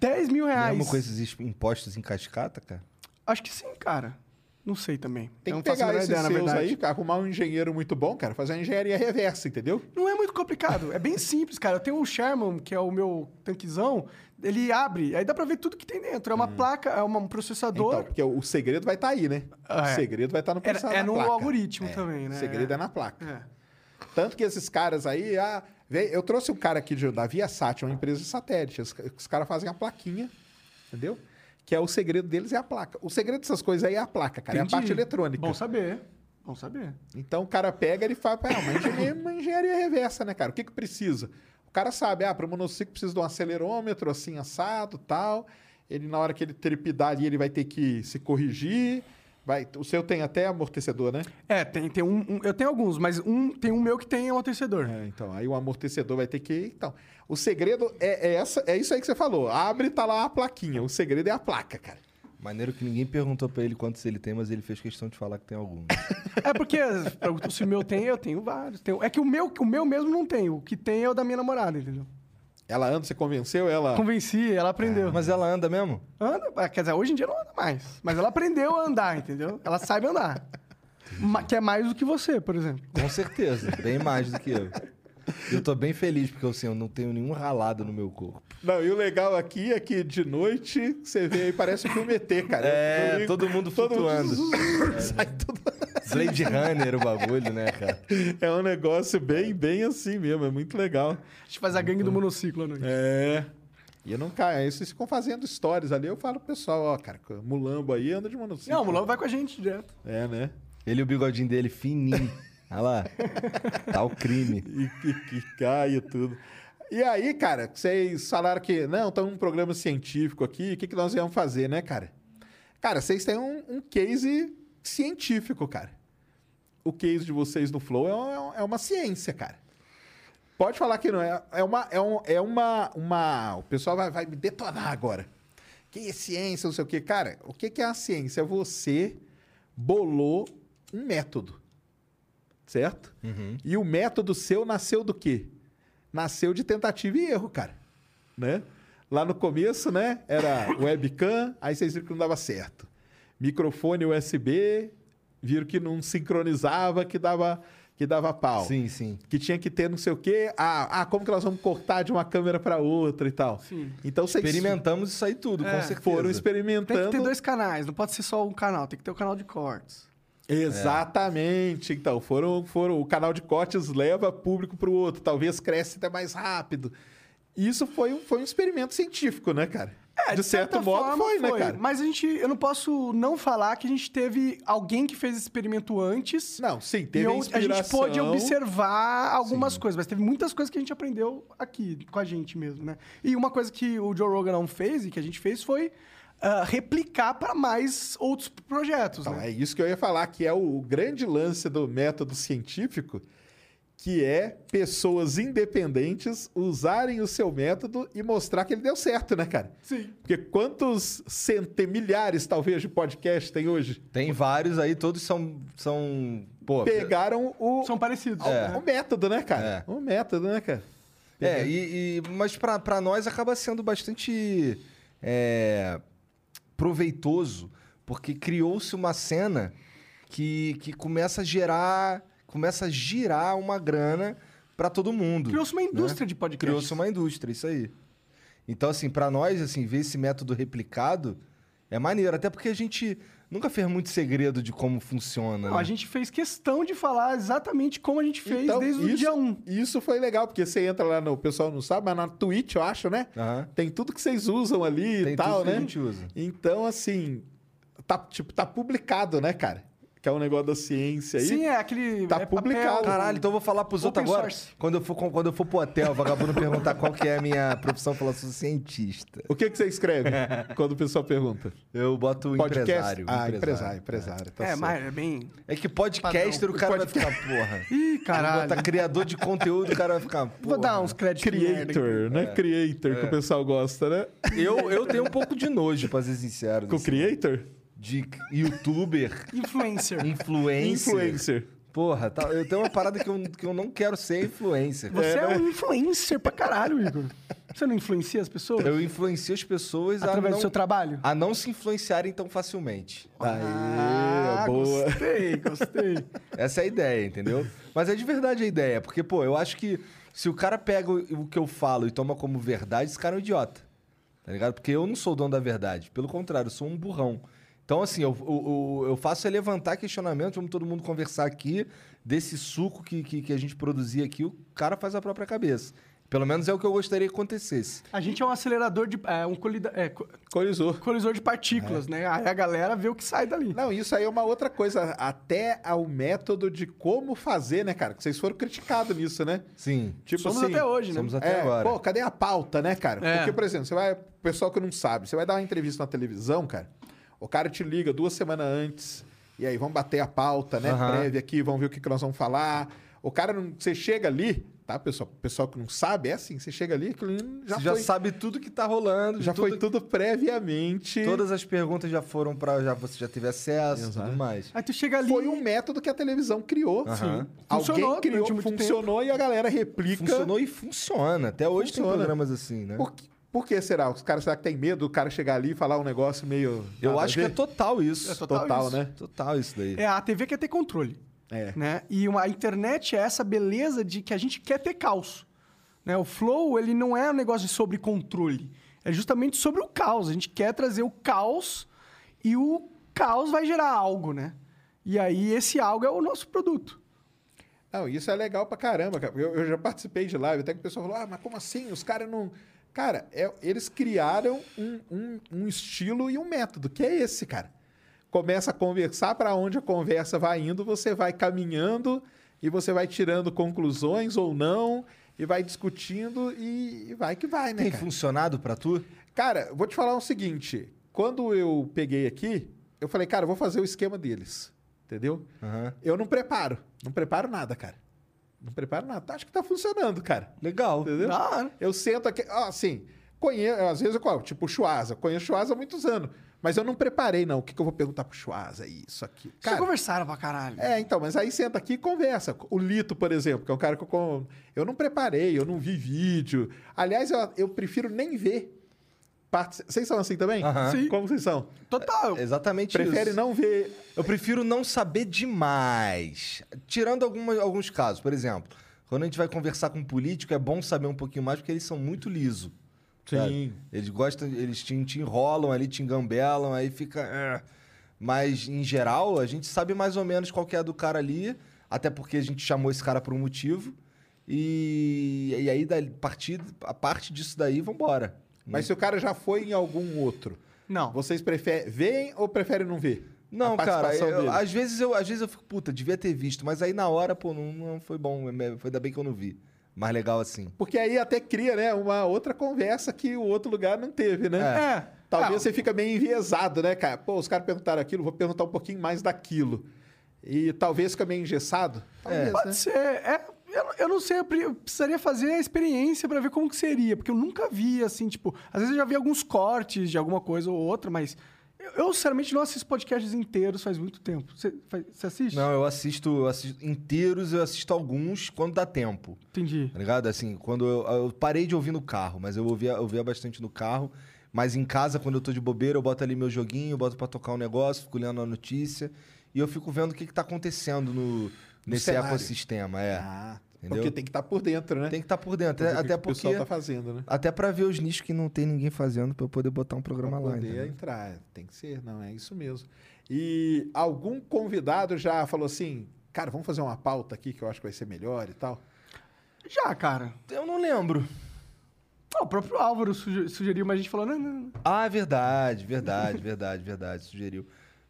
Speaker 3: 10
Speaker 1: é
Speaker 3: mil reais.
Speaker 2: Mesmo com é esses es- impostos em cascata, cara.
Speaker 3: Acho que sim, cara. Não sei também.
Speaker 1: Tem
Speaker 3: Eu
Speaker 1: que
Speaker 3: não faço
Speaker 1: pegar
Speaker 3: a menor
Speaker 1: esses
Speaker 3: ideia, na
Speaker 1: seus
Speaker 3: verdade.
Speaker 1: aí, arrumar um engenheiro muito bom, cara, fazer uma engenharia reversa, entendeu?
Speaker 3: Não é muito complicado, é bem simples, cara. Eu tenho o Sherman, que é o meu tanquezão, ele abre, aí dá pra ver tudo que tem dentro. É uma placa, é uma- um
Speaker 1: Hum. Então,
Speaker 3: processador.
Speaker 1: porque o segredo vai estar aí, né?
Speaker 3: Ah,
Speaker 1: O
Speaker 3: é.
Speaker 1: segredo vai estar no
Speaker 3: É-
Speaker 1: pensar
Speaker 3: é
Speaker 1: na
Speaker 3: no
Speaker 1: placa.
Speaker 3: algoritmo também, né?
Speaker 1: O segredo é,
Speaker 3: É.
Speaker 1: na placa.
Speaker 3: É.
Speaker 1: Tanto que esses caras aí... Ah, vem- eu trouxe um cara aqui de, da ViaSat, uma empresa de satélite. Os, os caras fazem a plaquinha, entendeu? Que é o segredo deles é a placa. O segredo dessas coisas aí é a placa, cara.
Speaker 3: Entendi.
Speaker 1: É a parte eletrônica.
Speaker 3: Bom saber, bom saber.
Speaker 1: Então o cara pega ele fala, ah, uma, engenharia, uma engenharia reversa, né, cara? O que, que precisa? O cara sabe, ah, para o monociclo precisa de um acelerômetro assim, assado tal. Ele, na hora que ele trepidar ali, ele vai ter que se corrigir. Vai, o seu tem até amortecedor, né?
Speaker 3: É, tem, tem um, um- Eu tenho alguns, mas um tem um meu que tem um amortecedor.
Speaker 1: É, então, aí o amortecedor vai ter que. Então, o segredo é, é essa, é isso aí que você falou. Abre e tá lá a plaquinha. O segredo é a placa, cara.
Speaker 2: Maneiro que ninguém perguntou pra ele quantos ele tem, mas ele fez questão de falar que tem algum.
Speaker 3: É, porque se o meu tem, eu tenho vários. Tenho- é que o meu, o meu mesmo não tem. O que tem é o da minha namorada, entendeu?
Speaker 1: Ela anda, você convenceu ela.
Speaker 3: Convenci, ela aprendeu.
Speaker 2: mas ela anda mesmo?
Speaker 3: Anda, ah, quer dizer, hoje em dia não anda mais. Mas ela aprendeu a andar, entendeu? Ela sabe andar. Ma- que é mais do que você, por exemplo.
Speaker 2: Com certeza, bem mais do que eu. Eu tô bem feliz porque assim, eu não tenho nenhum ralado no meu corpo.
Speaker 1: Não, e o legal aqui é que de noite você vê aí, parece um filme ET, cara.
Speaker 2: É,
Speaker 1: Eu- eu-
Speaker 2: todo mundo flutuando.
Speaker 1: sai tudo.
Speaker 2: Blade Runner, o bagulho, né, cara?
Speaker 1: É um negócio bem, bem assim mesmo, é muito legal.
Speaker 3: A gente faz a gangue do monociclo à noite.
Speaker 1: Uhum. É. E eu não caio. Aí vocês ficam fazendo stories ali, eu falo pro pessoal, ó, cara, mulambo aí anda de monociclo.
Speaker 3: Não, o Mulão vai com a gente direto.
Speaker 1: É, né?
Speaker 2: Ele e o bigodinho dele fininho. Olha lá. Tá o crime.
Speaker 1: E que, que cai e tudo. E aí, cara, vocês falaram que, não, estamos um programa científico aqui, o que, que nós íamos fazer, né, cara? Cara, vocês têm um, um case científico, cara. O case de vocês no Flow é, um- é uma ciência, cara. Pode falar que não é. É uma. É, um- é uma, uma. O pessoal vai, vai me detonar agora. Que é ciência, não sei o quê. Cara, o que, que é a ciência? Você bolou um método. Certo? E o método seu nasceu do quê? Nasceu de tentativa e erro, cara. Né? Lá no começo, né? Era webcam, aí vocês viram que não dava certo. Microfone USB, viram que não sincronizava, que dava, que dava pau
Speaker 2: Sim, sim.
Speaker 1: que tinha que ter não sei o quê. Ah, ah como que nós vamos cortar de uma câmera para outra e tal.
Speaker 3: Sim.
Speaker 1: Então vocês
Speaker 2: Experimentamos É isso É. aí tudo,
Speaker 3: É.
Speaker 2: com certeza.
Speaker 1: foram
Speaker 3: Tem
Speaker 1: experimentando.
Speaker 3: que ter dois canais, não pode ser só um canal, tem que ter o canal de cortes.
Speaker 1: Exatamente. Então, foram, foram. O canal de cortes leva público para o outro. Talvez cresce até mais rápido. Isso foi um, foi um experimento científico, né, cara? É, de, certo
Speaker 3: certa
Speaker 1: modo
Speaker 3: forma,
Speaker 1: foi, né, cara?
Speaker 3: Mas a gente, eu não posso não falar que a gente teve alguém que fez esse experimento antes.
Speaker 1: Não, sim, teve
Speaker 3: e eu- a
Speaker 1: inspiração.
Speaker 3: gente pôde observar algumas coisas, mas teve muitas coisas que a gente aprendeu aqui com a gente mesmo, né? E uma coisa que o Joe Rogan não fez e que a gente fez foi ah, replicar para mais outros projetos,
Speaker 1: Então,
Speaker 3: né?
Speaker 1: é isso que eu ia falar, que é o grande lance do método científico, que é pessoas independentes usarem o seu método e mostrar que ele deu certo, né, cara?
Speaker 3: Sim.
Speaker 1: Porque quantos centenas, milhares, talvez, de podcasts tem hoje?
Speaker 2: Tem vários aí, todos são. são pô, um,
Speaker 1: Pegaram o,
Speaker 3: São parecidos.
Speaker 1: o método, né, cara?
Speaker 2: É.
Speaker 1: O método, né, cara?
Speaker 2: É, e, e- mas pra, pra nós acaba sendo bastante é, proveitoso, porque criou-se uma cena que, que começa a gerar, começa a girar uma grana para todo mundo.
Speaker 3: Criou-se
Speaker 1: Né?
Speaker 3: uma indústria de podcast.
Speaker 2: Criou-se uma indústria, isso aí. Então, assim, para nós, assim, ver esse método replicado é maneiro, até porque a gente nunca fez muito segredo de como funciona.
Speaker 3: Não,
Speaker 2: né?
Speaker 3: a gente fez questão de falar exatamente como a gente fez desde o
Speaker 1: Então, isso,
Speaker 3: dia 1.
Speaker 1: Isso foi legal, porque você entra lá no. O pessoal não sabe, mas na Twitch, eu acho, né?
Speaker 2: Aham.
Speaker 1: Tem tudo que vocês usam ali
Speaker 2: Tem
Speaker 1: e tal,
Speaker 2: tudo que
Speaker 1: né?
Speaker 2: a gente usa.
Speaker 1: Então, assim. Tá, tipo, tá publicado, né, cara? Que é um negócio da ciência aí.
Speaker 3: Sim, é aquele.
Speaker 1: Tá
Speaker 3: é
Speaker 1: publicado.
Speaker 2: Caralho, então eu vou falar pros
Speaker 3: Open
Speaker 2: outros agora.
Speaker 3: source.
Speaker 2: Quando eu, for, quando eu for pro hotel, o vagabundo perguntar qual que é a minha profissão, eu falo, sou cientista.
Speaker 1: O que, que você escreve quando o pessoal pergunta?
Speaker 2: Eu boto o
Speaker 1: Podcast?
Speaker 2: empresário.
Speaker 1: Ah, empresário, empresário. tá
Speaker 3: É,
Speaker 1: certo.
Speaker 3: mas é bem.
Speaker 2: É que podcaster o cara vai ficar, porra.
Speaker 3: Ih, caralho.
Speaker 2: Botar criador de conteúdo, o cara vai ficar, porra.
Speaker 3: Vou dar uns créditos. merda aqui.
Speaker 1: Creator, né? Creator, que o pessoal gosta, né?
Speaker 2: É. Eu, eu tenho um pouco de nojo, pra ser sincero.
Speaker 1: Com
Speaker 2: assim,
Speaker 1: creator?
Speaker 2: De youtuber,
Speaker 3: Influencer.
Speaker 2: influencer.
Speaker 1: Influencer.
Speaker 2: Porra, tá- eu tenho uma parada que eu, que eu não quero ser influencer. cara.
Speaker 3: Você é,
Speaker 1: né?
Speaker 3: um influencer pra caralho, Igor. Você não influencia as pessoas?
Speaker 2: Eu influencio as pessoas a
Speaker 3: Através
Speaker 2: não,
Speaker 3: do seu trabalho? Ah,
Speaker 2: a não se influenciarem tão facilmente.
Speaker 1: Aê, boa.
Speaker 3: Gostei, gostei.
Speaker 2: Essa é a ideia, entendeu? Mas é de verdade a ideia, porque, pô, eu acho que se o cara pega o o que eu falo e toma como verdade, esse cara é um idiota. Tá ligado? Porque eu não sou o dono da verdade. Pelo contrário, eu sou um burrão. Então, assim, eu, eu, eu- eu faço é levantar questionamentos, vamos todo mundo conversar aqui desse suco que, que, que a gente produzir aqui, o cara faz a própria cabeça. Pelo menos é o que eu gostaria que acontecesse.
Speaker 3: A gente é um acelerador de. É, um colida, é, co-
Speaker 1: Colisou.
Speaker 3: colisor de partículas, né? Aí a galera vê o que sai dali.
Speaker 1: É. Não, isso aí é uma outra coisa, até ao método de como fazer, né, cara? Que vocês foram criticados nisso, né?
Speaker 2: Sim.
Speaker 1: Tipo
Speaker 3: Somos
Speaker 1: assim,
Speaker 3: até hoje, né?
Speaker 2: Somos até
Speaker 1: é,
Speaker 2: agora.
Speaker 1: Pô, cadê a pauta, né, cara?
Speaker 3: É.
Speaker 1: Porque, por exemplo, você vai. Pessoal que não sabe, você vai dar uma entrevista na televisão, cara. O cara te liga duas semanas antes. E aí, vamos bater a pauta, né?
Speaker 2: Aham.
Speaker 1: Prévia aqui, vamos ver o que, que nós vamos falar. O cara não. Você chega ali, tá, pessoal? Pessoal que não sabe, é assim, você chega ali, aquilo já
Speaker 2: Você
Speaker 1: foi.
Speaker 2: já sabe tudo que tá rolando.
Speaker 1: já
Speaker 2: tudo,
Speaker 1: foi tudo previamente.
Speaker 2: Todas as perguntas já foram pra. Já, você já teve acesso e tudo mais.
Speaker 3: Aí tu chega ali.
Speaker 1: Foi um método que a televisão criou.
Speaker 2: Aham.
Speaker 1: Alguém
Speaker 3: Funcionou
Speaker 1: criou,
Speaker 3: durante muito
Speaker 1: funcionou e a galera replica.
Speaker 2: Funcionou e funciona. Até hoje
Speaker 1: Funciona.
Speaker 2: tem programas assim, né?
Speaker 1: Por, que- por que será? Os caras será que tem medo do cara chegar ali e falar um negócio meio.
Speaker 2: Eu
Speaker 1: nada a
Speaker 2: acho que é
Speaker 1: ver?
Speaker 2: total isso.
Speaker 3: É total isso.
Speaker 1: né?
Speaker 2: Total isso daí.
Speaker 3: É, a TV quer ter controle.
Speaker 1: É.
Speaker 3: Né? E uma, a internet é essa beleza de que a gente quer ter caos. Né? O flow, ele não é um negócio de sobre controle. É justamente sobre o caos. A gente quer trazer o caos e o caos vai gerar algo, né? E aí esse algo é o nosso produto.
Speaker 1: Não, isso é legal pra caramba, cara. Eu, eu já participei de live, até que o pessoal falou: ah, mas como assim? Os caras não. Cara, é- eles criaram um, um- um estilo e um método, que é esse, cara. Começa a conversar pra onde a conversa vai indo, você vai caminhando e você vai tirando conclusões ou não, e vai discutindo e, e vai que vai, né?
Speaker 2: Tem
Speaker 1: cara?
Speaker 2: funcionado pra tu?
Speaker 1: Cara, vou te falar o seguinte. Quando eu peguei aqui, eu falei, cara, eu vou fazer o esquema deles. Entendeu?
Speaker 2: Aham.
Speaker 1: Eu não preparo. Não preparo nada, cara. Não preparo nada. Acho que tá funcionando, cara.
Speaker 2: Legal.
Speaker 1: Entendeu?
Speaker 3: Ah, né?
Speaker 1: Eu sento aqui. ó, Assim, conheço. Às vezes eu coloco, tipo, Chuasa. Conheço Chuasa há muitos anos. Mas eu não preparei, não. O que, que eu vou perguntar pro Chuasa? Isso aqui.
Speaker 3: Vocês
Speaker 1: Cara,
Speaker 3: conversaram pra caralho.
Speaker 1: é, então, mas aí senta aqui e conversa. O Lito, por exemplo, que é um cara que eu, con- eu não preparei, eu não vi vídeo. Aliás, eu, eu prefiro nem ver. Parte- Vocês são assim também?
Speaker 2: Aham.
Speaker 3: Sim.
Speaker 1: Como vocês são?
Speaker 3: Total.
Speaker 2: Exatamente
Speaker 1: Prefere
Speaker 2: isso.
Speaker 1: não ver.
Speaker 2: Eu prefiro não saber demais. Tirando alguma- alguns casos. Por exemplo, quando a gente vai conversar com um político, é bom saber um pouquinho mais, porque eles são muito liso. sabe? Eles gostam, eles te, te enrolam ali, te engambelam, aí fica. "Ah". Mas, em geral, a gente sabe mais ou menos qual que é a do cara ali, até porque a gente chamou esse cara por um motivo. E, e aí, dali- partir- a parte disso daí, vambora.
Speaker 1: Mas se o cara já foi em algum outro,
Speaker 3: Não.
Speaker 1: vocês preferem veem ou preferem não ver?
Speaker 2: Não,
Speaker 1: A
Speaker 2: cara,
Speaker 1: participação
Speaker 2: eu-
Speaker 1: dele.
Speaker 2: às, vezes eu, às vezes eu fico, puta, devia ter visto, mas aí na hora, pô, não, não foi bom, é, foi ainda bem que eu não vi. Mais legal assim.
Speaker 1: Porque aí até cria, né, uma outra conversa que o outro lugar não teve, né?
Speaker 3: É.
Speaker 1: Talvez
Speaker 3: Ah,
Speaker 1: você fica meio enviesado, né, cara? Pô, os caras perguntaram aquilo, vou perguntar um pouquinho mais daquilo. E talvez fica meio engessado. Talvez,
Speaker 3: Pode
Speaker 1: né?
Speaker 3: ser. É, eu, não- eu não sei, eu pre- eu precisaria fazer a experiência pra ver como que seria, porque eu nunca vi, assim, tipo... Às vezes eu já vi alguns cortes de alguma coisa ou outra, mas... Eu, eu, sinceramente, não assisto podcasts inteiros faz muito tempo. Você faz- você assiste?
Speaker 2: Não, eu assisto, eu assisto inteiros, eu assisto alguns quando dá tempo.
Speaker 3: Entendi.
Speaker 2: Tá ligado? Assim, quando eu, eu parei de ouvir no carro, mas eu ouvia, eu ouvia bastante no carro. Mas em casa, quando eu tô de bobeira, eu boto ali meu joguinho, boto pra tocar um negócio, fico lendo a notícia e eu fico vendo o que, que tá acontecendo no, nesse
Speaker 1: cenário.
Speaker 2: ecossistema. É.
Speaker 1: Ah,
Speaker 2: Entendeu?
Speaker 1: porque tem que estar por dentro, né?
Speaker 2: Tem que estar por dentro. é,
Speaker 1: Pra ver o que
Speaker 2: até
Speaker 1: que o pessoal tá
Speaker 2: porque.
Speaker 1: fazendo, né?
Speaker 2: Até pra ver os nichos que não tem ninguém fazendo pra eu poder botar um programa
Speaker 1: Pra
Speaker 2: lá.
Speaker 1: poder
Speaker 2: entendeu?
Speaker 1: entrar. é, Tem que ser, não, é isso mesmo. E algum convidado já falou assim, cara, vamos fazer uma pauta aqui que eu acho que vai ser melhor e tal?
Speaker 3: Já, cara.
Speaker 2: Eu não lembro.
Speaker 3: Ah, o próprio Álvaro suge- sugeriu, mas a gente falou, não, não, não.
Speaker 2: Ah, verdade, verdade, verdade, verdade. Sugeriu.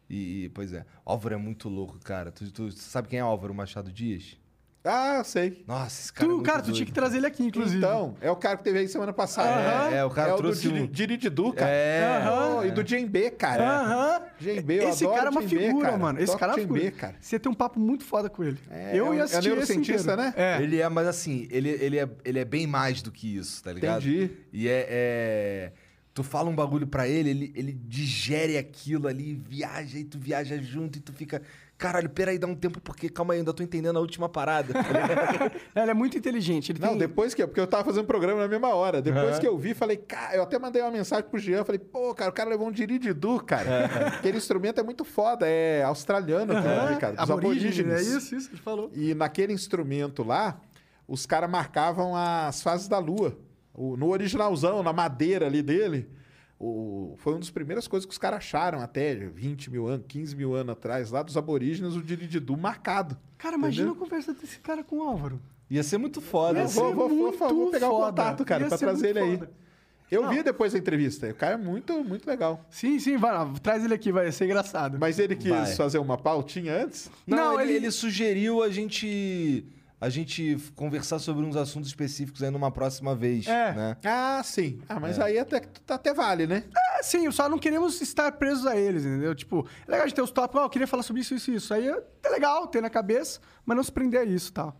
Speaker 2: E, e, pois é. Álvaro é muito louco, cara. Tu, tu sabe quem é Álvaro Machado Dias?
Speaker 1: Ah, sei.
Speaker 2: Nossa, esse cara. é
Speaker 3: Tu,
Speaker 2: muito
Speaker 3: cara, tu
Speaker 2: doido.
Speaker 3: tinha que trazer ele aqui, inclusive.
Speaker 1: Então, é o cara que teve aí semana passada.
Speaker 2: É, é, o cara trouxe
Speaker 1: do Diri-
Speaker 2: um-
Speaker 1: Dirididu, cara.
Speaker 2: É.
Speaker 1: Oh, E do Jembe, cara.
Speaker 3: Aham.
Speaker 1: Jembe, eu
Speaker 3: Esse
Speaker 1: adoro
Speaker 3: cara é uma
Speaker 1: Jembe,
Speaker 3: figura,
Speaker 1: cara.
Speaker 3: mano. Esse
Speaker 1: Toco
Speaker 3: cara é uma
Speaker 1: Jembe,
Speaker 3: figura.
Speaker 1: cara.
Speaker 3: Você tem um papo muito foda com ele.
Speaker 1: É, é
Speaker 3: eu
Speaker 1: um- é um
Speaker 3: ia assistir esse
Speaker 1: neurocientista,
Speaker 3: inteiro.
Speaker 1: né?
Speaker 3: É.
Speaker 2: Ele é, mas assim, ele, ele, é, ele é bem mais do que isso, tá ligado?
Speaker 1: Entendi.
Speaker 2: E é. é- Tu fala um bagulho pra ele, ele, ele digere aquilo ali, viaja e tu viaja junto e tu fica. Caralho, peraí, dá um tempo, porque calma aí, eu ainda tô entendendo a última parada.
Speaker 3: Ele é muito inteligente. Ele
Speaker 1: Não,
Speaker 3: tem...
Speaker 1: depois que... Porque eu tava fazendo programa na mesma hora. Depois que eu vi, falei... Cara, eu até mandei uma mensagem pro Jean. Falei, pô, cara, o cara levou um dirididu, cara. Aquele instrumento é muito foda. É australiano,
Speaker 3: Aham,
Speaker 1: também, cara. Dos
Speaker 3: aborígenes,
Speaker 1: aborígenes.
Speaker 3: É isso, isso, ele falou.
Speaker 1: E naquele instrumento lá, os caras marcavam as fases da lua. O- no originalzão, na madeira ali dele. o- foi uma das primeiras coisas que os caras acharam até 20 mil anos, 15 mil anos atrás, lá dos aborígenes, o dirididu marcado.
Speaker 3: Cara, imagina a
Speaker 1: Entendeu?
Speaker 3: conversa desse cara com o Álvaro.
Speaker 2: Ia ser muito foda.
Speaker 3: Ia
Speaker 1: Eu
Speaker 2: assim.
Speaker 3: ser
Speaker 1: vou, vou, vou, vou,
Speaker 3: muito
Speaker 1: pegar o
Speaker 3: foda.
Speaker 1: contato, cara,
Speaker 3: Ia
Speaker 1: pra
Speaker 3: ser
Speaker 1: trazer ele
Speaker 3: muito
Speaker 1: aí.
Speaker 3: foda.
Speaker 1: Eu
Speaker 3: Não.
Speaker 1: vi depois a entrevista. O cara é muito, muito legal.
Speaker 3: Sim, sim, vai lá, traz ele aqui, vai ser engraçado.
Speaker 1: Mas ele quis
Speaker 2: Vai.
Speaker 1: fazer uma pautinha antes?
Speaker 2: Não,
Speaker 3: Não,
Speaker 2: ele,
Speaker 3: ele-
Speaker 2: ele sugeriu a gente a gente conversar sobre uns assuntos específicos aí numa próxima vez,
Speaker 3: É.
Speaker 2: né?
Speaker 1: Ah, sim. Ah, mas aí até, que tá- até vale, né?
Speaker 3: É, sim, só não queremos estar presos a eles, entendeu? Tipo, é legal a gente ter os tópicos, ó, eu queria falar sobre isso, isso, isso. Aí é é legal ter na cabeça, mas não se prender a isso e tal.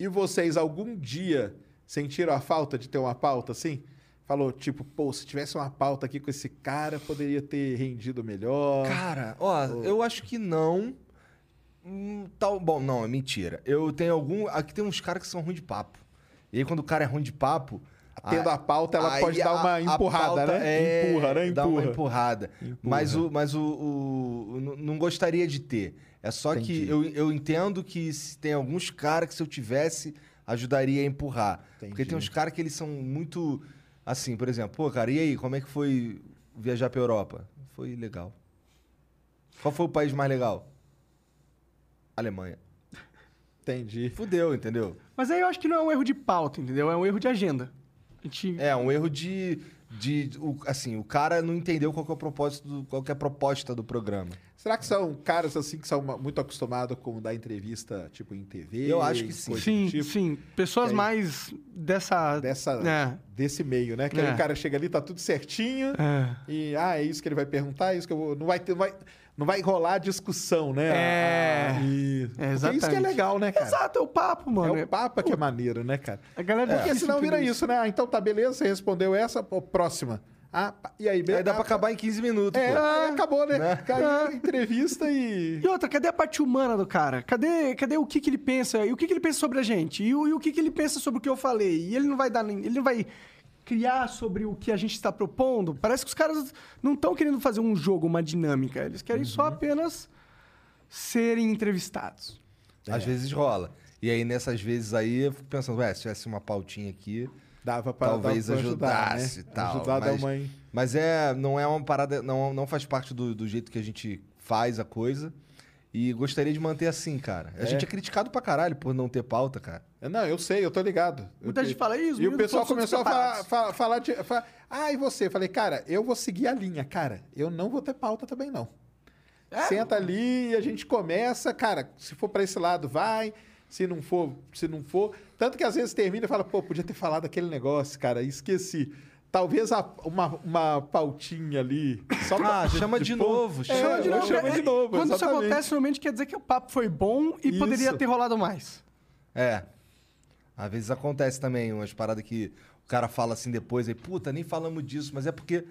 Speaker 1: E vocês algum dia sentiram a falta de ter uma pauta assim? Falou, tipo, pô, se tivesse uma pauta aqui com esse cara, poderia ter rendido melhor.
Speaker 2: Cara, ó, eu acho que não. Hum, Tal, bom, não, é mentira. Eu tenho algum. Aqui tem uns caras que são ruins de papo. E aí, quando o cara é ruim de papo.
Speaker 1: Tendo a pauta, ela pode dar uma empurrada, né? Empurra, né?
Speaker 2: Dá é uma
Speaker 1: Empurra.
Speaker 2: empurrada. Mas, o, mas o, o- o- n- não gostaria de ter. É só que eu, eu entendo que se tem alguns caras que se eu tivesse, ajudaria a empurrar. Porque tem uns caras que eles são muito. Assim, por exemplo, pô, cara, e aí, como é que foi viajar pra Europa? Foi legal. Qual foi o país mais legal? Alemanha.
Speaker 1: Entendi.
Speaker 2: Fudeu, entendeu?
Speaker 3: Mas aí eu acho que não é um erro de pauta, entendeu? É um erro de agenda. A gente...
Speaker 2: É, um erro de. de o- assim, o cara não entendeu qual que é o propósito, do- qual que é a proposta do programa.
Speaker 1: Será que são caras assim que são ma- muito acostumados com dar entrevista, tipo, em TV?
Speaker 2: Eu acho que
Speaker 1: e
Speaker 2: sim.
Speaker 1: coisa do
Speaker 3: Sim,
Speaker 1: tipo?
Speaker 3: sim. Pessoas
Speaker 1: E aí?
Speaker 3: mais dessa...
Speaker 1: Dessa,
Speaker 3: É.
Speaker 1: Desse meio, né? Que aí
Speaker 3: É.
Speaker 1: o cara chega ali, tá tudo certinho.
Speaker 3: É.
Speaker 1: E, ah, é isso que ele vai perguntar, é isso que eu vou... Não vai, ter, vai, não vai rolar discussão, né?
Speaker 3: É.
Speaker 1: Ah, e...
Speaker 3: É,
Speaker 1: Porque isso que é
Speaker 3: exatamente.
Speaker 1: legal, né, cara?
Speaker 3: Exato, é o papo, mano.
Speaker 1: É o papo que é maneiro, né, cara?
Speaker 3: A galera
Speaker 1: Porque
Speaker 3: esquece
Speaker 1: senão
Speaker 3: tudo
Speaker 1: vira isso, né? Ah, então tá, beleza, você respondeu essa, pô, próxima. Ah, pá, e aí, beleza?
Speaker 2: Aí dá pra acabar em 15 minutos.
Speaker 1: É,
Speaker 2: pô.
Speaker 1: aí acabou, né? Caiu entrevista e.
Speaker 3: E outra, cadê a parte humana do cara? Cadê, cadê o que, que ele pensa? E o que, que ele pensa sobre a gente? E o, e o que, que ele pensa sobre o que eu falei? E ele não vai dar nem, ele não vai criar sobre o que a gente está propondo. Parece que os caras não estão querendo fazer um jogo, uma dinâmica. Eles querem só
Speaker 1: Uhum.
Speaker 3: apenas serem entrevistados.
Speaker 2: Às vezes rola. E aí, nessas vezes aí, eu fico pensando, ué, se tivesse uma pautinha aqui,
Speaker 1: Dava pra
Speaker 2: talvez
Speaker 1: dava pra ajudar,
Speaker 2: ajudasse e
Speaker 1: né?
Speaker 2: tal.
Speaker 1: Ajudar da
Speaker 2: mas,
Speaker 1: mãe.
Speaker 2: mas é, não é uma parada, não, não faz parte do, do jeito que a gente faz a coisa. E gostaria de manter assim, cara. A gente é criticado pra caralho por não ter pauta, cara.
Speaker 1: É, Não, eu sei, eu tô ligado.
Speaker 3: Muita
Speaker 1: Eu-
Speaker 3: gente fala, "Ih, os
Speaker 1: E o
Speaker 3: meninos
Speaker 1: pessoal
Speaker 3: todos
Speaker 1: começou a falar,
Speaker 3: despreparados."
Speaker 1: falar, falar de. falar, ah, e você? Eu Falei, cara, eu vou seguir a linha, cara. Eu não vou ter pauta também, não.
Speaker 3: É?
Speaker 1: Senta ali e a gente começa, cara. Se for pra esse lado, vai. Se não for, se não for. Tanto que às vezes termina e fala, pô, podia ter falado aquele negócio, cara, esqueci. Talvez a- uma, uma pautinha ali. Só pra-
Speaker 2: Ah, chama de
Speaker 1: pô-
Speaker 2: novo,
Speaker 1: É,
Speaker 2: chama de
Speaker 1: eu
Speaker 2: novo.
Speaker 1: chamo de novo.
Speaker 3: Quando isso
Speaker 1: exatamente.
Speaker 3: acontece, normalmente quer dizer que o papo foi bom e
Speaker 1: Isso.
Speaker 3: poderia ter rolado mais.
Speaker 2: É. Às vezes acontece também umas paradas que o cara fala assim depois, aí, puta, nem falamos disso, mas é porque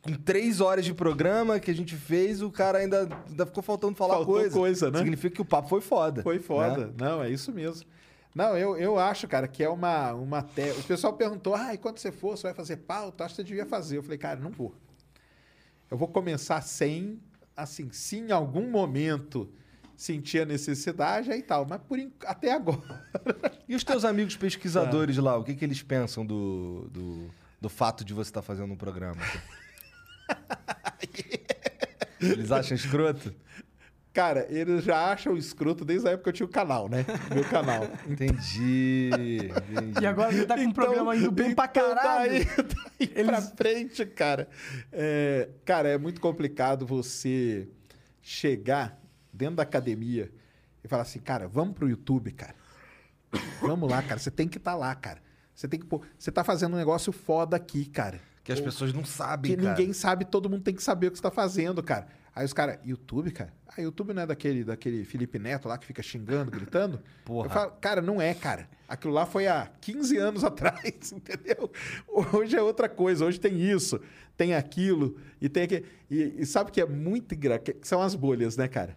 Speaker 2: com três horas de programa que a gente fez, o cara ainda, ainda ficou faltando falar
Speaker 1: Faltou
Speaker 2: coisa.
Speaker 1: coisa, né?
Speaker 2: Significa que o papo foi foda.
Speaker 1: Foi foda.
Speaker 2: né?
Speaker 1: Não, é isso mesmo. Não, eu, eu acho, cara, que é uma, uma te... O pessoal perguntou, ah, e quando você for, você vai fazer pauta? Acho que você devia fazer. Eu falei, cara, não vou. Eu vou começar sem, assim, se em algum momento sentir a necessidade, aí tal. Mas por en- até agora.
Speaker 2: E os teus amigos pesquisadores lá, o que, que eles pensam do, do, do fato de você estar fazendo um programa? eles acham escroto?
Speaker 1: Cara, eles já acham escroto desde a época que eu tinha o canal, né? Meu canal.
Speaker 2: Entendi. entendi.
Speaker 3: E agora ele tá com um programa indo bem pra
Speaker 1: então
Speaker 3: caralho.
Speaker 1: Daí, daí pra frente, cara. É, cara, é muito complicado você chegar dentro da academia e falar assim, cara, vamos pro YouTube, cara. Vamos lá, cara. Você tem que estar lá, cara. Você tem que pôr. Você tá fazendo um negócio foda aqui, cara.
Speaker 2: Que as pessoas não sabem,
Speaker 1: Que
Speaker 2: cara.
Speaker 1: ninguém sabe, todo mundo tem que saber o que você tá fazendo, cara. Aí os caras, YouTube, cara? Ah, YouTube não é daquele, daquele Felipe Neto lá que fica xingando, gritando?
Speaker 2: Porra.
Speaker 1: Eu falo, cara, não é, cara. Aquilo lá foi há 15 anos atrás, entendeu? Hoje é outra coisa, hoje tem isso, tem aquilo, e tem aquele. E, e sabe o que é muito engraçado? São as bolhas, né, cara?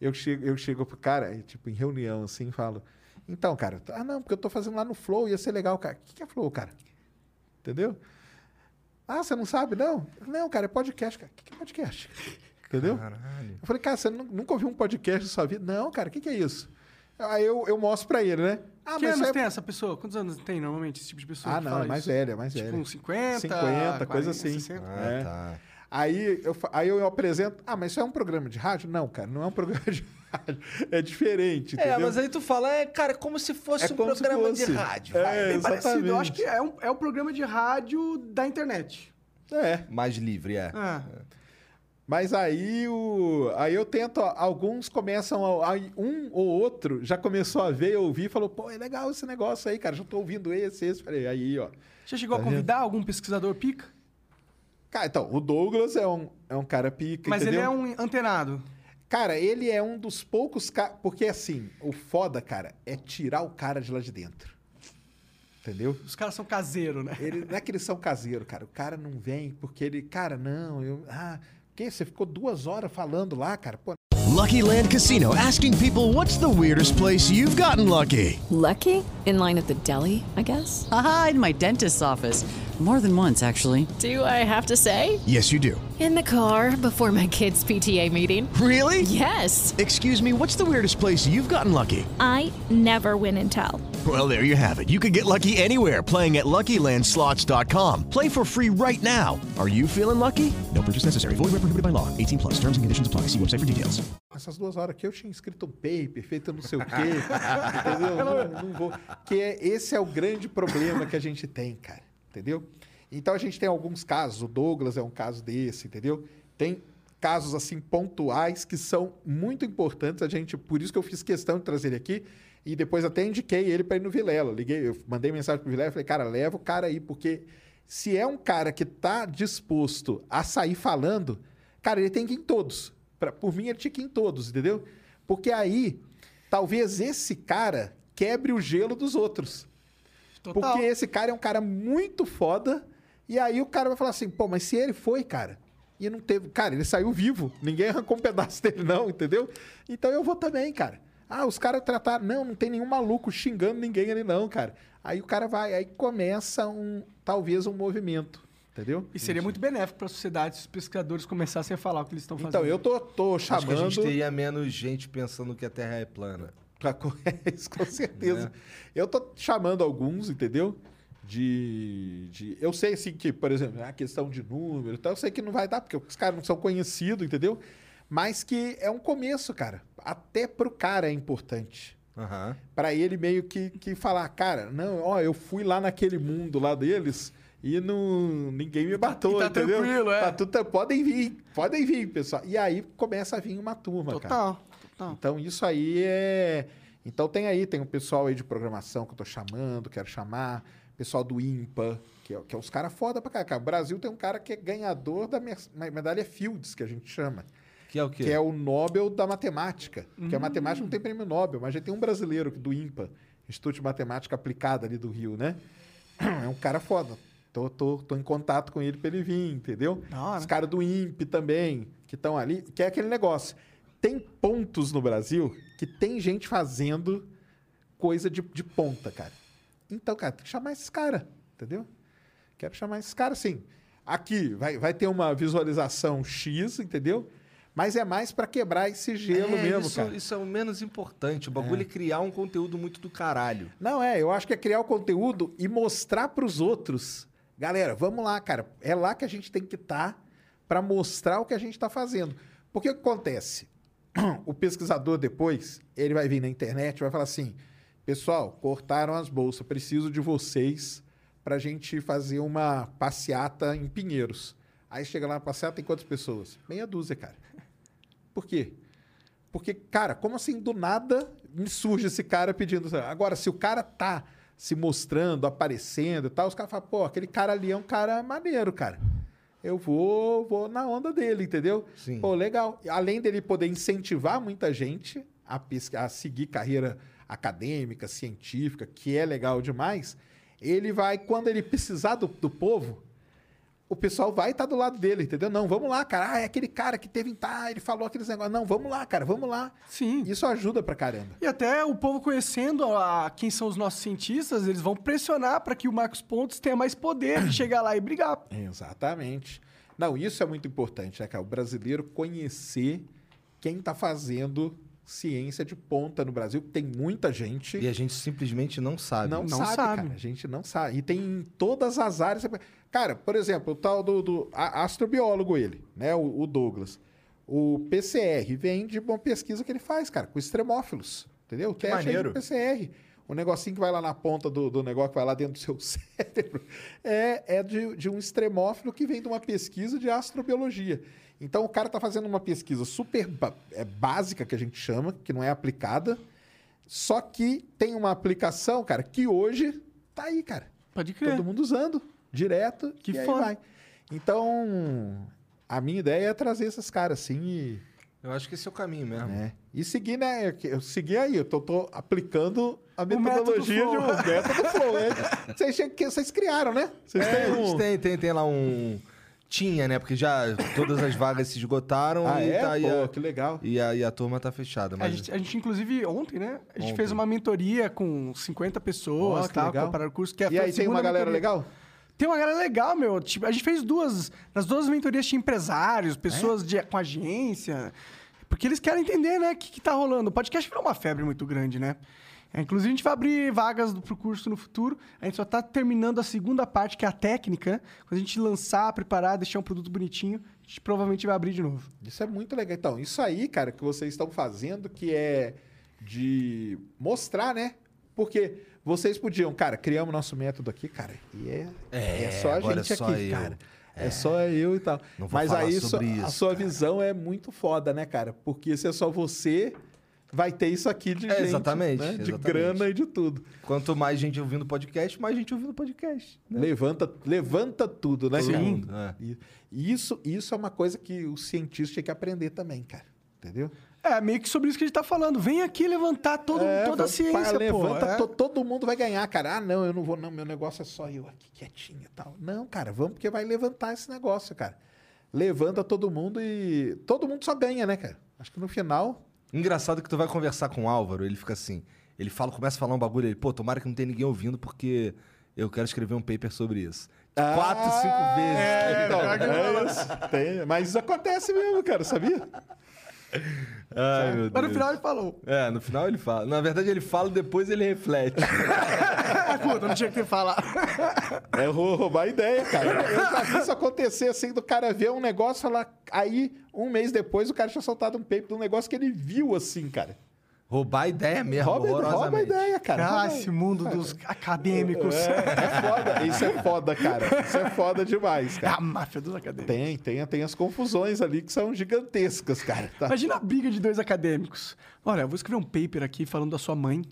Speaker 1: Eu chego, eu chego pro cara, e, tipo, em reunião, assim, e falo. Então, cara, eu tô- ah, não, porque eu tô fazendo lá no Flow, ia ser legal, cara. O que que é Flow, cara? Entendeu? Ah, você não sabe, não? Não, cara, é podcast, cara. O que que é podcast? Entendeu?
Speaker 2: Caralho.
Speaker 1: Eu falei, cara, você nu- nunca ouviu um podcast na sua vida? Não, cara, o que, que é isso? Aí eu, eu mostro pra ele, né? Ah,
Speaker 3: que
Speaker 1: isso
Speaker 3: anos
Speaker 1: é-
Speaker 3: tem essa pessoa? Quantos anos tem normalmente esse tipo de pessoa?
Speaker 1: Ah,
Speaker 3: que
Speaker 1: não,
Speaker 3: fala
Speaker 1: é mais
Speaker 3: isso?
Speaker 1: velha, é mais velha.
Speaker 3: Tipo uns 50,
Speaker 1: 50,
Speaker 3: 40,
Speaker 1: coisa assim.
Speaker 3: 60.
Speaker 2: Ah,
Speaker 1: É.
Speaker 2: tá.
Speaker 1: Aí eu, fa- aí eu apresento. Ah, mas isso é um programa de rádio? Não, cara, não é um programa de rádio. É diferente, entendeu?
Speaker 7: É, mas aí tu fala, é, cara, como se fosse
Speaker 1: É
Speaker 7: um
Speaker 1: como se
Speaker 7: programa
Speaker 1: fosse.
Speaker 7: de rádio.
Speaker 1: É,
Speaker 7: vai.
Speaker 3: Bem parecido. Eu
Speaker 1: exatamente.
Speaker 3: acho que é um, é um programa de rádio da internet.
Speaker 1: É.
Speaker 2: Mais livre, é.
Speaker 3: Ah,
Speaker 1: Mas aí o. Aí eu tento, ó, alguns começam. A, aí um ou outro já começou a ver, ouvir e falou, pô, é legal esse negócio aí, cara. Já tô ouvindo esse, esse. Falei, aí, ó.
Speaker 3: já chegou
Speaker 1: Tá
Speaker 3: a convidar algum pesquisador pica?
Speaker 1: Cara, então, o Douglas é um, é um cara pica.
Speaker 3: Mas
Speaker 1: entendeu?
Speaker 3: ele é um antenado.
Speaker 1: Cara, ele é um dos poucos caras. Porque assim, o foda, cara, é tirar o cara de lá de dentro. Entendeu?
Speaker 3: Os caras são caseiros, né?
Speaker 1: Ele, não é que eles são caseiros, cara. O cara não vem porque ele. Cara, não, eu. Ah, o quê? Você ficou duas horas falando lá, cara? Pô,
Speaker 8: Lucky Land Casino asking people what's the weirdest place you've gotten lucky?
Speaker 9: Lucky? In line at the deli, I guess?
Speaker 4: Aha, in my dentist's office. More than once, actually.
Speaker 10: Do I have to say?
Speaker 8: Yes, you do.
Speaker 10: In the car before my kids' PTA meeting.
Speaker 8: Really?
Speaker 10: Yes.
Speaker 8: Excuse me, what's the weirdest place you've gotten lucky?
Speaker 11: I never win and tell.
Speaker 8: Well, there you have it. You can get lucky anywhere playing at LuckyLandSlots.com. Play for free right now. Are you feeling lucky? No purchase necessary. Void where prohibited by law. 18 plus. Terms and conditions apply. See website for details.
Speaker 1: essas duas horas aqui eu tinha escrito um paper, feito não sei o quê. entendeu? Não, não vou. Que é, esse é o grande problema que a gente tem, cara. Entendeu? Então a gente tem alguns casos, o Douglas é um caso desse, entendeu? Tem casos assim pontuais que são muito importantes a gente, por isso que eu fiz questão de trazer ele aqui e depois até indiquei ele para ir no Vilela. Liguei, eu mandei mensagem pro Vilela e falei: "Cara, leva o cara aí porque se é um cara que tá disposto a sair falando, cara, ele tem que ir em todos. Pra- por mim, ele tinha que ir em todos, entendeu? Porque aí, talvez esse cara quebre o gelo dos outros.
Speaker 3: Total.
Speaker 1: Porque esse cara é um cara muito foda. E aí o cara vai falar assim, pô, mas se ele foi, cara, e não teve. Cara, ele saiu vivo. Ninguém arrancou um pedaço dele, não, entendeu? Então eu vou também, cara. Ah, os caras trataram. Não, não tem nenhum maluco xingando ninguém ali, não, cara. Aí o cara vai, aí começa um. Talvez um movimento, entendeu?
Speaker 3: E seria muito benéfico pra sociedade se os pesquisadores começassem a falar o que eles estão fazendo.
Speaker 1: Então, eu tô, tô
Speaker 2: um Acho que a
Speaker 1: chamando.
Speaker 2: gente teria menos gente pensando que a Terra é plana.
Speaker 1: Pra co- É isso, com certeza.
Speaker 3: Né?
Speaker 1: Eu tô chamando alguns, entendeu? De, de. Eu sei, assim, que, por exemplo, a questão de número, e tal, eu sei que não vai dar, porque os caras não são conhecidos, entendeu? Mas que é um começo, cara. Até pro cara é importante.
Speaker 2: Aham.
Speaker 1: Pra ele meio que, que falar, cara, não, ó, eu fui lá naquele mundo lá deles e não, ninguém me bateu,
Speaker 3: E tá
Speaker 1: entendeu?
Speaker 3: tranquilo, é.
Speaker 1: Tá tudo, tra- podem vir, podem vir, pessoal. E aí começa a vir uma turma, cara.
Speaker 3: Total, total.
Speaker 1: Então isso aí é. Então tem aí, tem o pessoal aí de programação que eu tô chamando, quero chamar, pessoal do IMPA, que é, que é os caras foda pra cá, cara. O Brasil tem um cara que é ganhador da me- me- medalha Fields, que a gente chama,
Speaker 2: Que é o quê?
Speaker 1: que é o Nobel da Matemática. Porque a
Speaker 3: Hum.
Speaker 1: matemática não tem prêmio Nobel, mas já tem um brasileiro do IMPA, Instituto de Matemática Aplicada ali do Rio, né? É um cara foda. Tô, tô, tô em contato com ele pra ele vir, entendeu?
Speaker 3: Da hora.
Speaker 1: Os caras do INPE também, que estão ali, que é aquele negócio. Tem pontos no Brasil que tem gente fazendo coisa de, de ponta, cara. Então, cara, tem que chamar esses caras, entendeu? Quero chamar esses caras, sim. Aqui vai, vai ter uma visualização X, entendeu? Mas é mais pra quebrar esse gelo
Speaker 2: É,
Speaker 1: mesmo,
Speaker 2: isso,
Speaker 1: cara.
Speaker 2: Isso é o menos importante. O bagulho é, criar um conteúdo muito do caralho.
Speaker 1: Não, é, eu acho que é criar o conteúdo e mostrar pros outros. Galera, vamos lá, cara. É lá que a gente tem que estar pra mostrar o que a gente tá fazendo. Porque o que acontece? O pesquisador depois, ele vai vir na internet e vai falar assim: "Pessoal, cortaram as bolsas, preciso de vocês pra gente fazer uma passeata em Pinheiros". Aí chega lá na passeata tem quantas pessoas? Meia dúzia, cara. Por quê? Porque, cara, como assim do nada me surge esse cara pedindo. Agora, se o cara tá se mostrando, aparecendo e tal, os caras falam, pô, aquele cara ali é um cara maneiro, cara. Eu vou, vou na onda dele, entendeu?
Speaker 2: Sim.
Speaker 1: Pô, legal. E Além dele poder incentivar muita gente a, pesqui- a seguir carreira acadêmica, científica, que é legal demais, ele vai, quando ele precisar do- do povo, o pessoal vai estar do lado dele, entendeu? Não, vamos lá, cara. Ah, é aquele cara que teve em tá, ele falou aqueles negócios. Não, vamos lá, cara, vamos lá.
Speaker 3: Sim.
Speaker 1: Isso ajuda pra caramba.
Speaker 3: E até o povo conhecendo a, quem são os nossos cientistas, eles vão pressionar para que o Marcos Pontes tenha mais poder de chegar lá e brigar.
Speaker 1: Exatamente. Não, isso é muito importante, né, cara? O brasileiro conhecer quem tá fazendo ciência de ponta no Brasil. Tem muita gente.
Speaker 2: E a gente simplesmente não sabe.
Speaker 1: Não, sabe, cara. A gente não sabe. E tem em todas as áreas. Cara, por exemplo, o tal do, do a- astrobiólogo ele, né? O, o Douglas. O PCR vem de uma pesquisa que ele faz, cara, com extremófilos. Entendeu? é Que
Speaker 2: maneiro.
Speaker 1: PCR. O negocinho que vai lá na ponta do, do negócio, que vai lá dentro do seu cérebro, é, é de, de um extremófilo que vem de uma pesquisa de astrobiologia. Então, o cara está fazendo uma pesquisa super ba- é, básica, que a gente chama, que não é aplicada, só que tem uma aplicação, cara, que hoje tá aí, cara.
Speaker 3: Pode crer.
Speaker 1: Todo mundo usando, direto,
Speaker 3: Que
Speaker 1: e aí
Speaker 3: foda.
Speaker 1: vai. Então, a minha ideia é trazer esses caras assim e,
Speaker 2: Eu acho que esse é o caminho mesmo.
Speaker 1: né, e seguir, né? eu que- Eu seguir aí, eu tô, tô aplicando a
Speaker 3: método
Speaker 1: metodologia de
Speaker 3: Flow.
Speaker 1: um método flow. é. Vocês, tinham que- vocês criaram, né? Vocês
Speaker 2: É,
Speaker 1: têm
Speaker 2: a gente
Speaker 1: um...
Speaker 2: tem, tem, tem lá um. Tinha, né? Porque já todas as vagas se
Speaker 3: um
Speaker 2: esgotaram
Speaker 1: Ah,
Speaker 2: e,
Speaker 1: é?
Speaker 2: tá, e,
Speaker 1: Pô,
Speaker 2: a,
Speaker 1: que legal.
Speaker 2: e, a, e a turma tá fechada.
Speaker 3: A
Speaker 2: Mas
Speaker 3: gente, a gente, inclusive, ontem, né? A gente
Speaker 2: Ontem.
Speaker 3: fez uma mentoria com 50 pessoas,
Speaker 1: Ó, que
Speaker 3: tá?
Speaker 1: legal.
Speaker 3: Para o curso que é a
Speaker 1: E aí tem
Speaker 3: segunda
Speaker 1: uma galera
Speaker 3: mentoria.
Speaker 1: legal?
Speaker 3: Tem uma galera legal, meu. Tipo, a gente fez duas. Nas duas mentorias tinha empresários, pessoas de- com agência. Porque eles querem entender, né, o que, que tá rolando. O podcast virou uma febre muito grande, né? É, inclusive, a gente vai abrir vagas do, pro curso no futuro. A gente só tá terminando a segunda parte, que é a técnica. Quando a gente lançar, preparar, deixar um produto bonitinho, a gente provavelmente vai abrir de novo.
Speaker 1: Isso é muito legal. Então, isso aí, cara, que vocês estão fazendo, que é de mostrar, né? Porque vocês podiam, cara, criamos nosso método aqui, cara, e é,
Speaker 2: É,
Speaker 1: é, só a
Speaker 2: agora
Speaker 1: gente
Speaker 2: é só
Speaker 1: aqui,
Speaker 2: eu.
Speaker 1: cara. É. só eu e tal.
Speaker 2: Não vou
Speaker 1: Mas
Speaker 2: falar
Speaker 1: aí
Speaker 2: sobre
Speaker 1: sua- a
Speaker 2: isso,
Speaker 1: sua visão é muito foda, né, cara? Porque se é só você, vai ter isso aqui de
Speaker 2: É,
Speaker 1: gente,
Speaker 2: exatamente,
Speaker 1: né? de
Speaker 2: exatamente.
Speaker 1: grana e de tudo.
Speaker 2: quanto mais gente ouvindo podcast, mais gente ouvindo podcast.
Speaker 1: Levanta, levanta tudo, né?
Speaker 2: Todo
Speaker 1: cara?
Speaker 2: mundo, é.
Speaker 1: E- E isso, isso é uma coisa que o cientista tem que aprender também, cara. Entendeu?
Speaker 3: É, meio que sobre isso que a gente tá falando. Vem aqui levantar todo,
Speaker 1: É,
Speaker 3: toda a
Speaker 1: vamos-
Speaker 3: ciência,
Speaker 1: pá, levanta,
Speaker 3: pô. É.
Speaker 1: to- todo mundo vai ganhar, cara. Ah, não, eu não vou, não. Meu negócio é só eu aqui quietinho e tal. Não, cara, vamos porque vai levantar esse negócio, cara. Levanta todo mundo e. Todo mundo só ganha, né, cara? Acho que no final.
Speaker 2: Engraçado que tu vai conversar com o Álvaro, ele fica assim. Ele fala, começa a falar um bagulho, ele, pô, tomara que não tenha ninguém ouvindo, porque eu quero escrever um paper sobre isso. Quatro, cinco vezes.
Speaker 1: É, então,
Speaker 2: Ai,
Speaker 1: é isso. Tem- mas isso acontece mesmo, cara, sabia?
Speaker 2: meu Deus.
Speaker 3: Mas no final ele falou.
Speaker 2: É, no final ele fala. Na verdade, ele fala depois ele reflete.
Speaker 3: Ah, puta, não tinha que ter falado.
Speaker 1: É rou- roubar a ideia, cara. Eu já vi isso acontecer assim, do cara ver um negócio e falar. Aí, um mês depois, o cara tinha soltado um paper de um negócio que ele viu assim, cara.
Speaker 2: Roubar a
Speaker 3: É
Speaker 2: ideia mesmo,
Speaker 1: Rouba, rouba a
Speaker 2: horrorosamente.
Speaker 1: ideia, cara.
Speaker 3: Ah,
Speaker 1: Rouba a
Speaker 3: esse mundo dos acadêmicos.
Speaker 1: É, é foda. Isso é foda, cara. Isso é foda demais,
Speaker 3: É
Speaker 1: cara.
Speaker 3: a máfia dos acadêmicos.
Speaker 1: Tem, tem, tem as confusões ali que são gigantescas, cara. Tá.
Speaker 3: Imagina a briga de dois acadêmicos. Olha, eu vou escrever um paper aqui falando da sua mãe.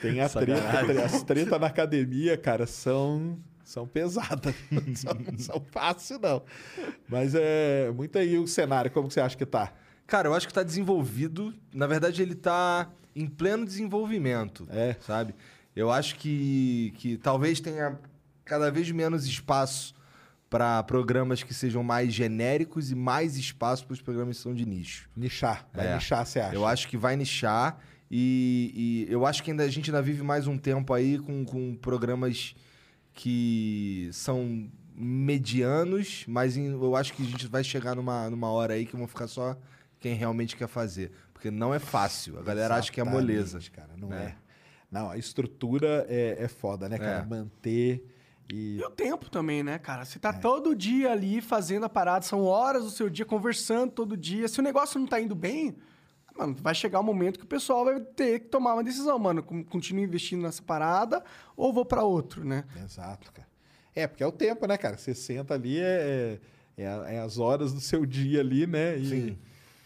Speaker 1: Tem a treta, tre- as tretas na academia, cara, são, são pesadas. Não são, não são fácil, não. Mas é muito aí o cenário, como que você acha que tá?
Speaker 2: Cara, eu acho que tá desenvolvido. Na verdade, ele tá em pleno desenvolvimento.
Speaker 1: É.
Speaker 2: Sabe? Eu acho que, que talvez tenha cada vez menos espaço para programas que sejam mais genéricos e mais espaço para os programas que são de nicho.
Speaker 1: Nichar. Vai nichar, você acha?
Speaker 2: É. Eu acho que vai nichar e, e eu acho que ainda a gente ainda vive mais um tempo aí com, com programas que são medianos, mas em- eu acho que a gente vai chegar numa, numa hora aí que vão ficar só quem realmente quer fazer. Porque não é fácil. A galera acha que é moleza. né?
Speaker 1: Exatamente, cara, não é. Não, a estrutura é, é foda, né, cara?
Speaker 2: É.
Speaker 1: Manter e.
Speaker 3: E o tempo também, né, cara? Você
Speaker 1: É.
Speaker 3: tá todo dia ali fazendo a parada, são horas do seu dia conversando todo dia. Se o negócio não tá indo bem, mano, vai chegar um momento que o pessoal vai ter que tomar uma decisão, mano. con- Continuo investindo nessa parada ou vou pra outro, né?
Speaker 1: Exato, cara. É, porque é o tempo, né, cara? Você senta ali, é, é, a- é as horas do seu dia ali, né? E,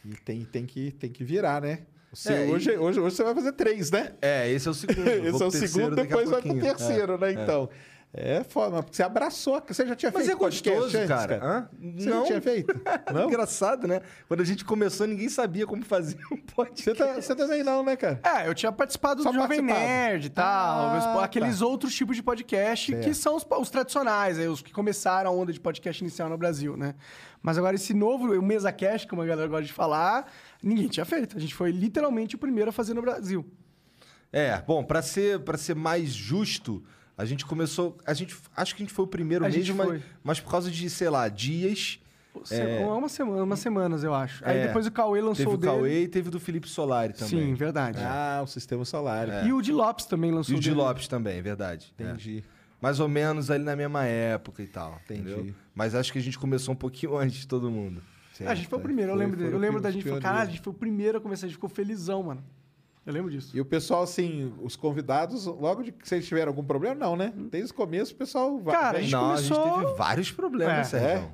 Speaker 1: e tem, tem, que, tem que virar, né? Você,
Speaker 2: É, e-
Speaker 1: hoje, hoje, hoje você vai fazer três, né?
Speaker 2: É, esse é o segundo. Vou
Speaker 1: Esse
Speaker 2: pro
Speaker 1: é o
Speaker 2: terceiro
Speaker 1: segundo,
Speaker 2: daqui a
Speaker 1: depois vai pro
Speaker 2: pouquinho.
Speaker 1: terceiro,
Speaker 2: É,
Speaker 1: né?
Speaker 2: é.
Speaker 1: Então. É foda, mas você abraçou, você já tinha
Speaker 2: Mas
Speaker 1: feito
Speaker 2: é gostoso,
Speaker 1: podcast antes,
Speaker 2: cara. Hã?
Speaker 1: Você não.
Speaker 2: Não.
Speaker 1: tinha feito? Não?
Speaker 2: Engraçado, né? Quando a gente começou, ninguém sabia como fazer um podcast.
Speaker 1: Você, tá- você também não, né, cara?
Speaker 3: É, eu tinha participado
Speaker 1: Só
Speaker 3: do Jovem
Speaker 1: participado.
Speaker 3: Nerd e tal,
Speaker 1: Ah,
Speaker 3: mas, pô,
Speaker 1: tá.
Speaker 3: aqueles outros tipos de podcast que são os, os tradicionais, aí, os que começaram a onda de podcast inicial no Brasil, né? Mas agora esse novo, o Mesa Cast, como a galera gosta de falar, ninguém tinha feito. A gente foi literalmente o primeiro a fazer no Brasil.
Speaker 2: É, bom, pra ser para ser mais justo, a gente começou, a gente acho que a gente foi o primeiro
Speaker 3: A gente
Speaker 2: mesmo, mas,
Speaker 3: foi.
Speaker 2: mas por causa de, sei lá, dias.
Speaker 3: Se- Uma semana, umas semanas, eu acho. Aí
Speaker 2: é,
Speaker 3: depois o Cauê lançou
Speaker 2: teve
Speaker 3: o dele.
Speaker 2: Cauê e teve do Felipe Solari também.
Speaker 3: Sim, verdade.
Speaker 2: É.
Speaker 1: Ah, o sistema salário.
Speaker 3: E o de Lopes também lançou
Speaker 2: E o de
Speaker 3: dele.
Speaker 2: Lopes também, verdade. É.
Speaker 1: Entendi.
Speaker 2: Mais ou menos ali na mesma época e tal.
Speaker 1: Entendi.
Speaker 2: Entendeu? É, Mas acho que a gente começou um pouquinho antes de todo mundo.
Speaker 3: A gente foi o primeiro, eu
Speaker 1: Foi-
Speaker 3: lembro, dele.
Speaker 1: foram
Speaker 3: eu lembro da
Speaker 1: os
Speaker 3: gente falou,
Speaker 1: pioneiros.
Speaker 3: caralho, a gente foi o primeiro a começar, a gente ficou felizão, mano. Eu lembro disso.
Speaker 1: E o pessoal, assim, os convidados, logo de que vocês tiveram algum problema, não, né?
Speaker 2: Hum.
Speaker 1: Desde o começo o pessoal vai.
Speaker 3: Cara,
Speaker 1: vem.
Speaker 3: gente
Speaker 2: Não, a gente
Speaker 3: começou-
Speaker 2: teve vários problemas,
Speaker 3: É.
Speaker 2: Sérgio.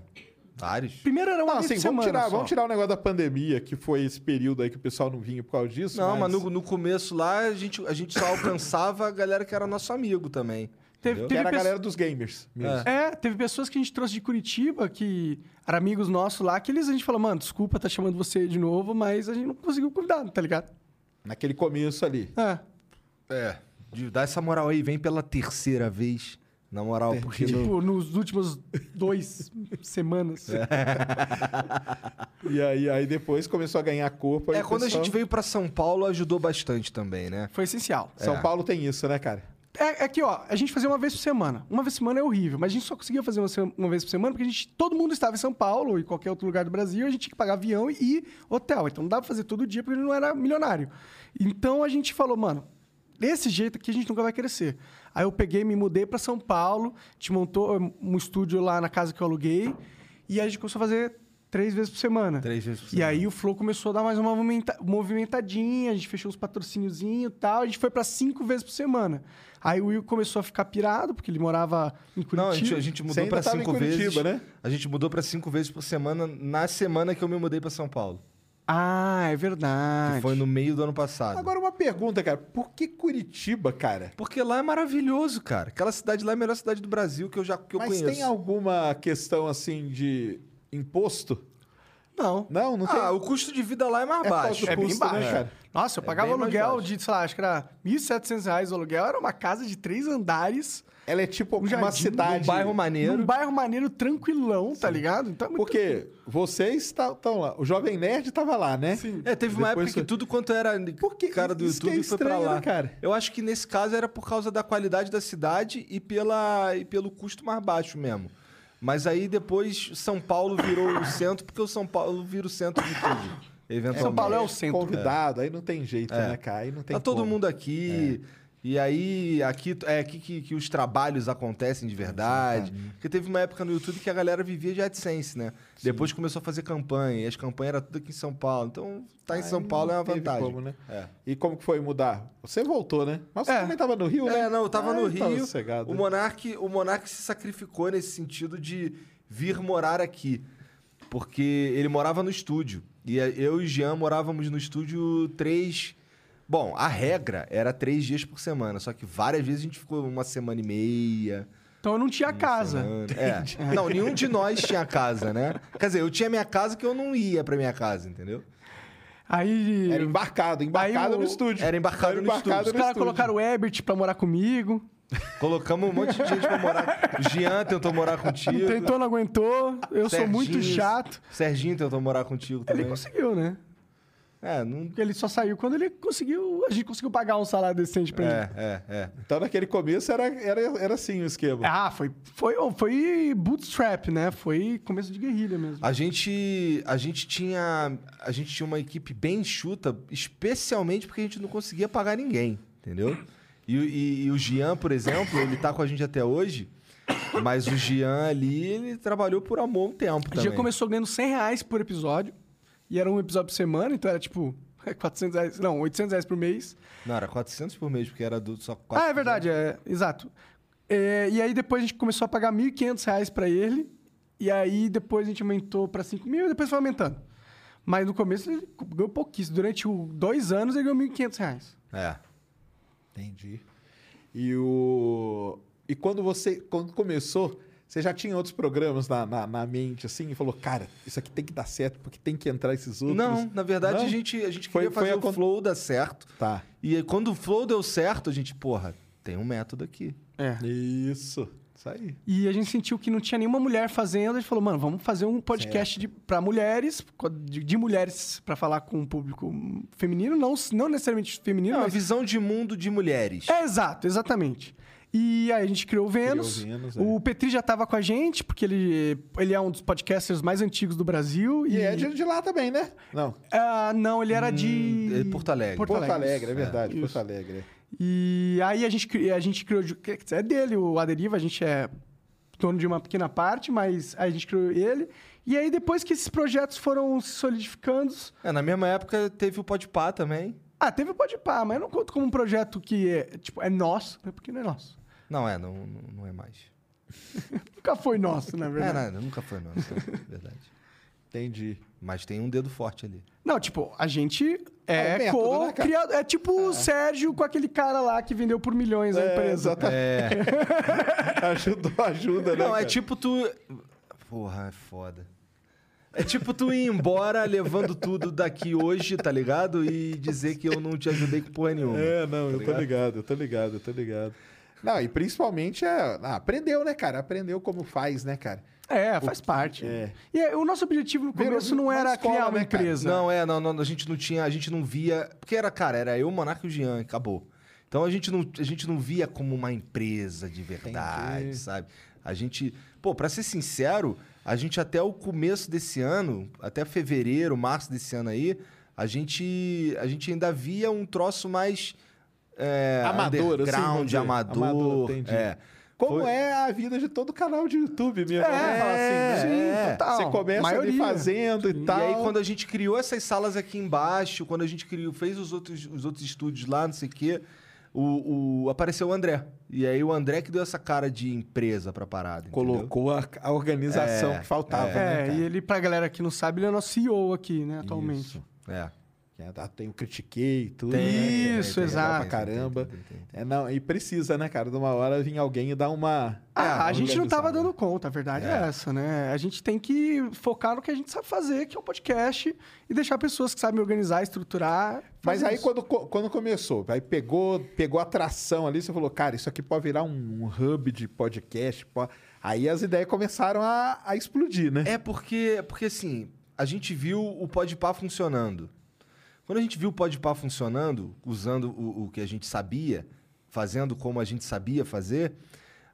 Speaker 2: Vários.
Speaker 3: Primeiro era uma
Speaker 1: Não,
Speaker 3: vez
Speaker 1: assim,
Speaker 3: por
Speaker 1: vamos
Speaker 3: semana
Speaker 1: tirar,
Speaker 3: só.
Speaker 1: vamos tirar o negócio da pandemia, que foi esse período aí que o pessoal não vinha por causa disso.
Speaker 2: Não, mas no, no começo lá a gente, a gente só alcançava a galera que era nosso amigo também.
Speaker 3: Teve,
Speaker 1: Que
Speaker 3: teve
Speaker 1: era a
Speaker 3: pesso-
Speaker 1: galera dos gamers mesmo.
Speaker 3: É, teve pessoas que a gente trouxe de Curitiba, que eram amigos nossos lá, que eles a gente falou, mano, desculpa, tá chamando você de novo, mas a gente não conseguiu convidar, tá ligado?
Speaker 1: Naquele começo ali.
Speaker 3: É.
Speaker 2: É. De- Dá essa moral aí, vem pela terceira vez. Na moral, porque. não-
Speaker 3: Tipo, nos últimos dois semanas.
Speaker 1: É. E aí, aí depois começou a ganhar corpo. aí o
Speaker 2: É, quando a
Speaker 1: pessoal-
Speaker 2: gente veio pra São Paulo, ajudou bastante também, né?
Speaker 3: Foi essencial.
Speaker 1: É. São Paulo tem isso, né, cara?
Speaker 3: É, é que, ó, a gente fazia uma vez por semana. Uma vez por semana é horrível, mas a gente só conseguia fazer uma, se- uma vez por semana porque a gente, todo mundo estava em São Paulo ou em qualquer outro lugar do Brasil, a gente tinha que pagar avião e, e hotel. Então não dava pra fazer todo dia porque ele não era milionário. Então a gente falou, mano, desse jeito aqui a gente nunca vai crescer. Aí eu peguei, me mudei para São Paulo, te montou um- um estúdio lá na casa que eu aluguei e aí a gente começou a fazer três vezes por semana.
Speaker 2: Três vezes por
Speaker 3: E aí o Flow começou a dar mais uma movimenta- movimentadinha, a gente fechou os patrocíniozinhos e tal, a gente foi pra cinco vezes por semana. Aí o Will começou a ficar pirado, porque ele morava em Curitiba.
Speaker 2: Não, a gente, a gente
Speaker 1: Você
Speaker 2: mudou
Speaker 1: ainda
Speaker 2: pra
Speaker 1: tava em
Speaker 2: cinco
Speaker 1: Curitiba,
Speaker 2: vezes.
Speaker 1: né?
Speaker 2: A gente mudou pra cinco vezes por semana na semana que eu me mudei pra São Paulo.
Speaker 3: Ah, é
Speaker 2: Que
Speaker 3: verdade.
Speaker 2: foi no meio do ano passado.
Speaker 1: Agora uma pergunta, cara. Por que Curitiba, cara?
Speaker 2: Porque lá é maravilhoso, cara. Aquela cidade lá é a melhor cidade do Brasil que eu já que eu
Speaker 1: mas
Speaker 2: conheço.
Speaker 1: tem alguma questão, assim, de imposto?
Speaker 3: Não.
Speaker 1: Não, não tem.
Speaker 2: Ah, o custo de vida lá é mais
Speaker 1: É por causa
Speaker 2: baixo.
Speaker 1: do
Speaker 3: É bem
Speaker 1: custo, né,
Speaker 3: baixo.
Speaker 1: cara?
Speaker 3: Nossa, eu
Speaker 2: É
Speaker 3: pagava
Speaker 2: bem mais
Speaker 3: aluguel
Speaker 2: baixo.
Speaker 3: de, sei lá, acho que era 1.700 reais o aluguel. Era uma casa de três andares,
Speaker 1: Ela é tipo uma
Speaker 3: jardim,
Speaker 1: cidade.
Speaker 2: Um bairro maneiro.
Speaker 3: num bairro maneiro tranquilão, tá ligado? Então é muito
Speaker 1: Porque vocês estão lá. O Jovem Nerd tava lá, né? Sim.
Speaker 2: É, teve uma época
Speaker 1: Depois
Speaker 2: que
Speaker 1: foi-
Speaker 2: tudo quanto era
Speaker 1: Por que
Speaker 2: cara do
Speaker 1: isso que é
Speaker 2: YouTube foi pra
Speaker 1: estranho,
Speaker 2: lá.
Speaker 1: né, cara?
Speaker 2: Eu acho que nesse caso era por causa da qualidade da cidade e, pela, e pelo custo mais baixo mesmo. Mas aí depois São Paulo virou o centro, porque o São Paulo vira o centro de tudo. Eventualmente.
Speaker 3: São Paulo é o centro.
Speaker 1: Convidado, aí não tem jeito, né, cara? Aí não tem
Speaker 2: Tá todo
Speaker 1: como. É.
Speaker 2: mundo aqui. E aí, aqui é aqui que, que os trabalhos acontecem de verdade.
Speaker 1: tá.
Speaker 2: Porque teve uma época no YouTube que a galera vivia de AdSense, né? Depois começou a fazer campanha. E as campanhas eram tudo aqui em São Paulo. Então, tá em São Paulo é uma
Speaker 1: Não teve
Speaker 2: vantagem.
Speaker 1: como, né?
Speaker 2: É.
Speaker 1: E como que foi mudar? Você voltou, né? Mas você
Speaker 3: É.
Speaker 1: também tava no Rio, né?
Speaker 2: É, não, eu tava
Speaker 1: Ah,
Speaker 2: no
Speaker 1: tava
Speaker 2: Rio.
Speaker 1: sossegado.
Speaker 2: o Monark, o Monark se sacrificou nesse sentido de vir morar aqui. Porque ele morava no estúdio. E a- eu e Jean morávamos no estúdio três. Bom, a regra era três dias por semana. Só que várias vezes a gente ficou uma semana e meia.
Speaker 3: Então eu não tinha casa.
Speaker 2: semana- É. Não, nenhum de nós tinha casa, né? Quer dizer, eu tinha minha casa que eu não ia pra minha casa, entendeu?
Speaker 3: Aí...
Speaker 1: Era embarcado,
Speaker 3: Aí
Speaker 1: embarcado
Speaker 3: o-
Speaker 1: no estúdio.
Speaker 2: Era embarcado no
Speaker 3: Os caras
Speaker 2: estúdio.
Speaker 3: colocaram o Ebert pra morar comigo.
Speaker 2: Colocamos um monte de gente pra morar. O Jean tentou morar contigo.
Speaker 3: Tentou, não aguentou. Eu sou muito chato.
Speaker 2: Serginho tentou morar contigo também.
Speaker 3: Ele conseguiu, né?
Speaker 2: É, não...
Speaker 3: Ele só saiu quando ele conseguiu. A gente conseguiu pagar um salário decente pra ele.
Speaker 2: É, é, é.
Speaker 1: Então, naquele começo, era, era, era assim o esquema.
Speaker 3: Ah, foi, foi, foi bootstrap, né? Foi começo de guerrilha mesmo.
Speaker 2: A gente, a gente tinha a gente tinha uma equipe bem enxuta, especialmente porque a gente não conseguia pagar ninguém, entendeu? E, e- e o Jean, por exemplo, ele tá com a gente até hoje, mas o Jean ali, ele trabalhou por amor um tempo
Speaker 3: A gente
Speaker 2: também.
Speaker 3: já começou ganhando 100 reais por episódio. E era um episódio por semana, então era tipo 400 reais. Não, 800 reais por mês.
Speaker 2: Não, era 400 por mês, porque era do, só
Speaker 3: Ah, é verdade, é, exato. É, e aí depois a gente começou a pagar 1.500 reais pra ele. E aí depois a gente aumentou pra 5 mil e depois foi aumentando. Mas no começo ele ganhou pouquíssimo. Durante o dois anos ele ganhou 1.500 reais.
Speaker 2: É.
Speaker 1: Entendi. E o. E quando você. Quando começou, você já tinha outros programas na, na, na mente, assim, e falou, cara, isso aqui tem que dar certo, porque tem que entrar esses outros.
Speaker 2: Não, na verdade
Speaker 1: Não?
Speaker 2: a gente, a gente
Speaker 1: Foi-
Speaker 2: queria
Speaker 1: foi
Speaker 2: fazer
Speaker 1: a
Speaker 2: o
Speaker 1: con-
Speaker 2: flow dar certo.
Speaker 1: Tá.
Speaker 2: E aí, quando o flow deu certo, a gente, porra, tem um método aqui.
Speaker 3: É.
Speaker 1: Isso. Isso aí.
Speaker 3: E a gente sentiu que não tinha nenhuma mulher fazendo. A gente falou, mano, vamos fazer um podcast de, pra mulheres, de, de mulheres, pra falar com o público feminino. Não, não necessariamente feminino,
Speaker 2: É uma
Speaker 3: mas...
Speaker 2: visão de mundo de mulheres.
Speaker 3: É, exato, exatamente. E aí a gente criou o Vênus.
Speaker 1: Criou o Vênus, é.
Speaker 3: o Petri já tava com a gente, porque ele, ele é um dos podcasters mais antigos do Brasil.
Speaker 1: E é de, de lá também, né? Não.
Speaker 3: Ah, não, ele era de...
Speaker 2: é Porto Alegre.
Speaker 3: Porto
Speaker 1: Hum, Porto
Speaker 3: Alegre.
Speaker 1: Alegre, é verdade,
Speaker 3: Isso.
Speaker 1: Porto Alegre.
Speaker 3: E aí a gente, cri- a gente criou. de- quer dizer, É dele, o Aderiva, a gente é dono de uma pequena parte, mas a gente criou ele. E aí, depois que esses projetos foram se solidificando.
Speaker 2: É, na mesma época teve o Podpah também.
Speaker 3: Ah, teve o Podpah, mas eu não conto como um projeto que é, tipo, é nosso, né? Porque não é nosso.
Speaker 2: Não é, não, não não é mais.
Speaker 3: Nunca foi nosso, na
Speaker 2: É,
Speaker 3: verdade.
Speaker 2: nada, nunca foi nosso, é verdade.
Speaker 1: Entendi.
Speaker 2: Mas tem um dedo forte ali.
Speaker 3: Não, tipo, a gente
Speaker 1: É um método,
Speaker 3: é
Speaker 1: né, cara?
Speaker 3: co-criador. É tipo o Sérgio com aquele cara lá que vendeu por milhões a empresa.
Speaker 1: tá?
Speaker 2: É.
Speaker 1: Ajudou, ajuda, né?
Speaker 2: Não, é
Speaker 1: cara?
Speaker 2: tipo tu. Porra, é foda. É tipo tu ir embora levando tudo daqui hoje, tá ligado? E dizer que eu não te ajudei com porra nenhuma.
Speaker 1: É, não, eu tô ligado, eu tô ligado, eu tô ligado. Não, e principalmente é. ah, aprendeu, né, cara? Aprendeu como faz, né, cara?
Speaker 3: É, faz parte. E é, o nosso objetivo no
Speaker 1: Virou
Speaker 3: começo não
Speaker 1: uma
Speaker 3: era
Speaker 1: escola,
Speaker 3: criar uma
Speaker 1: né, cara?
Speaker 3: empresa.
Speaker 2: Não, é, não, não, a gente não tinha, a gente não via. Porque era, cara, era eu, o Monarca e o Jean, acabou. Então a gente não, a gente não via como uma empresa de verdade, sabe? A gente. Pô, pra ser sincero, a gente até o começo desse ano, até fevereiro, março desse ano aí, a gente, a gente ainda via um troço mais. É,
Speaker 1: Amador, assim, vamos
Speaker 2: underground,
Speaker 1: dizer.
Speaker 2: amador.
Speaker 1: Amador, entendi.
Speaker 2: É.
Speaker 1: Como
Speaker 2: Foi-
Speaker 1: é a vida de todo canal de YouTube mesmo.
Speaker 3: É,
Speaker 1: né? Fala assim,
Speaker 3: é,
Speaker 1: né?
Speaker 3: total.
Speaker 1: Você começa ali
Speaker 3: Maioria.
Speaker 1: fazendo e tal.
Speaker 2: E aí, quando a gente criou essas salas aqui embaixo, quando a gente criou, fez os outros, os outros estúdios lá, não sei o quê, o, o- apareceu o André. E aí o André que deu essa cara de empresa pra parada. entendeu?
Speaker 1: Colocou a, a organização
Speaker 2: É,
Speaker 1: que faltava, né,
Speaker 3: É,
Speaker 1: cara?
Speaker 3: e ele, pra galera que não sabe, ele é nosso CEO aqui, né, atualmente.
Speaker 1: Isso.
Speaker 2: É.
Speaker 1: É, tá, Tem o critiquei e tudo.
Speaker 2: Tem,
Speaker 1: né?
Speaker 2: tem,
Speaker 3: Isso,
Speaker 2: tem,
Speaker 3: exato.
Speaker 2: tem,
Speaker 1: Pra
Speaker 2: tem, tem,
Speaker 1: caramba.
Speaker 2: tem, tem, tem.
Speaker 1: É, não, e precisa, né, cara? De uma hora vir alguém e dar uma.
Speaker 3: Ah, a gente não tava
Speaker 1: organizada.
Speaker 3: dando conta, a verdade é. essa, né? A gente tem que focar no que a gente sabe fazer, que é o podcast, e deixar pessoas que sabem organizar, estruturar.
Speaker 1: Mas
Speaker 3: fazer
Speaker 1: aí
Speaker 3: isso.
Speaker 1: quando, co- quando começou, aí pegou, pegou a tração ali, você falou, cara, isso aqui pode virar um, um hub de podcast. po- Aí as ideias começaram a, a explodir, né?
Speaker 2: É porque, porque assim, a gente viu o Podpah funcionando. Quando a gente viu o Podpah funcionando, usando o, o que a gente sabia, fazendo como a gente sabia fazer,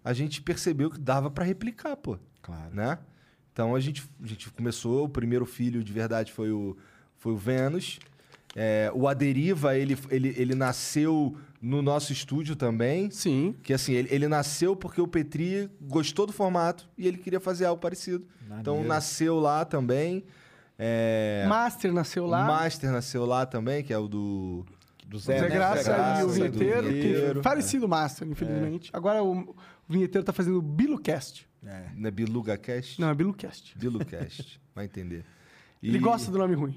Speaker 2: a gente percebeu que dava pra replicar, pô.
Speaker 1: Claro.
Speaker 2: Né? Então a gente, a gente começou, o primeiro filho de verdade foi o, foi o Vênus. É, o Aderiva, ele, ele, ele nasceu no nosso estúdio também.
Speaker 3: Sim.
Speaker 2: Que assim, ele, ele nasceu porque o Petri gostou do formato e ele queria fazer algo parecido. Então nasceu lá também. É,
Speaker 3: Master nasceu lá.
Speaker 2: Master nasceu lá também, que é o do.
Speaker 1: Do
Speaker 3: Zé,
Speaker 2: né?
Speaker 3: Graça,
Speaker 2: Zé Graça
Speaker 3: e o
Speaker 2: do
Speaker 3: vinheteiro.
Speaker 2: Vinheteiro, É.
Speaker 3: que, falecido Master, infelizmente. Agora o, o vinheteiro tá fazendo o Bilocast.
Speaker 2: Não é BilugaCast?
Speaker 3: Não, é Bilocast.
Speaker 2: BiluCast. Vai entender. E-
Speaker 3: Ele gosta do nome ruim.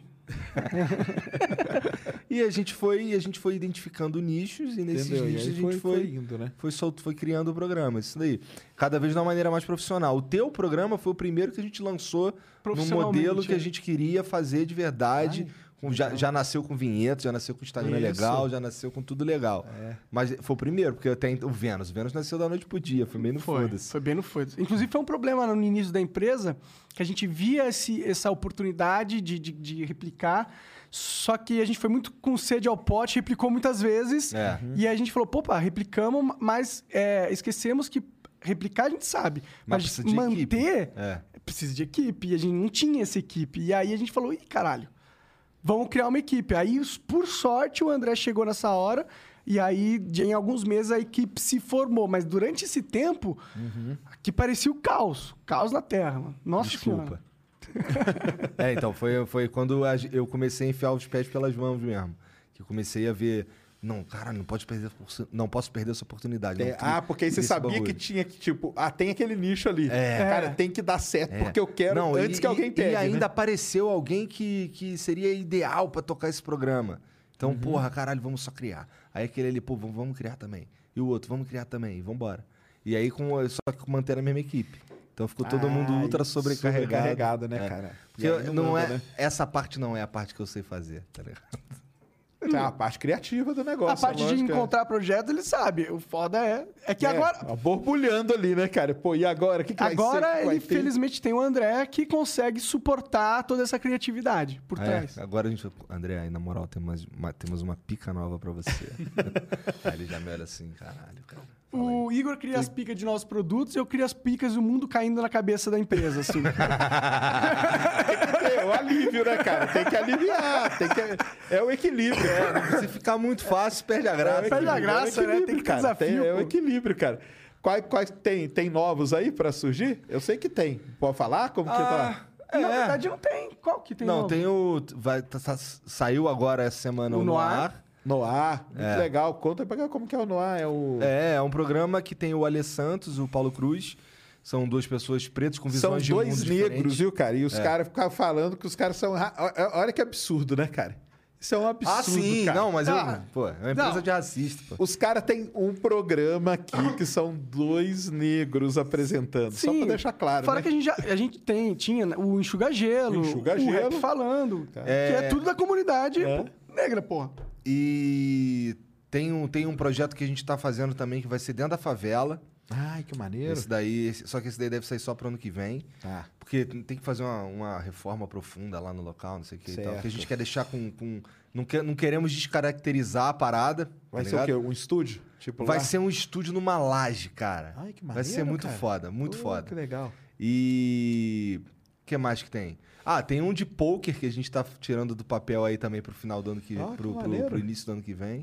Speaker 2: E a gente foi, a gente foi identificando nichos e nesses
Speaker 1: Entendeu? E
Speaker 2: nichos
Speaker 1: aí
Speaker 2: a gente
Speaker 1: foi-
Speaker 2: foi,
Speaker 1: foi indo, né?
Speaker 2: foi solto, foi criando o programa, isso daí. Cada vez de uma maneira mais profissional. O teu programa foi o primeiro que a gente lançou no
Speaker 3: Profissionalmente,
Speaker 2: modelo que
Speaker 3: é.
Speaker 2: a gente queria fazer de verdade, com- já, já nasceu com vinheta, já nasceu com Instagram
Speaker 1: Isso. É.
Speaker 2: legal, já nasceu com tudo legal. Mas foi o primeiro, porque eu tenho o Vênus. O Vênus nasceu da noite pro dia, foi meio no foda-se.
Speaker 3: Foi bem no foda-se. Inclusive, foi um problema no início da empresa, que a gente via esse- essa oportunidade de, de- de replicar, só que a gente foi muito com sede ao pote, replicou muitas vezes,
Speaker 2: É.
Speaker 3: e a gente falou, pô, pá, replicamos, mas é, esquecemos que replicar a gente sabe,
Speaker 2: Mas
Speaker 3: mas,
Speaker 2: precisa de
Speaker 3: manter
Speaker 2: É.
Speaker 3: precisa de equipe, e a gente não tinha essa equipe. E aí a gente falou, ih, caralho, vamos criar uma equipe. Aí, os- por sorte, o André chegou nessa hora, e aí, de- em alguns meses, a equipe se formou. Mas durante esse tempo,
Speaker 1: Uhum.
Speaker 3: que parecia o caos. Caos na Terra, mano. Nossa
Speaker 2: Desculpa.
Speaker 3: Senhora.
Speaker 2: É, então, foi, foi quando a ge- eu comecei a enfiar os pés pelas mãos mesmo. Que eu comecei a ver. Não, cara, não pode perder, essa opor- não posso perder essa oportunidade. não,
Speaker 1: É,
Speaker 2: tem-
Speaker 1: ah, porque aí você
Speaker 2: esse
Speaker 1: sabia
Speaker 2: bagulho.
Speaker 1: que tinha que, tipo, ah, tem aquele nicho ali.
Speaker 2: É.
Speaker 1: Cara, tem que dar certo
Speaker 2: É.
Speaker 1: porque eu quero
Speaker 2: Não,
Speaker 1: antes
Speaker 2: e-
Speaker 1: que alguém
Speaker 2: e-
Speaker 1: pegue.
Speaker 2: E ainda
Speaker 1: né?
Speaker 2: apareceu alguém que, que seria ideal pra tocar esse programa. Então,
Speaker 1: Uhum.
Speaker 2: porra, caralho, vamos só criar. Aí aquele ali, pô, vamos, vamos criar também. E o outro, vamos criar também, vambora. E aí, com, só que mantendo a mesma equipe. Então ficou todo
Speaker 1: Ah,
Speaker 2: mundo ultra
Speaker 1: e
Speaker 2: sobrecarregado. É.
Speaker 1: sobrecarregado, né, cara?
Speaker 2: Porque
Speaker 1: E aí
Speaker 2: não,
Speaker 1: não anda,
Speaker 2: é,
Speaker 1: né?
Speaker 2: Essa parte não é a parte que eu sei fazer, tá ligado?
Speaker 1: Tem É a parte criativa do negócio.
Speaker 3: a parte de
Speaker 1: lógico, é.
Speaker 3: encontrar projeto, ele sabe. O foda é... É que
Speaker 1: É,
Speaker 3: agora...
Speaker 1: ó, Borbulhando ali, né, cara? Pô, e agora? O que, que vai ser? O
Speaker 3: Agora
Speaker 1: que que vai
Speaker 3: ele,
Speaker 1: ter?
Speaker 3: felizmente, tem o André que consegue suportar toda essa criatividade por
Speaker 1: Então
Speaker 2: Ah,
Speaker 3: trás.
Speaker 2: É. Agora a gente. André, aí na moral, tem mais- ma- temos uma pica nova pra você. aí ele já me olha assim, caralho, cara.
Speaker 3: O Igor cria as picas de novos produtos, eu crio as picas e o mundo caindo na cabeça da empresa, assim.
Speaker 1: tá. É o alívio, né, cara? Tem que aliviar. Tem que... É o equilíbrio. É,
Speaker 2: Se ficar muito fácil, perde a graça.
Speaker 3: Perde a
Speaker 1: o
Speaker 3: graça, né? Tem que
Speaker 1: equilíbrio,
Speaker 3: ter
Speaker 1: cara.
Speaker 3: desafio,
Speaker 1: Tem- é o
Speaker 3: pô.
Speaker 1: equilíbrio, cara. Quais, quais tem, tem novos aí pra surgir? Eu sei que tem. Pode falar? Como que tá?
Speaker 3: Ah, E na verdade não tem. Qual que tem?
Speaker 2: Não,
Speaker 3: novo?
Speaker 2: tem o. Vai, tá- tá- saiu agora essa semana
Speaker 3: O
Speaker 2: o
Speaker 3: Noir.
Speaker 2: Noir.
Speaker 1: Noir, muito legal. Conta pra cá como que é o Noir. É o...
Speaker 2: É, é um programa que tem o Ale Santos e o Paulo Cruz. São duas pessoas pretas com
Speaker 1: São
Speaker 2: visões de um mundo É.
Speaker 1: dois negros,
Speaker 2: diferentes.
Speaker 1: viu, cara? E os caras ficavam falando que os caras são. ra- Ó- ó- Olha que absurdo, né, cara? Isso é um absurdo.
Speaker 2: Ah, sim.
Speaker 1: cara. Tá.
Speaker 2: Não, mas
Speaker 3: Ah.
Speaker 2: eu. Pô, é uma empresa
Speaker 3: Não.
Speaker 2: de racista, pô.
Speaker 1: Os caras têm um programa aqui que são dois negros apresentando. Só pra deixar claro.
Speaker 3: Fora
Speaker 1: né?
Speaker 3: que a gente, já, a gente tem, tinha né, o Enxuga Gelo,
Speaker 1: Enxuga
Speaker 3: o Rap
Speaker 1: Gelo. Tá. É.
Speaker 3: Falando,
Speaker 2: É.
Speaker 3: que é tudo da comunidade
Speaker 2: tipo
Speaker 3: pô, negra, porra.
Speaker 2: E tem um, tem um projeto que a gente tá fazendo também que vai ser dentro da favela.
Speaker 1: Ai, que maneiro.
Speaker 2: Esse daí, esse- só que esse daí deve sair só pro ano que vem.
Speaker 1: Tá.
Speaker 2: Porque tem que fazer uma, uma reforma profunda lá no local, não sei o que e tal. Porque a gente
Speaker 1: Certo.
Speaker 2: quer deixar com. com- não, quer- não queremos descaracterizar a parada.
Speaker 1: Vai
Speaker 2: tá
Speaker 1: ser o
Speaker 2: ligado?
Speaker 1: quê? Um estúdio? Tipo,
Speaker 2: Vai
Speaker 1: lá?
Speaker 2: ser um estúdio numa laje, cara.
Speaker 1: Ai, que
Speaker 2: Vai ser
Speaker 1: maneiro,
Speaker 2: muito
Speaker 1: cara.
Speaker 2: foda, muito
Speaker 1: Pô,
Speaker 2: foda.
Speaker 1: Que legal.
Speaker 2: E. O que mais que tem? Ah, tem um de poker que a gente tá tirando do papel aí também pro final do ano que.
Speaker 1: Ah, que
Speaker 2: pro, pro-
Speaker 1: maneiro.
Speaker 2: pro início do ano que vem.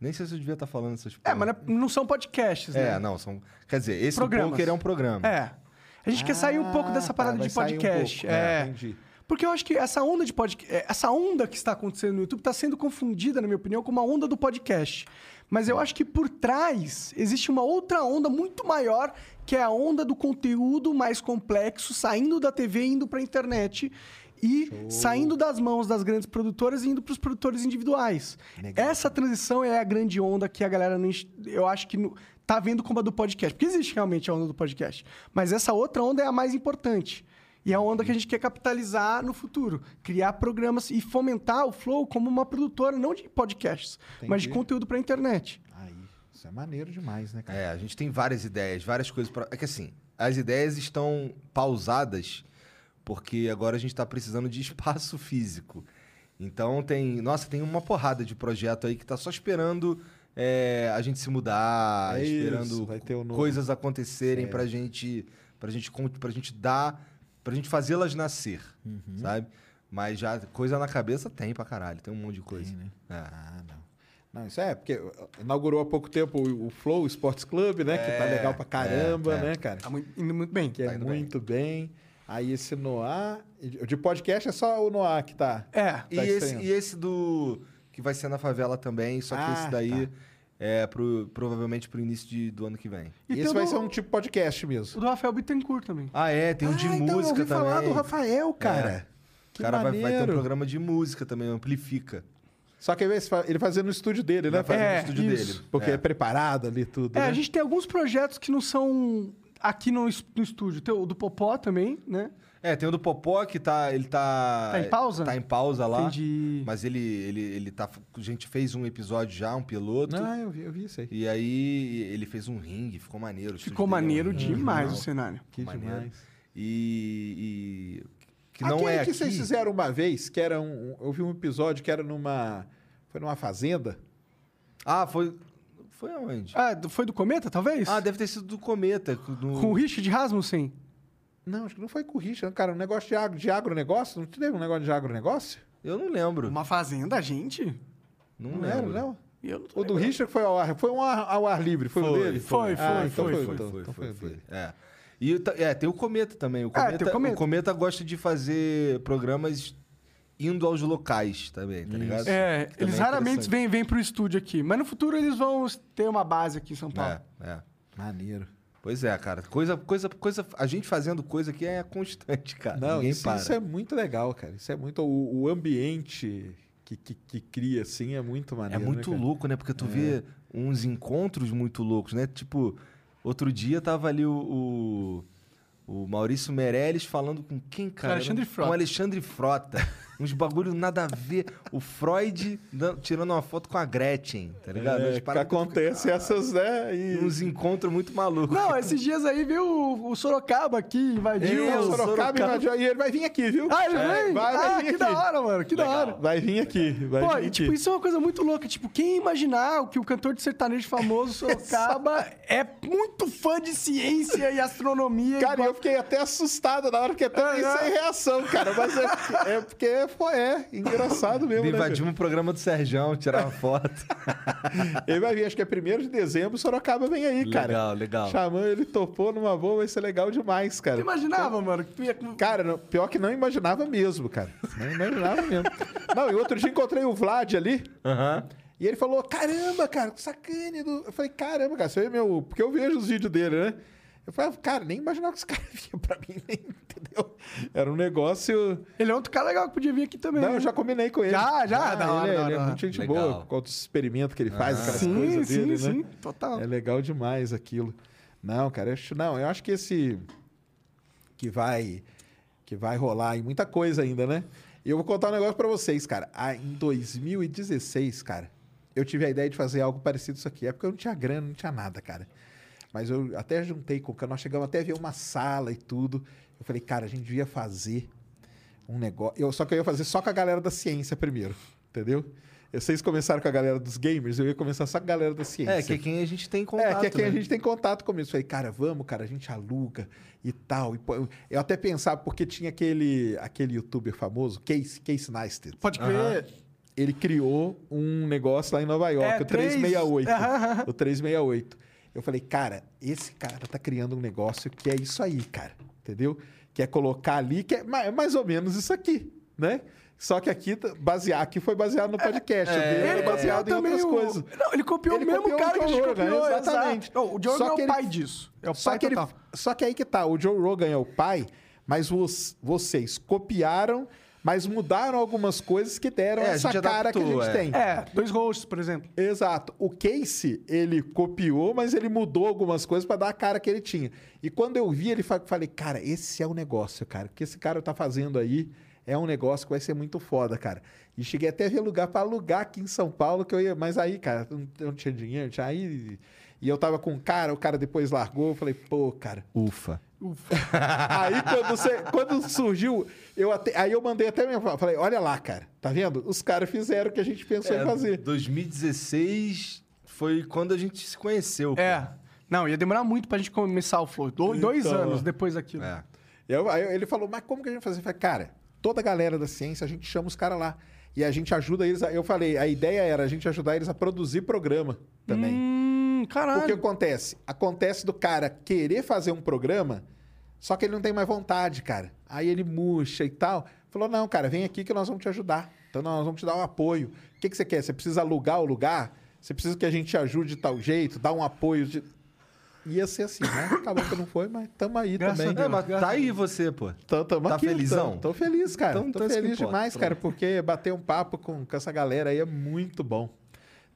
Speaker 2: Nem sei se eu devia estar falando essas
Speaker 3: É,
Speaker 2: porra.
Speaker 3: mas não é- não são podcasts,
Speaker 2: É,
Speaker 3: né?
Speaker 2: não, são. Quer dizer, esse do
Speaker 3: Programas.
Speaker 2: poker é um programa.
Speaker 3: É. A gente quer sair um pouco
Speaker 1: Ah,
Speaker 3: dessa parada
Speaker 1: tá,
Speaker 3: de podcast. é.
Speaker 1: um Entendi.
Speaker 3: Porque eu acho que essa onda de podcast, essa onda que está acontecendo no YouTube está sendo confundida, na minha opinião, com uma onda do podcast. Mas eu acho que por trás existe uma outra onda muito maior, que é a onda do conteúdo mais complexo, saindo da TV e indo para a internet. E saindo das mãos das grandes produtoras e indo para os produtores individuais. Essa transição é a grande onda que a galera, não enx- eu acho que não- tá vendo como a do podcast. Porque existe realmente a onda do podcast. Mas essa outra onda é a mais importante. E é a onda que a gente quer capitalizar no futuro. Criar programas e fomentar o Flow como uma produtora, não de podcasts, mas de conteúdo para internet.
Speaker 1: Aí, isso é maneiro demais, né, cara?
Speaker 2: É, a gente tem várias ideias, várias coisas pra. É que assim, as ideias estão pausadas porque agora a gente tá precisando de espaço físico. Então tem. Nossa, tem uma porrada de projeto aí que tá só esperando é, a gente se mudar,
Speaker 1: É isso,
Speaker 2: esperando
Speaker 1: vai ter o novo.
Speaker 2: coisas acontecerem pra gente. pra gente con- pra gente dar. pra gente fazê-las nascer,
Speaker 1: Uhum.
Speaker 2: sabe? Mas já coisa na cabeça tem pra caralho, tem um monte de coisa. É.
Speaker 1: Ah, não. Não, isso é, porque inaugurou há pouco tempo o o Flow Sports Club, né? que tá legal pra caramba,
Speaker 2: é, é.
Speaker 1: né, cara?
Speaker 3: Tá mui- indo muito bem.
Speaker 1: Que é muito bem. Aí esse Noah. e De podcast é só o Noah que tá.
Speaker 3: É.
Speaker 2: E
Speaker 1: Tá
Speaker 2: esse,
Speaker 1: estranho.
Speaker 2: e esse do. que vai ser na favela também, só que
Speaker 1: Ah,
Speaker 2: esse daí
Speaker 1: tá.
Speaker 2: é pro, provavelmente pro início de- do ano que vem.
Speaker 3: E tem
Speaker 1: Esse
Speaker 3: o
Speaker 1: vai
Speaker 3: do-
Speaker 1: ser um tipo podcast mesmo.
Speaker 3: O do Rafael Bittencourt também.
Speaker 2: Ah, é, tem um de
Speaker 1: Ah, então eu
Speaker 2: música
Speaker 1: ouvi
Speaker 2: também.
Speaker 1: falar do Rafael, cara.
Speaker 2: É.
Speaker 1: Que
Speaker 2: o cara vai, vai ter um
Speaker 1: maneiro.
Speaker 2: programa de música também, amplifica.
Speaker 1: Só que esse fa- ele fazia no estúdio dele, né?
Speaker 2: Vai fazer
Speaker 3: É,
Speaker 2: no estúdio
Speaker 3: isso.
Speaker 2: dele.
Speaker 1: Porque é. preparado ali tudo.
Speaker 3: É,
Speaker 1: né?
Speaker 3: a gente tem alguns projetos que não são aqui no, es- no estúdio. Tem o do Popó também, né?
Speaker 2: É, tem o do Popó que tá. Ele tá.
Speaker 3: Tá em pausa?
Speaker 2: Tá em pausa lá.
Speaker 3: Entendi.
Speaker 2: Mas ele, ele, ele tá. A gente fez um episódio já, um piloto.
Speaker 3: Ah, eu vi- eu vi isso
Speaker 1: é.
Speaker 3: aí.
Speaker 2: E aí ele fez um ringue, ficou maneiro. o estúdio
Speaker 3: Ficou
Speaker 2: dele é um
Speaker 3: maneiro
Speaker 2: ringue
Speaker 3: demais
Speaker 2: e
Speaker 3: o
Speaker 2: tal.
Speaker 3: cenário.
Speaker 2: Ficou
Speaker 3: Que
Speaker 2: maneiro.
Speaker 3: demais.
Speaker 2: E. e- que não
Speaker 1: Aquele
Speaker 2: é aqui.
Speaker 1: que vocês fizeram uma vez, que era um. Eu vi um episódio que era numa. Foi numa fazenda.
Speaker 2: Ah, foi. Foi aonde?
Speaker 3: Ah, do- foi do Cometa, talvez?
Speaker 2: Ah, deve ter sido do Cometa. do-
Speaker 3: Com o Richard Rasmussen?
Speaker 1: Não, acho que não foi com o Richard, cara. Um negócio de, agro, de agronegócio. Não teve um negócio de agronegócio?
Speaker 2: Eu não
Speaker 1: Uhum.
Speaker 2: lembro.
Speaker 3: Uma fazenda, gente?
Speaker 2: Não,
Speaker 1: Não era,
Speaker 2: lembro.
Speaker 1: não?
Speaker 3: Eu não tô
Speaker 1: O do Richard foi ao ar, foi um ar- ao ar livre, foi, o dele?
Speaker 3: foi,
Speaker 1: Ah,
Speaker 3: foi,
Speaker 1: então
Speaker 3: foi,
Speaker 1: foi,
Speaker 3: foi, Ah,
Speaker 1: então- então
Speaker 2: foi,
Speaker 1: foi.
Speaker 2: foi. É. E o ta- é, tem o Cometa também. O Cometa,
Speaker 3: tem o Cometa.
Speaker 2: o Cometa gosta de fazer programas indo aos locais também, tá ligado?
Speaker 3: É,
Speaker 2: Que também
Speaker 3: eles
Speaker 2: é
Speaker 3: raramente
Speaker 2: interessante.
Speaker 3: vêm, vêm pro estúdio aqui. Mas no futuro eles vão ter uma base aqui em São Paulo.
Speaker 2: É, é.
Speaker 1: Maneiro.
Speaker 2: Pois é, cara. Coisa, coisa, coisa. A gente fazendo coisa que é constante,
Speaker 3: Ah,
Speaker 2: cara.
Speaker 1: Não,
Speaker 2: Ninguém
Speaker 1: isso,
Speaker 2: para.
Speaker 1: isso é muito legal, cara. Isso é muito. O, o ambiente que, que, que cria, assim, é muito
Speaker 2: É
Speaker 1: maneiro.
Speaker 2: muito
Speaker 1: né, cara?
Speaker 2: louco, né? Porque tu vê uns encontros muito loucos, né? Tipo, outro dia tava ali o, o, o Maurício Meirelles falando com quem, cara? um-
Speaker 3: Alexandre
Speaker 2: Com
Speaker 3: Frota.
Speaker 2: o Alexandre Frota. uns bagulho nada a ver. O Freud dan- tirando uma foto com a Gretchen, tá
Speaker 3: né?
Speaker 2: ligado?
Speaker 1: É,
Speaker 2: Umas
Speaker 1: que
Speaker 2: paradas
Speaker 1: acontece
Speaker 3: tá.
Speaker 1: é essas, né? E...
Speaker 2: que- uns encontros muito malucos.
Speaker 3: Não, esses dias aí veio o, o Sorocaba aqui,
Speaker 1: E É,
Speaker 3: invadiu.
Speaker 1: o
Speaker 2: Deus,
Speaker 1: Sorocaba
Speaker 2: Sorocaba.
Speaker 1: invadiu. E ele vai vir aqui, viu?
Speaker 3: Ah, ele
Speaker 1: É,
Speaker 3: vem?
Speaker 1: Vai, vai
Speaker 3: ah,
Speaker 1: vir
Speaker 3: que
Speaker 1: aqui.
Speaker 3: da hora, mano, que da hora.
Speaker 1: Vai vir aqui. Vai
Speaker 3: Pô,
Speaker 1: vir
Speaker 3: e,
Speaker 1: aqui.
Speaker 3: tipo, isso é uma coisa muito louca. Tipo, quem imaginar que o cantor de sertanejo famoso Sorocaba é muito fã de ciência e astronomia.
Speaker 1: Cara,
Speaker 3: igual-
Speaker 1: eu fiquei até assustado na hora, fiquei até meio sem reação, cara. Mas é, é porque pô, é engraçado mesmo. né,
Speaker 2: Invadimos o um programa do Serjão, tirar uma foto.
Speaker 1: cara? ele vai vir, acho que é 1 de dezembro, Sorocaba vem aí, cara.
Speaker 2: Legal, legal.
Speaker 1: Chamou, ele topou numa boa, vai ser legal demais,
Speaker 3: Tu
Speaker 1: cara.
Speaker 3: imaginava, mano, que tu ia...
Speaker 1: Cara, não- pior que não imaginava mesmo, cara. Não imaginava mesmo. Não, e outro dia encontrei o Vlad ali.
Speaker 2: Aham.
Speaker 1: E ele falou: caramba, cara, que sacane. do-" Eu falei, caramba, cara, você é meu. Porque eu vejo os vídeos dele, né? Eu falei, cara, nem imaginava que esse cara vinha pra mim, nem, entendeu? Era um negócio.
Speaker 3: Ele é outro cara legal que podia vir aqui também.
Speaker 1: Não,
Speaker 3: né?
Speaker 1: eu já combinei com ele.
Speaker 3: Já, já, da hora,
Speaker 1: ele, ele
Speaker 3: da hora,
Speaker 1: é
Speaker 3: da hora.
Speaker 1: muito gente
Speaker 2: Legal. Ah.
Speaker 1: boa, com os experimentos que ele faz, aquelas
Speaker 3: Sim,
Speaker 1: coisas
Speaker 3: sim,
Speaker 1: dele,
Speaker 3: sim,
Speaker 1: né?
Speaker 3: total.
Speaker 1: É legal demais aquilo. Não, cara, eu acho, não, eu acho que esse que vai que vai rolar e muita coisa ainda, né? E eu vou contar um negócio pra vocês, cara. Ah, em 2016, cara, eu tive a ideia de fazer algo parecido isso aqui. É porque eu não tinha grana, não tinha nada, cara. Mas eu até juntei com o cara, nós chegamos até a ver uma sala e tudo. Eu falei, cara, a gente devia fazer um negócio. Eu, só que eu ia fazer só com a galera da ciência primeiro, entendeu? E Vocês começaram com a galera dos gamers, eu ia começar só com a galera da ciência.
Speaker 2: É, que é quem a gente tem contato.
Speaker 1: É, que é quem a
Speaker 2: né?
Speaker 1: gente tem contato com isso. Falei, cara, vamos, cara, a gente aluga e tal. E, pô, eu até pensava, porque tinha aquele, aquele youtuber famoso, Casey, Casey Neistat.
Speaker 3: Pode crer.
Speaker 1: Ele criou um negócio lá em Nova York,
Speaker 3: É,
Speaker 1: o 368.
Speaker 3: três- Aham, aham.
Speaker 1: O 368. Eu falei, cara, esse cara tá criando um negócio que é isso aí, cara. Entendeu? Que é colocar ali, que é ma- é mais ou menos isso aqui, né? Só que aqui, tá- basear, aqui foi baseado
Speaker 3: É,
Speaker 1: no podcast. o dele
Speaker 3: Ele
Speaker 1: é baseado em
Speaker 3: copiou
Speaker 1: outras
Speaker 3: também o-
Speaker 1: coisas.
Speaker 3: Não, ele copiou
Speaker 1: Ele
Speaker 3: o mesmo
Speaker 1: copiou
Speaker 3: cara
Speaker 1: o
Speaker 3: que a gente
Speaker 1: Joe Rogan,
Speaker 3: copiou,
Speaker 1: exatamente.
Speaker 3: exato. Não, o Jordan
Speaker 1: Só
Speaker 3: é o
Speaker 1: que ele-
Speaker 3: pai disso. É o
Speaker 1: Só
Speaker 3: pai
Speaker 1: que, ele,
Speaker 3: total.
Speaker 1: só que aí que tá, o Joe Rogan é o pai, mas os- vocês copiaram, mas mudaram algumas coisas que deram
Speaker 2: É, a
Speaker 1: essa
Speaker 2: gente
Speaker 1: cara que a
Speaker 2: adaptou,
Speaker 1: gente
Speaker 2: é.
Speaker 1: tem.
Speaker 3: É, dois rostos, por exemplo.
Speaker 1: Exato. O Casey, ele copiou, mas ele mudou algumas coisas pra dar a cara que ele tinha. E quando eu vi, ele fa- falei, cara, esse é o negócio, cara. O que esse cara tá fazendo aí é um negócio que vai ser muito foda, cara. E cheguei até a ver lugar pra alugar aqui em São Paulo, que eu ia. Mas aí, cara, eu não- eu não tinha dinheiro, não tinha aí. E eu tava com um cara, o cara depois largou, eu falei, pô, cara.
Speaker 2: Ufa.
Speaker 1: Aí quando, você- quando surgiu, eu até- aí eu mandei até mesmo, falei, olha lá, cara, tá vendo? Os caras fizeram o que a gente pensou em
Speaker 2: É,
Speaker 1: fazer.
Speaker 2: 2016 foi quando a gente se conheceu.
Speaker 3: É. Não, ia demorar muito pra gente começar o flow. Do- dois
Speaker 1: Então.
Speaker 3: anos depois daquilo.
Speaker 2: É.
Speaker 1: Eu- aí ele falou, mas como que a gente vai fazer? Eu falei, cara, toda a galera da ciência, a gente chama os caras lá. E a gente ajuda eles. A... Eu falei, a ideia era a gente ajudar eles a produzir programa também.
Speaker 3: Hum,
Speaker 1: O que
Speaker 3: caralho.
Speaker 1: acontece? Acontece do cara querer fazer um programa, só que ele não tem mais vontade, cara. Aí ele murcha e tal. Falou, não, cara, vem aqui que nós vamos te ajudar. Então nós vamos te dar um apoio. O que, que você quer? Você precisa alugar o lugar? Você precisa que a gente te ajude de tal jeito, dar um apoio de... Ia ser assim, né? Acabou que não foi, mas tamo aí
Speaker 3: Graças
Speaker 1: também.
Speaker 3: a Deus.
Speaker 2: É, mas tá aí você, pô.
Speaker 1: Tô, Então, tamo
Speaker 2: Tá
Speaker 1: aqui,
Speaker 2: felizão?
Speaker 1: Tô, tô feliz, cara.
Speaker 2: Então-
Speaker 1: tô
Speaker 2: então isso que
Speaker 1: feliz
Speaker 2: importa,
Speaker 1: demais,
Speaker 2: pronto.
Speaker 1: cara, porque bater um papo com, com essa galera aí é muito bom.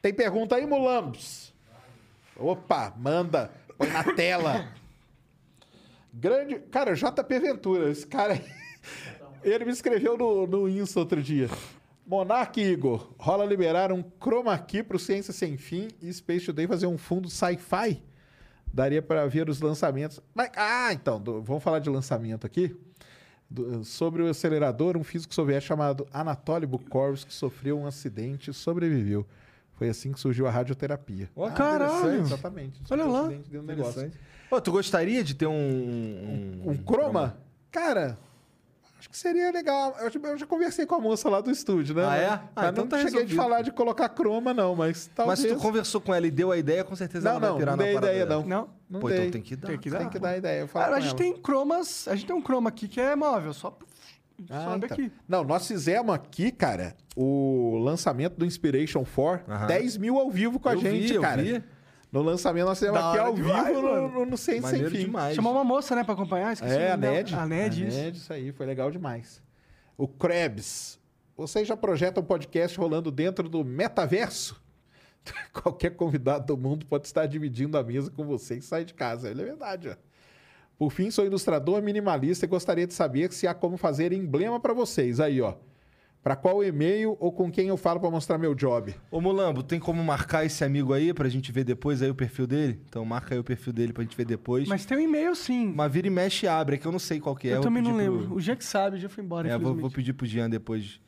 Speaker 1: Tem pergunta aí, Mulambos? Opa, manda. Põe na tela. Grande. Cara, JP Ventura, esse cara aí. Ele me escreveu no, no Insta outro dia. Monark e Igor, rola liberar um chroma key pro Ciência Sem Fim e Space Today fazer um fundo sci-fi? Daria para ver os lançamentos. Mas- ah, então, do- vamos falar de lançamento aqui. Do- sobre o acelerador, um físico soviético chamado Anatoly Bukowski sofreu um acidente e sobreviveu. Foi assim que surgiu a radioterapia.
Speaker 2: Ó,
Speaker 1: Ah,
Speaker 2: caralho!
Speaker 1: interessante, Exatamente.
Speaker 2: Olha
Speaker 1: Um
Speaker 2: lá.
Speaker 1: acidente dentro do negócio.
Speaker 2: Interessante. Ô, tu gostaria de ter um. Um,
Speaker 1: Um croma? Cara, acho que seria legal. Eu, já- eu já conversei com a moça lá do estúdio, né?
Speaker 2: Ah, é? Ah,
Speaker 1: Mas
Speaker 2: então
Speaker 1: não
Speaker 2: tá
Speaker 1: cheguei
Speaker 2: resolvido.
Speaker 1: de falar de colocar croma, não, mas
Speaker 2: Mas
Speaker 1: talvez...
Speaker 2: se tu conversou com ela e deu a ideia, com certeza
Speaker 1: Não,
Speaker 2: ela vai
Speaker 1: não,
Speaker 2: pirar
Speaker 1: não
Speaker 2: na
Speaker 1: dei
Speaker 2: parada
Speaker 1: ideia,
Speaker 2: dela.
Speaker 1: não.
Speaker 3: Não?
Speaker 1: Não
Speaker 2: Pô,
Speaker 1: dei.
Speaker 2: então tem que dar.
Speaker 3: Tem que dar.
Speaker 1: Tem que dar ideia. eu falo
Speaker 3: Cara,
Speaker 1: com
Speaker 3: a gente
Speaker 1: ela.
Speaker 3: tem cromas. A gente tem um croma aqui que é móvel, só
Speaker 1: Ah,
Speaker 3: sobe
Speaker 1: então.
Speaker 3: aqui.
Speaker 1: Não, nós fizemos aqui, cara, o lançamento do Inspiration 4,
Speaker 2: Aham.
Speaker 1: 10 mil ao vivo com a
Speaker 2: Eu vi,
Speaker 1: gente,
Speaker 2: eu
Speaker 1: cara.
Speaker 2: vi.
Speaker 1: No lançamento nós fizemos
Speaker 3: Da
Speaker 1: aqui
Speaker 3: hora
Speaker 1: ao
Speaker 3: demais,
Speaker 1: vivo no,
Speaker 3: mano.
Speaker 1: no, no Sem Sem
Speaker 2: Maneiro
Speaker 1: Fim.
Speaker 2: demais.
Speaker 3: Chamou uma moça, né, pra acompanhar? Esqueci
Speaker 1: É,
Speaker 3: o
Speaker 1: a
Speaker 3: nome dela.
Speaker 1: Ned.
Speaker 3: A Ned, isso.
Speaker 1: isso aí, foi legal demais. O Krebs. Vocês já projetam um podcast rolando dentro do metaverso? Qualquer convidado do mundo pode estar dividindo a mesa com você e sair de casa. É verdade, ó. Por fim, sou ilustrador minimalista e gostaria de saber se há como fazer emblema para vocês. Aí, ó. Para qual e-mail ou com quem eu falo para mostrar meu job?
Speaker 2: Ô, Mulambo, tem como marcar esse amigo aí pra gente ver depois aí o perfil dele? Então marca aí o perfil dele pra gente ver depois. Mas,
Speaker 3: Mas tem um e-mail sim.
Speaker 2: vira e mexe e abre, é que eu não sei qual que é.
Speaker 3: eu
Speaker 2: vou
Speaker 3: também não
Speaker 2: pedir pro-
Speaker 3: lembro. O dia que sabe, o dia foi embora,
Speaker 2: É, vou,
Speaker 3: infelizmente.
Speaker 2: vou pedir pro Jean depois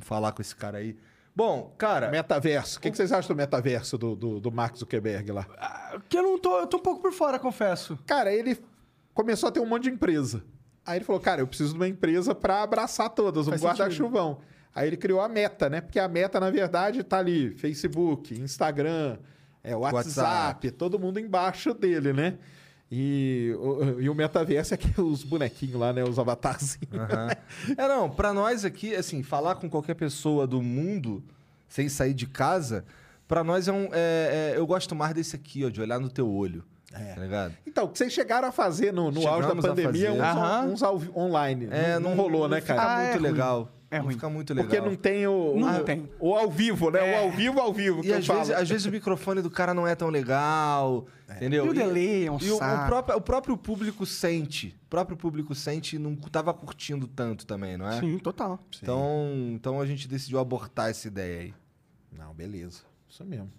Speaker 2: falar com esse cara aí. Bom, cara,
Speaker 1: Metaverso. O que, que vocês acham do metaverso do, do, do Mark Zuckerberg lá?
Speaker 3: Porque eu não tô. Eu tô um pouco por fora, confesso.
Speaker 1: Cara, ele começou a ter um monte de empresa. Aí ele falou, cara, eu preciso de uma empresa para abraçar todas, um
Speaker 2: Faz
Speaker 1: guarda-chuvão. Aí ele criou a Meta, né? Porque a Meta, na verdade, tá ali, Facebook, Instagram, é, WhatsApp,
Speaker 2: WhatsApp.
Speaker 1: todo mundo embaixo dele, né? E, o- e o metaverso é que os bonequinhos lá, né? Os avatarzinhos.
Speaker 2: Aham. É, não, pra nós aqui, assim, falar com qualquer pessoa do mundo sem sair de casa, pra nós é um. é- é- eu gosto mais desse aqui, ó, de olhar no teu olho.
Speaker 3: É.
Speaker 2: Tá ligado?
Speaker 1: Então, o que vocês chegaram a fazer no, no auge da
Speaker 2: Chegamos a
Speaker 1: pandemia, uns,
Speaker 2: fazer.
Speaker 3: Aham.
Speaker 1: uns ao- online.
Speaker 2: É,
Speaker 1: não, não rolou, né, cara?
Speaker 2: Fica
Speaker 3: Ah, é
Speaker 2: muito
Speaker 3: ruim.
Speaker 2: legal.
Speaker 3: É
Speaker 2: Não
Speaker 3: ruim.
Speaker 2: Fica muito legal. É.
Speaker 1: Porque não tem o.
Speaker 3: Não
Speaker 1: a-
Speaker 3: tem.
Speaker 1: O ao vivo, né? O ao vivo, ao vivo. que
Speaker 2: E
Speaker 1: eu
Speaker 2: às vezes,
Speaker 1: falo.
Speaker 2: às vezes o microfone do cara não é tão legal, entendeu?
Speaker 3: E o delay é um
Speaker 2: e o, o
Speaker 3: saco.
Speaker 2: próprio, o próprio público sente. O próprio público sente e não tava curtindo tanto também, não é?
Speaker 3: Sim, total.
Speaker 2: Então, então a gente decidiu abortar essa ideia aí.
Speaker 1: Não, beleza. Isso mesmo.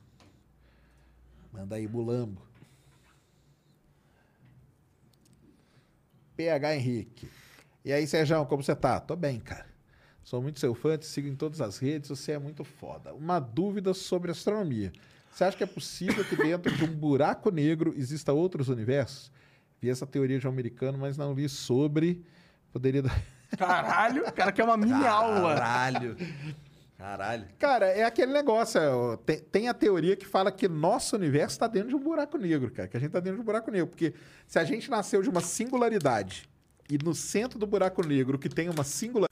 Speaker 1: Manda aí, Mulambo. PH Henrique. E aí, Sérgio, como você tá? Tô bem, cara. Sou muito seu fã, te sigo em todas as redes, você é muito foda. Uma dúvida sobre astronomia. Você acha que é possível que dentro de um buraco negro exista outros universos? Vi essa teoria de um americano, mas não li sobre. Poderia dar.
Speaker 3: Caralho, o cara quer uma mini aula.
Speaker 2: Caralho. Caralho.
Speaker 1: Cara, é aquele negócio. é, ó, Tem, tem a teoria que fala que nosso universo está dentro de um buraco negro, cara. Que a gente está dentro de um buraco negro. Porque se a gente nasceu de uma singularidade e no centro do buraco negro que tem uma singularidade.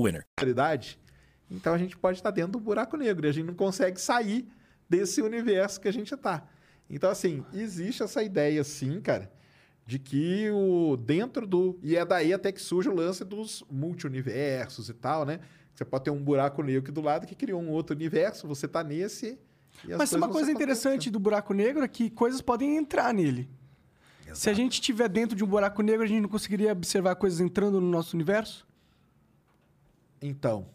Speaker 5: winner.
Speaker 1: Então a gente pode estar dentro do buraco negro e a gente não consegue sair desse universo que a gente está. Então, assim, existe essa ideia, sim, cara, de que o dentro do. E é daí até que surge o lance dos multiversos e tal, né? Você pode ter um buraco negro aqui do lado que criou um outro universo, você tá nesse. e as
Speaker 3: Mas
Speaker 1: coisas
Speaker 3: uma
Speaker 1: vão
Speaker 3: coisa
Speaker 1: se
Speaker 3: interessante do buraco negro é que coisas podem entrar nele. Se a gente estiver dentro de um buraco negro, a gente não conseguiria observar coisas entrando no nosso universo?
Speaker 1: Então,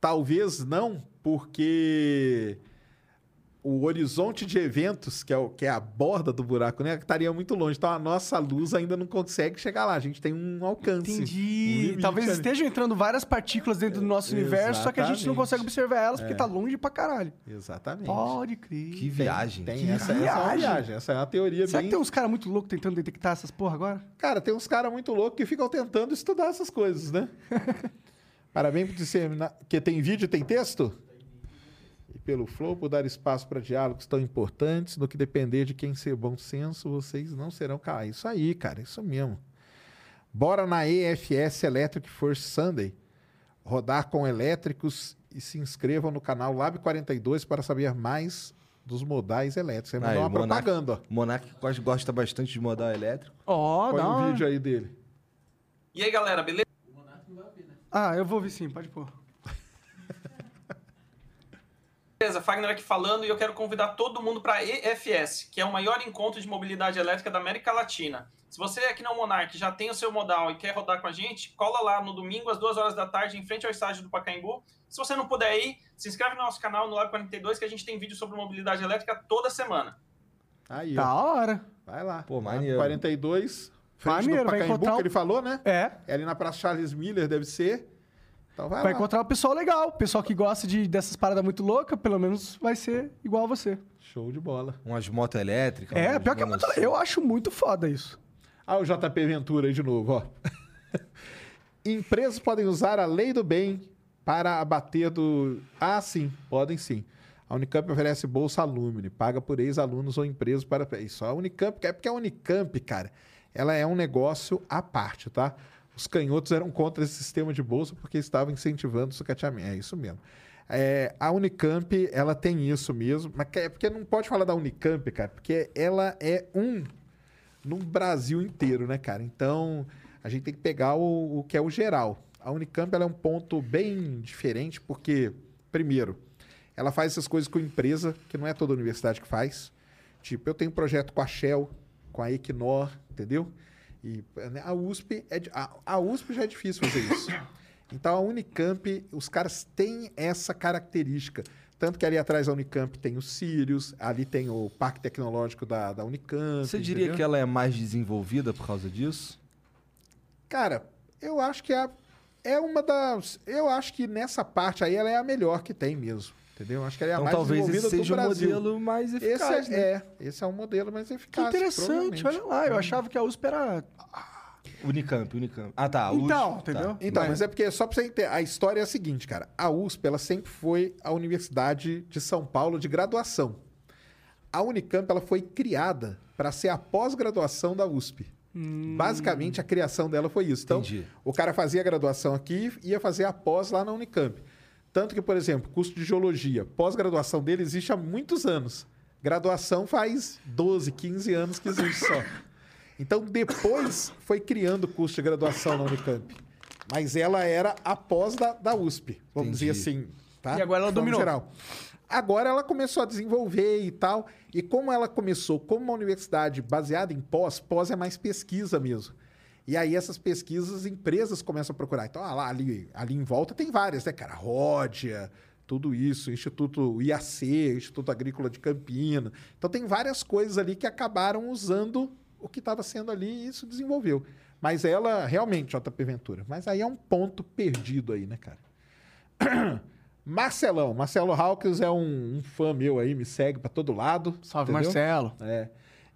Speaker 1: talvez não, porque o horizonte de eventos, que é, o, que é a borda do buraco negro, estaria muito longe. Então a nossa luz ainda não consegue chegar lá. A gente tem um alcance. um
Speaker 3: Entendi.
Speaker 1: limite
Speaker 3: Talvez
Speaker 1: ali.
Speaker 3: estejam entrando várias partículas dentro do nosso universo, só que a gente não
Speaker 1: É, Exatamente. É.
Speaker 3: consegue observar elas porque tá longe pra caralho.
Speaker 1: Exatamente.
Speaker 3: Pode crer.
Speaker 2: Que viagem.
Speaker 1: Tem
Speaker 2: que
Speaker 1: essa, essa é uma
Speaker 3: viagem.
Speaker 1: viagem. Essa é uma teoria
Speaker 3: Será
Speaker 1: bem.
Speaker 3: que tem uns caras muito loucos tentando detectar essas porra agora?
Speaker 1: Cara, tem uns caras muito loucos que ficam tentando estudar essas coisas, né? Parabéns por disseminar. Que tem vídeo e tem texto? E pelo Flow, por dar espaço para diálogos tão importantes, no que Ah, depender de quem ser bom senso, vocês não serão calar. Isso aí, cara, isso mesmo. Bora na EFS Electric Force Sunday rodar com elétricos e se inscrevam no canal Lab 42 para saber mais dos modais elétricos. É
Speaker 2: Aí,
Speaker 1: mandou uma
Speaker 2: o Monark-
Speaker 1: propaganda. ó.
Speaker 2: Monark quase gosta bastante de modal elétrico.
Speaker 3: Ó,
Speaker 1: Põe
Speaker 3: dá
Speaker 1: um
Speaker 3: uma-
Speaker 1: vídeo aí dele.
Speaker 7: E aí, galera, beleza?
Speaker 3: Ah, eu vou ouvir sim, pode pôr.
Speaker 7: Beleza, Fagner aqui falando e eu quero convidar todo mundo para a EFS, que é o maior encontro de mobilidade elétrica da América Latina. Se você aqui na Monark já tem o seu modal e quer rodar com a gente, cola lá no domingo às duas horas da tarde em frente ao estádio do Pacaembu. Se você não puder ir, se inscreve no nosso canal no Lab 42 que a gente tem vídeo sobre mobilidade elétrica toda semana.
Speaker 1: Aí,
Speaker 3: Da
Speaker 1: ó.
Speaker 3: hora.
Speaker 1: Vai lá.
Speaker 2: Pô,
Speaker 1: Lab
Speaker 2: maneiro.
Speaker 1: 42, frente
Speaker 3: Maneiro,
Speaker 1: do
Speaker 3: vai
Speaker 1: Pacaembu,
Speaker 3: encontrar um-
Speaker 1: que ele falou, né?
Speaker 3: É.
Speaker 1: É ali na Praça Charles Miller, deve ser. Então vai,
Speaker 3: Vai
Speaker 1: lá.
Speaker 3: encontrar o pessoal legal, o pessoal que gosta de, dessas paradas muito loucas, pelo menos vai ser igual a você.
Speaker 1: Show de bola.
Speaker 2: Umas motos elétricas.
Speaker 3: É,
Speaker 2: umas
Speaker 3: pior que é muito.
Speaker 2: monociclo.
Speaker 3: Eu acho muito foda isso.
Speaker 1: Ah, o JP Ventura aí de novo, ó. Empresas podem usar a lei do bem para abater do. Ah, sim, podem sim. A Unicamp oferece bolsa alumni, paga por ex-alunos ou empresas para. Isso, a Unicamp, é porque a Unicamp, cara, ela é um negócio à parte, tá? Os canhotos eram contra esse sistema de bolsa porque estavam incentivando o sucateamento. É isso mesmo. É, a Unicamp, ela tem isso mesmo, mas que- é porque não pode falar da Unicamp, cara, porque ela é um no Brasil inteiro, né, cara? Então, a gente tem que pegar o, o que é o geral. A Unicamp ela é um ponto bem diferente, porque, primeiro, ela faz essas coisas com empresa, que não é toda universidade que faz. Tipo, eu tenho um projeto com a Shell, com a Equinor, entendeu? E né, a USP, é, di- a, a USP já é difícil fazer isso. Então, a Unicamp, os caras têm essa característica. Tanto que ali atrás da Unicamp tem o Sirius, ali tem o Parque Tecnológico da, da Unicamp.
Speaker 2: Você diria
Speaker 1: entendeu?
Speaker 2: que ela é mais desenvolvida por causa disso?
Speaker 1: Cara, eu acho que é, é uma das. Eu acho que nessa parte aí ela é a melhor que tem mesmo. Entendeu? Acho que ela é a
Speaker 2: então
Speaker 1: mais
Speaker 2: talvez
Speaker 1: desenvolvida
Speaker 2: esse seja
Speaker 1: do
Speaker 2: um
Speaker 1: Brasil.
Speaker 2: modelo mais eficaz,
Speaker 1: esse
Speaker 2: né?
Speaker 1: é, é, esse é um modelo mais
Speaker 3: Que
Speaker 1: eficaz.
Speaker 3: interessante,
Speaker 1: provavelmente.
Speaker 3: olha lá. Eu achava que a USP era.
Speaker 2: Unicamp, Unicamp. Ah, tá. a USP,
Speaker 3: Então,
Speaker 2: tá.
Speaker 3: entendeu?
Speaker 1: é. Então, mas é porque só pra você entender, a história é a seguinte, cara. A USP, ela sempre foi a Universidade de São Paulo de graduação. A Unicamp, ela foi criada para ser a pós-graduação da USP. Basicamente, a criação dela foi isso. Então,
Speaker 2: Entendi.
Speaker 1: o cara fazia a graduação aqui e ia fazer a pós lá na Unicamp. Tanto que, por exemplo, curso de geologia, pós-graduação dele existe há muitos anos. Graduação faz 12, 15 anos que existe só. Então, depois foi criando o curso de graduação na Unicamp. Mas ela era após da, da USP, vamos dizer
Speaker 2: Entendi.
Speaker 1: assim. Tá?
Speaker 3: E agora ela
Speaker 1: De forma
Speaker 3: dominou.
Speaker 1: geral. Agora ela começou a desenvolver e tal. E como ela começou como uma universidade baseada em pós, pós é mais pesquisa mesmo. E aí essas pesquisas, empresas começam a procurar. Então, ah, lá, ali, ali em volta tem várias, né, cara? Ródia, tudo isso, Instituto IAC, Instituto Agrícola de Campina. Então tem várias coisas ali que acabaram usando o que estava sendo ali e isso desenvolveu. Mas ela, realmente, JP Ventura. Mas aí é um ponto perdido aí, né, cara? Marcelão, Marcelo Hawkins é um, um fã meu aí, me segue pra todo lado.
Speaker 3: Salve,
Speaker 1: entendeu?
Speaker 3: Marcelo.
Speaker 1: É.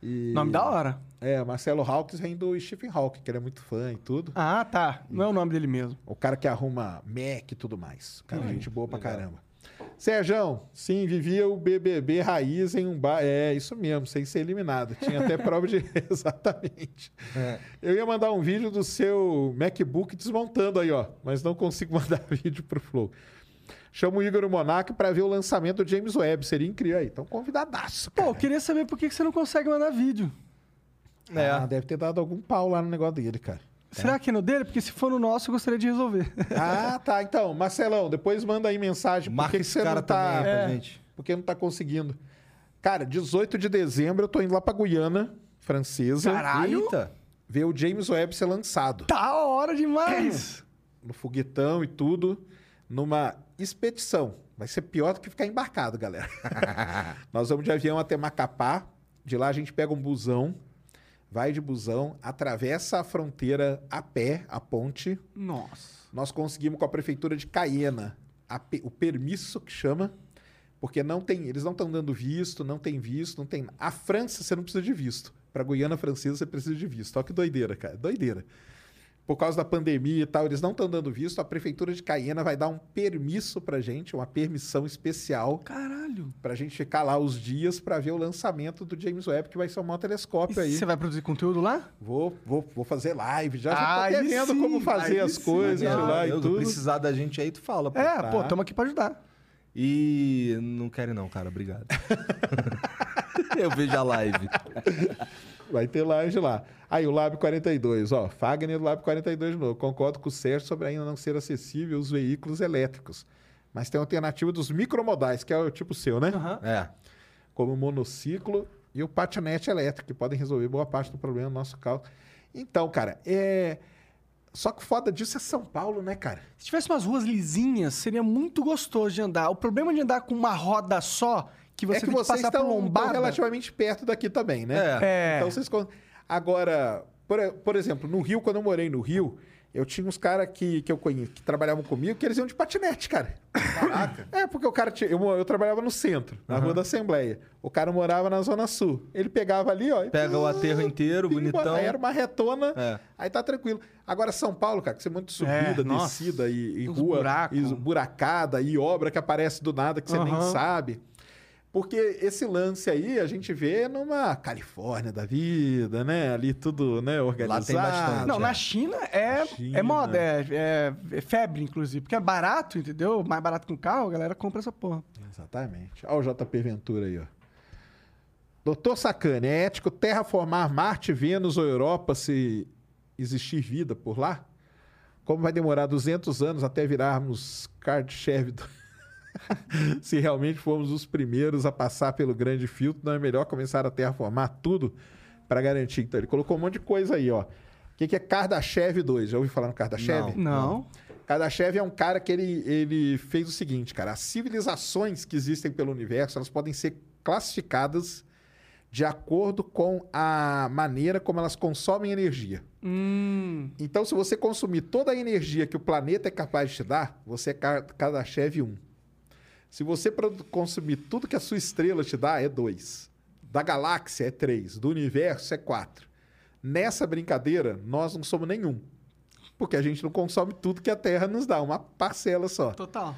Speaker 1: E-
Speaker 3: Nome da hora.
Speaker 1: É, Marcelo Hawkins vem do Stephen Hawking, que ele é muito fã e tudo.
Speaker 3: Ah, tá. Não é o nome dele mesmo.
Speaker 1: O cara que arruma Mac e tudo mais. O cara, é gente boa pra caramba. Sérgio, sim, vivia o BBB raiz em um bar. É, isso mesmo, sem ser eliminado. Tinha até prova de. Exatamente.
Speaker 2: É.
Speaker 1: Eu ia mandar um vídeo do seu MacBook desmontando aí, ó. Mas não consigo mandar vídeo pro Flow. Chama o Igor Monaco pra ver o lançamento do James Webb. Seria incrível aí. Então, convidadaço.
Speaker 3: Pô,
Speaker 1: Cara.
Speaker 3: eu queria saber por que que você não consegue mandar vídeo.
Speaker 2: É.
Speaker 1: Ah, deve ter dado algum pau lá no negócio dele, cara.
Speaker 3: Será que é no dele? Porque se for no nosso, eu gostaria de resolver.
Speaker 1: Ah, tá. Então, Marcelão, depois manda aí mensagem. Por
Speaker 2: Marca
Speaker 1: que que
Speaker 2: é esse
Speaker 1: você
Speaker 2: cara
Speaker 1: não tá...
Speaker 2: também aí pra gente.
Speaker 1: Por que não tá conseguindo? Cara, 18 de dezembro eu tô indo lá pra Guiana Francesa
Speaker 2: Eita.
Speaker 1: ver o James Webb ser lançado.
Speaker 3: Tá hora demais!
Speaker 1: No foguetão e tudo, numa expedição. Vai ser pior do que ficar embarcado, galera. Nós vamos de avião até Macapá. De lá a gente pega um busão, vai de busão, atravessa a fronteira a pé, a ponte,
Speaker 3: Nossa.
Speaker 1: nós conseguimos com a prefeitura de Caiena a pe- o permisso que chama, porque não tem, eles não estão dando visto, não tem visto, não tem. A França você não precisa de visto. Para Guiana Francesa você precisa de visto. Olha que doideira, cara, doideira. por causa da pandemia e tal, eles não estão dando visto. A prefeitura de Caiena vai dar um permisso pra gente, uma permissão especial.
Speaker 3: Caralho!
Speaker 1: Pra gente ficar lá os dias pra ver o lançamento do James Webb, que vai ser um maior telescópio aí.
Speaker 3: Você vai produzir conteúdo lá?
Speaker 1: Vou, vou, vou fazer live, já, já
Speaker 3: Aí
Speaker 1: tô querendo
Speaker 3: sim,
Speaker 1: como fazer
Speaker 3: aí
Speaker 1: as
Speaker 3: sim,
Speaker 1: coisas
Speaker 3: legal.
Speaker 1: lá Ah, e
Speaker 2: Deus,
Speaker 1: tudo.
Speaker 2: precisar da gente aí, tu fala. Pô.
Speaker 3: É,
Speaker 2: Tá.
Speaker 3: pô, estamos aqui pra ajudar.
Speaker 2: E não quero não, cara. Obrigado. Eu vejo a live.
Speaker 1: Vai ter live lá. Aí o Lab 42, ó. Fagner do Lab 42 de novo. Concordo com o Sérgio sobre ainda não ser acessível os veículos elétricos. Mas tem a alternativa dos micromodais, que é o tipo seu, né?
Speaker 3: Aham.
Speaker 2: É.
Speaker 1: Como o monociclo e o patinete elétrico, que podem resolver boa parte do problema do nosso carro. Então, cara, é. Só que o foda disso é São Paulo, né, cara?
Speaker 3: Se tivesse umas ruas lisinhas, seria muito gostoso de andar. O problema de andar com uma roda só, que você
Speaker 1: é que
Speaker 3: tem que
Speaker 1: vocês
Speaker 3: passar por
Speaker 1: estão estão
Speaker 3: lombada...
Speaker 1: relativamente perto daqui também, né?
Speaker 3: É. É.
Speaker 1: Então vocês. con- Agora, por, por exemplo, no Rio, quando eu morei no Rio, eu tinha uns caras que, que eu conhe... que trabalhavam comigo que eles iam de patinete, cara. Caraca. É, porque o cara tinha. Eu, mo- eu trabalhava no centro, na Rua da Assembleia. O cara morava na Zona Sul. Ele pegava ali, ó. e-
Speaker 2: Pega o aterro inteiro,
Speaker 1: Pimba,
Speaker 2: bonitão.
Speaker 1: Aí era uma retona,
Speaker 2: É.
Speaker 1: aí tá tranquilo. Agora, São Paulo, cara, que você é muito subida,
Speaker 3: É, nossa.
Speaker 1: descida e, e
Speaker 3: Uns
Speaker 1: rua
Speaker 3: buraco.
Speaker 1: e buracada e obra que aparece do nada que você nem
Speaker 3: Aham.
Speaker 1: sabe. Porque esse lance aí a gente vê numa Califórnia da vida, né? Ali tudo, né, organizado.
Speaker 2: bastante.
Speaker 3: né? Não,
Speaker 2: É.
Speaker 3: na China é,
Speaker 1: China.
Speaker 3: é moda, é, é- é febre, inclusive. Porque é barato, entendeu? Mais barato que um carro, a galera compra essa porra.
Speaker 1: Exatamente. Olha o JP Ventura aí, ó. Doutor Sacani, é ético terraformar Marte, Vênus ou Europa se existir vida por lá? Como vai demorar 200 anos até virarmos Kardashev do... se realmente formos os primeiros a passar pelo grande filtro, não é melhor começar a terraformar tudo para garantir? Então, ele colocou um monte de coisa aí, ó. O que, que é Kardashev 2? Já ouviu falar no Kardashev?
Speaker 3: Não.
Speaker 1: Kardashev é um cara que ele, ele fez o seguinte, cara. As civilizações que existem pelo universo, elas podem ser classificadas de acordo com a maneira como elas consomem energia.
Speaker 3: Hum.
Speaker 1: Então, se você consumir toda a energia que o planeta é capaz de te dar, você é Ka- Kardashev 1. Se você produ- consumir tudo que a sua estrela te dá, é 2. Da galáxia é 3. Do universo é 4. Nessa brincadeira, nós não somos nenhum. Porque a gente não consome tudo que a Terra nos dá, uma parcela só.
Speaker 3: Total.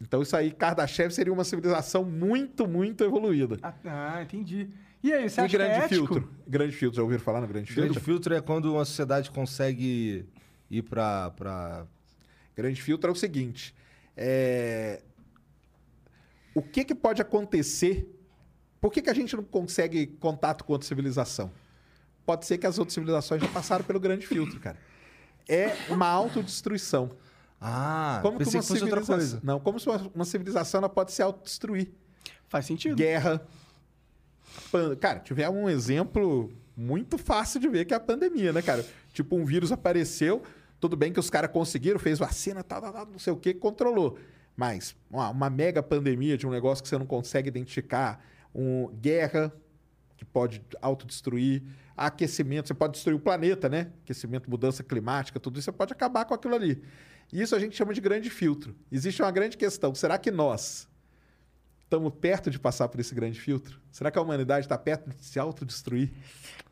Speaker 1: Então, isso aí, Kardashev seria uma civilização muito, muito evoluída.
Speaker 3: Ah, Ah, entendi. E aí, você
Speaker 1: e
Speaker 3: acha que é
Speaker 1: grande
Speaker 3: ético?
Speaker 1: filtro? Grande filtro, já ouviram falar no grande filtro?
Speaker 2: Grande filtro é quando uma sociedade consegue ir pra. pra...
Speaker 1: Grande filtro é o seguinte: é, o que, que pode acontecer? Por que, que a gente não consegue contato com outra civilização? Pode ser que as outras civilizações já passaram pelo grande filtro, cara. É uma autodestruição.
Speaker 2: Ah,
Speaker 1: Como
Speaker 2: pensei que, fosse outra
Speaker 1: civiliza-
Speaker 2: coisa.
Speaker 1: Não, como se uma, uma civilização ela pode se autodestruir.
Speaker 3: Faz sentido.
Speaker 1: Guerra. pan- Cara, tiver um exemplo muito fácil de ver que é a pandemia, né, cara? Tipo, um vírus apareceu, tudo bem que os caras conseguiram, fez vacina, tal, tal, tal, não sei o que, controlou. Mas uma, uma mega pandemia de um negócio que você não consegue identificar, um, guerra que pode autodestruir, aquecimento, você pode destruir o planeta, né? Aquecimento, mudança climática, tudo isso, você pode acabar com aquilo ali. E Isso a gente chama de grande filtro. Existe uma grande questão, será que nós estamos perto de passar por esse grande filtro? Será que a humanidade está perto de se autodestruir?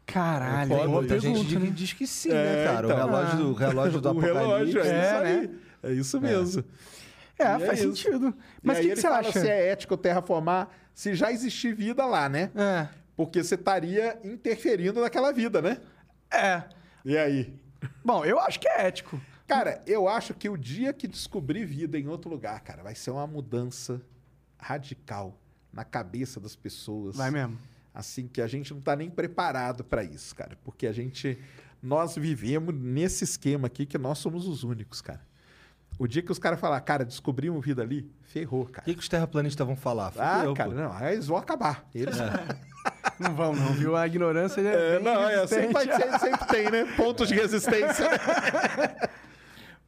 Speaker 3: Caralho,
Speaker 1: É foda,
Speaker 3: boa
Speaker 2: Muita gente
Speaker 3: pergunta, né?
Speaker 2: diz que sim,
Speaker 1: É,
Speaker 2: né, cara?
Speaker 1: então.
Speaker 2: O relógio do, o relógio do
Speaker 1: o
Speaker 2: apocalipse.
Speaker 1: relógio, é,
Speaker 3: É,
Speaker 1: isso
Speaker 3: né?
Speaker 1: aí. É isso mesmo.
Speaker 3: É,
Speaker 1: E é
Speaker 3: faz
Speaker 1: isso.
Speaker 3: sentido.
Speaker 1: E
Speaker 3: Mas o
Speaker 1: aí
Speaker 3: que, que
Speaker 1: ele
Speaker 3: você
Speaker 1: fala
Speaker 3: acha?
Speaker 1: se é ético terraformar se já existir vida lá, né?
Speaker 3: É.
Speaker 1: Porque você estaria interferindo naquela vida, né?
Speaker 3: É.
Speaker 1: E aí?
Speaker 3: Bom, eu acho que é ético.
Speaker 1: Cara, eu acho que o dia que descobrir vida em outro lugar, cara, vai ser uma mudança radical na cabeça das pessoas.
Speaker 3: Vai mesmo.
Speaker 1: Assim que a gente não tá nem preparado para isso, cara, porque a gente nós vivemos nesse esquema aqui que nós somos os únicos, cara. O dia que os caras falar, cara, descobrimos vida ali, ferrou,
Speaker 2: O
Speaker 1: cara.
Speaker 2: que, que os terraplanistas vão falar?
Speaker 1: Ah,
Speaker 2: Fudeu,
Speaker 1: cara,
Speaker 2: pô. É.
Speaker 1: não, aí eles vão acabar. Eles...
Speaker 3: Não vão, não, viu? A ignorância é.
Speaker 1: É,
Speaker 3: bem
Speaker 1: não, é, sempre,
Speaker 3: resistente.
Speaker 1: vai ter- sempre tem, né? Pontos de resistência.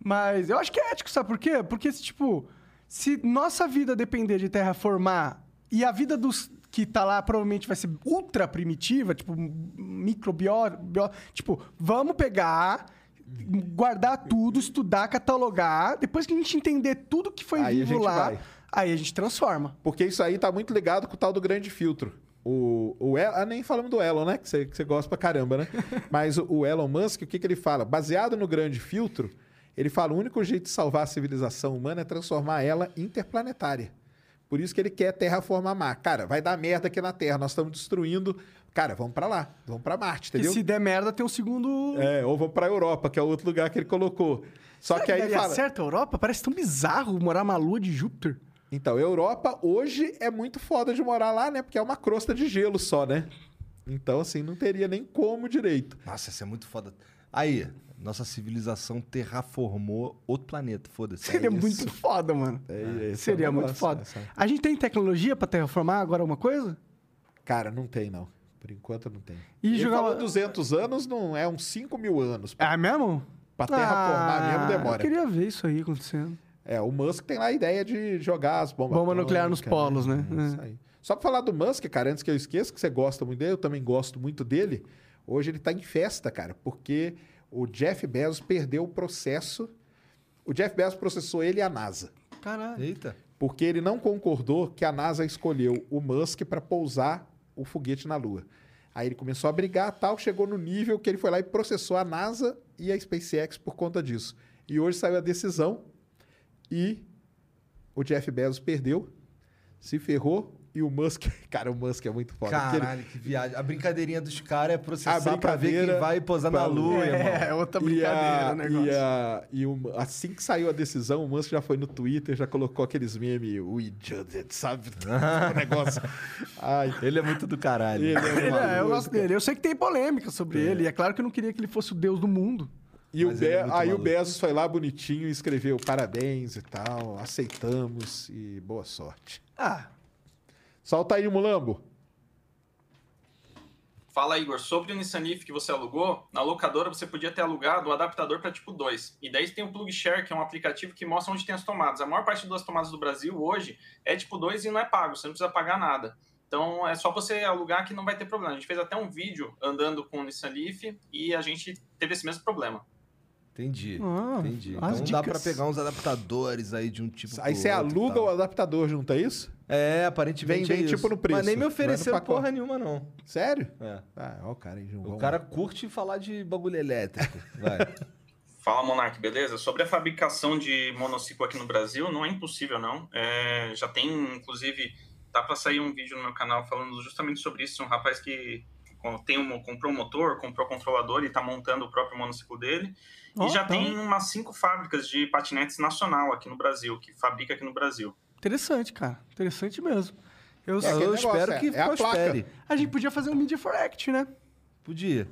Speaker 3: Mas eu acho que é ético, sabe por quê? Porque, se, tipo, se nossa vida depender de terraformar e a vida dos que tá lá provavelmente vai ser ultra primitiva, tipo, microbiota. Tipo, vamos pegar, guardar tudo, estudar, catalogar. Depois que a gente entender tudo que foi
Speaker 1: Aí a
Speaker 3: vivo
Speaker 1: gente
Speaker 3: lá,
Speaker 1: vai.
Speaker 3: aí a gente transforma.
Speaker 1: Porque isso aí tá muito ligado com o tal do grande filtro. O, o El- ah, nem falamos do Elon, né? Que você, que você gosta pra caramba, né? Mas o, o Elon Musk, o que, que ele fala? Baseado no grande filtro, ele fala: o único jeito de salvar a civilização humana é transformar ela em interplanetária. Por isso que ele quer terraformar mar. Cara, vai dar merda aqui na Terra, nós estamos destruindo. Cara, vamos pra lá, vamos pra Marte,
Speaker 3: Que
Speaker 1: entendeu?
Speaker 3: se der merda, tem o segundo.
Speaker 1: É, ou vamos pra Europa, que é o outro lugar que ele colocou. Só
Speaker 3: Será
Speaker 1: que aí
Speaker 3: daria
Speaker 1: fala.
Speaker 3: certo a Europa? Parece tão bizarro morar uma lua de Júpiter.
Speaker 1: Então, a Europa hoje é muito foda de morar lá, né? Porque é uma crosta de gelo só, né? Então, assim, não teria nem como direito.
Speaker 2: Nossa, isso é muito foda. Aí, nossa civilização terraformou outro planeta, foda-se.
Speaker 3: Seria
Speaker 2: é isso.
Speaker 3: muito foda, mano.
Speaker 1: esse
Speaker 3: Seria
Speaker 1: é o
Speaker 3: muito
Speaker 1: negócio,
Speaker 3: foda.
Speaker 1: né, sabe?
Speaker 3: A gente tem tecnologia pra terraformar agora alguma coisa?
Speaker 1: Cara, não tem, não. Por enquanto, não tem.
Speaker 3: E
Speaker 1: Ele
Speaker 3: jogar-
Speaker 1: falou 200 anos, não é uns 5 mil anos. Pra,
Speaker 3: É mesmo?
Speaker 1: pra terraformar
Speaker 3: Ah,
Speaker 1: mesmo demora.
Speaker 3: Eu queria ver isso aí acontecendo.
Speaker 1: É, o Musk tem lá a ideia de jogar as bombas.
Speaker 3: Bomba nuclear nos
Speaker 1: atômicas,
Speaker 3: polos, né?
Speaker 1: É, Isso aí. Só pra falar do Musk, cara, antes que eu esqueça, que você gosta muito dele, eu também gosto muito dele. Hoje ele tá em festa, cara, porque o Jeff Bezos perdeu o processo. O Jeff Bezos processou ele e a NASA.
Speaker 3: Caralho.
Speaker 2: Eita.
Speaker 1: Porque ele não concordou que a NASA escolheu o Musk para pousar o foguete na Lua. Aí ele começou a brigar tal, chegou no nível que ele foi lá e processou a NASA e a SpaceX por conta disso. E hoje saiu a decisão e o Jeff Bezos perdeu, se ferrou e o Musk... Cara, o Musk é muito foda. porque ele-
Speaker 2: Caralho, que viagem. A brincadeirinha dos caras é
Speaker 1: A
Speaker 2: processar pra ver
Speaker 1: brincadeira
Speaker 2: quem vai posar na
Speaker 1: pra
Speaker 2: lua,
Speaker 1: lua.
Speaker 2: irmão.
Speaker 3: É, outra
Speaker 1: E,
Speaker 3: brincadeira
Speaker 1: a-
Speaker 3: o negócio.
Speaker 1: e a- e o- assim que saiu a decisão, o Musk já foi no Twitter, já colocou aqueles memes, we judged, it", sabe? o negócio. Ai,
Speaker 2: Ele é muito do caralho.
Speaker 1: ele é
Speaker 3: Ele
Speaker 1: um
Speaker 3: é, eu
Speaker 1: maluco.
Speaker 3: gosto dele. Eu sei que tem polêmica sobre ele. E é claro que eu não queria que ele fosse o deus do mundo.
Speaker 1: E o
Speaker 2: Mas
Speaker 1: Be-
Speaker 2: ele é muito
Speaker 1: aí o
Speaker 2: maluco.
Speaker 1: Bezos foi lá bonitinho e escreveu parabéns e tal, aceitamos e boa sorte.
Speaker 3: Ah,
Speaker 1: Solta aí, Mulambo.
Speaker 7: Fala, Igor, sobre o Nissanif que você alugou, na locadora você podia ter alugado um adaptador para tipo 2. E daí tem o Plug Share, que é um aplicativo que mostra onde tem as tomadas. A maior parte das tomadas do Brasil hoje é tipo 2 e não é pago, você não precisa pagar nada. Então é só você alugar que não vai ter problema. A gente fez até um vídeo andando com o Nissan Leaf e a gente teve esse mesmo problema.
Speaker 2: Entendi.
Speaker 1: Hum,
Speaker 3: Ah,
Speaker 2: entendi. Então
Speaker 3: as
Speaker 2: dá
Speaker 3: dicas.
Speaker 2: pra
Speaker 1: um
Speaker 2: pegar uns adaptadores aí de um tipo.
Speaker 1: Aí
Speaker 2: pro
Speaker 1: você
Speaker 2: outro e
Speaker 1: aluga
Speaker 2: tal.
Speaker 1: o adaptador junto, é isso?
Speaker 2: É, aparentemente.
Speaker 1: Vem- vem
Speaker 2: é isso.
Speaker 1: tipo no preço,
Speaker 2: Mas nem me
Speaker 1: vai no
Speaker 2: ofereceram
Speaker 1: pacote.
Speaker 2: porra nenhuma, não.
Speaker 1: Sério?
Speaker 2: É.
Speaker 1: Ah, ó o cara aí, João.
Speaker 2: O
Speaker 1: Vamos
Speaker 2: cara
Speaker 1: lá.
Speaker 2: curte falar de bagulho elétrico. Vai.
Speaker 7: Fala, Monark, beleza? Sobre a fabricação de monociclo aqui no Brasil, não é impossível, não. É, já tem, inclusive, dá para sair um vídeo no meu canal falando justamente sobre isso. Um rapaz que com- tem um, comprou um motor, comprou um controlador e está montando o próprio monociclo dele.
Speaker 3: Ó,
Speaker 7: e já
Speaker 3: tá.
Speaker 7: tem umas cinco fábricas de patinetes nacional aqui no Brasil, que fabrica aqui no Brasil.
Speaker 3: interessante, cara. Interessante mesmo. Eu
Speaker 1: É, aquele
Speaker 2: eu
Speaker 1: negócio,
Speaker 2: espero
Speaker 1: é-
Speaker 2: que
Speaker 1: é a
Speaker 2: prospere.
Speaker 3: A gente podia fazer um Media for Act, né?
Speaker 2: Podia.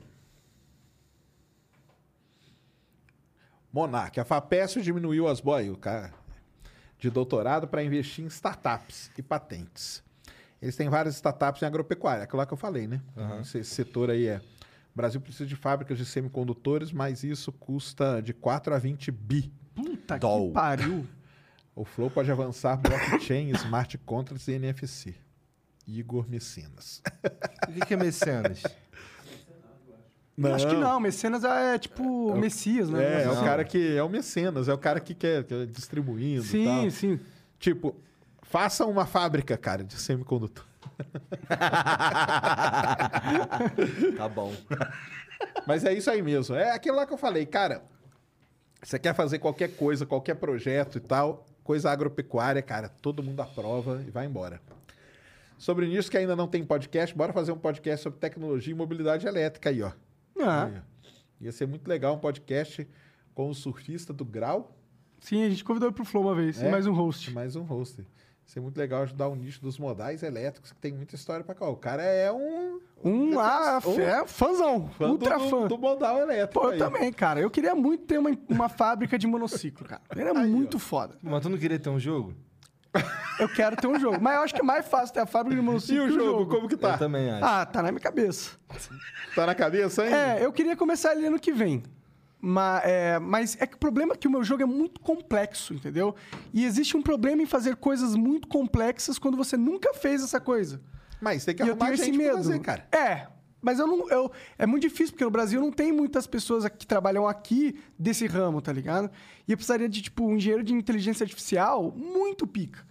Speaker 1: Monark, a FAPESP diminuiu as boy, o cara de doutorado para investir em startups e patentes. Eles têm várias startups em agropecuária, aquilo que eu falei, né? Esse esse setor aí é. O Brasil precisa de fábricas de semicondutores, mas isso custa de 4 a 20 bi.
Speaker 3: Puta
Speaker 2: Dol.
Speaker 3: que pariu.
Speaker 1: O Flow pode avançar blockchain, smart contracts e NFC. Igor Mecenas.
Speaker 2: O que, que é mecenas?
Speaker 3: Eu Acho que não, Mecenas é tipo
Speaker 1: o-
Speaker 3: Messias, né?
Speaker 1: É, é
Speaker 3: Mas-
Speaker 1: o cara que é o mecenas, é o cara que quer, quer distribuindo e
Speaker 3: Sim,
Speaker 1: tal.
Speaker 3: sim.
Speaker 1: Tipo, faça uma fábrica, cara, de semicondutor.
Speaker 2: Tá bom.
Speaker 1: Mas é isso aí mesmo. É aquilo lá que eu falei, cara. Você quer fazer qualquer coisa, qualquer projeto e tal, coisa agropecuária, cara, todo mundo aprova e vai embora. Sobre isso que ainda não tem podcast, bora fazer um podcast sobre tecnologia e mobilidade elétrica aí, ó.
Speaker 3: Ah,
Speaker 1: Aí, ó. Ia ser muito legal um podcast com o surfista do Grau
Speaker 3: sim, a gente convidou ele pro Flow uma vez.
Speaker 1: É?
Speaker 3: Mais um host.
Speaker 1: Mais um hoster. Isso é muito legal ajudar o nicho dos modais elétricos, que tem muita história pra cá. O cara é um
Speaker 3: Um ah,
Speaker 1: um
Speaker 3: é fãzão.
Speaker 1: fã
Speaker 3: ultra
Speaker 1: do,
Speaker 3: fã.
Speaker 1: do modal elétrico.
Speaker 3: Pô, eu
Speaker 1: aí.
Speaker 3: também, cara. Eu queria muito ter uma, uma fábrica de monociclo, cara. Era
Speaker 1: Aí,
Speaker 3: muito
Speaker 1: ó.
Speaker 3: foda.
Speaker 2: Mas tu não queria ter um jogo?
Speaker 3: Eu quero ter um jogo. Mas eu acho que é mais fácil ter a fábrica de
Speaker 1: E
Speaker 3: monociclo.
Speaker 1: o
Speaker 3: que
Speaker 1: jogo, como que tá?
Speaker 2: Eu também acho.
Speaker 3: Ah, tá na minha cabeça.
Speaker 1: Tá na cabeça ainda?
Speaker 3: É, eu queria começar ele ano que vem. Ma- é, Mas é, que o problema é que o meu jogo é muito complexo, entendeu? E existe um problema em fazer coisas muito complexas quando você nunca fez essa coisa.
Speaker 1: Mas tem que
Speaker 3: e eu
Speaker 1: arrumar
Speaker 3: tenho
Speaker 1: gente
Speaker 3: esse
Speaker 1: pra
Speaker 3: medo.
Speaker 1: fazer, cara.
Speaker 3: É. Mas eu não. Eu, é muito difícil, porque no Brasil não tem muitas pessoas que trabalham aqui desse ramo, tá ligado? E eu precisaria de, tipo, um engenheiro de inteligência artificial muito pica.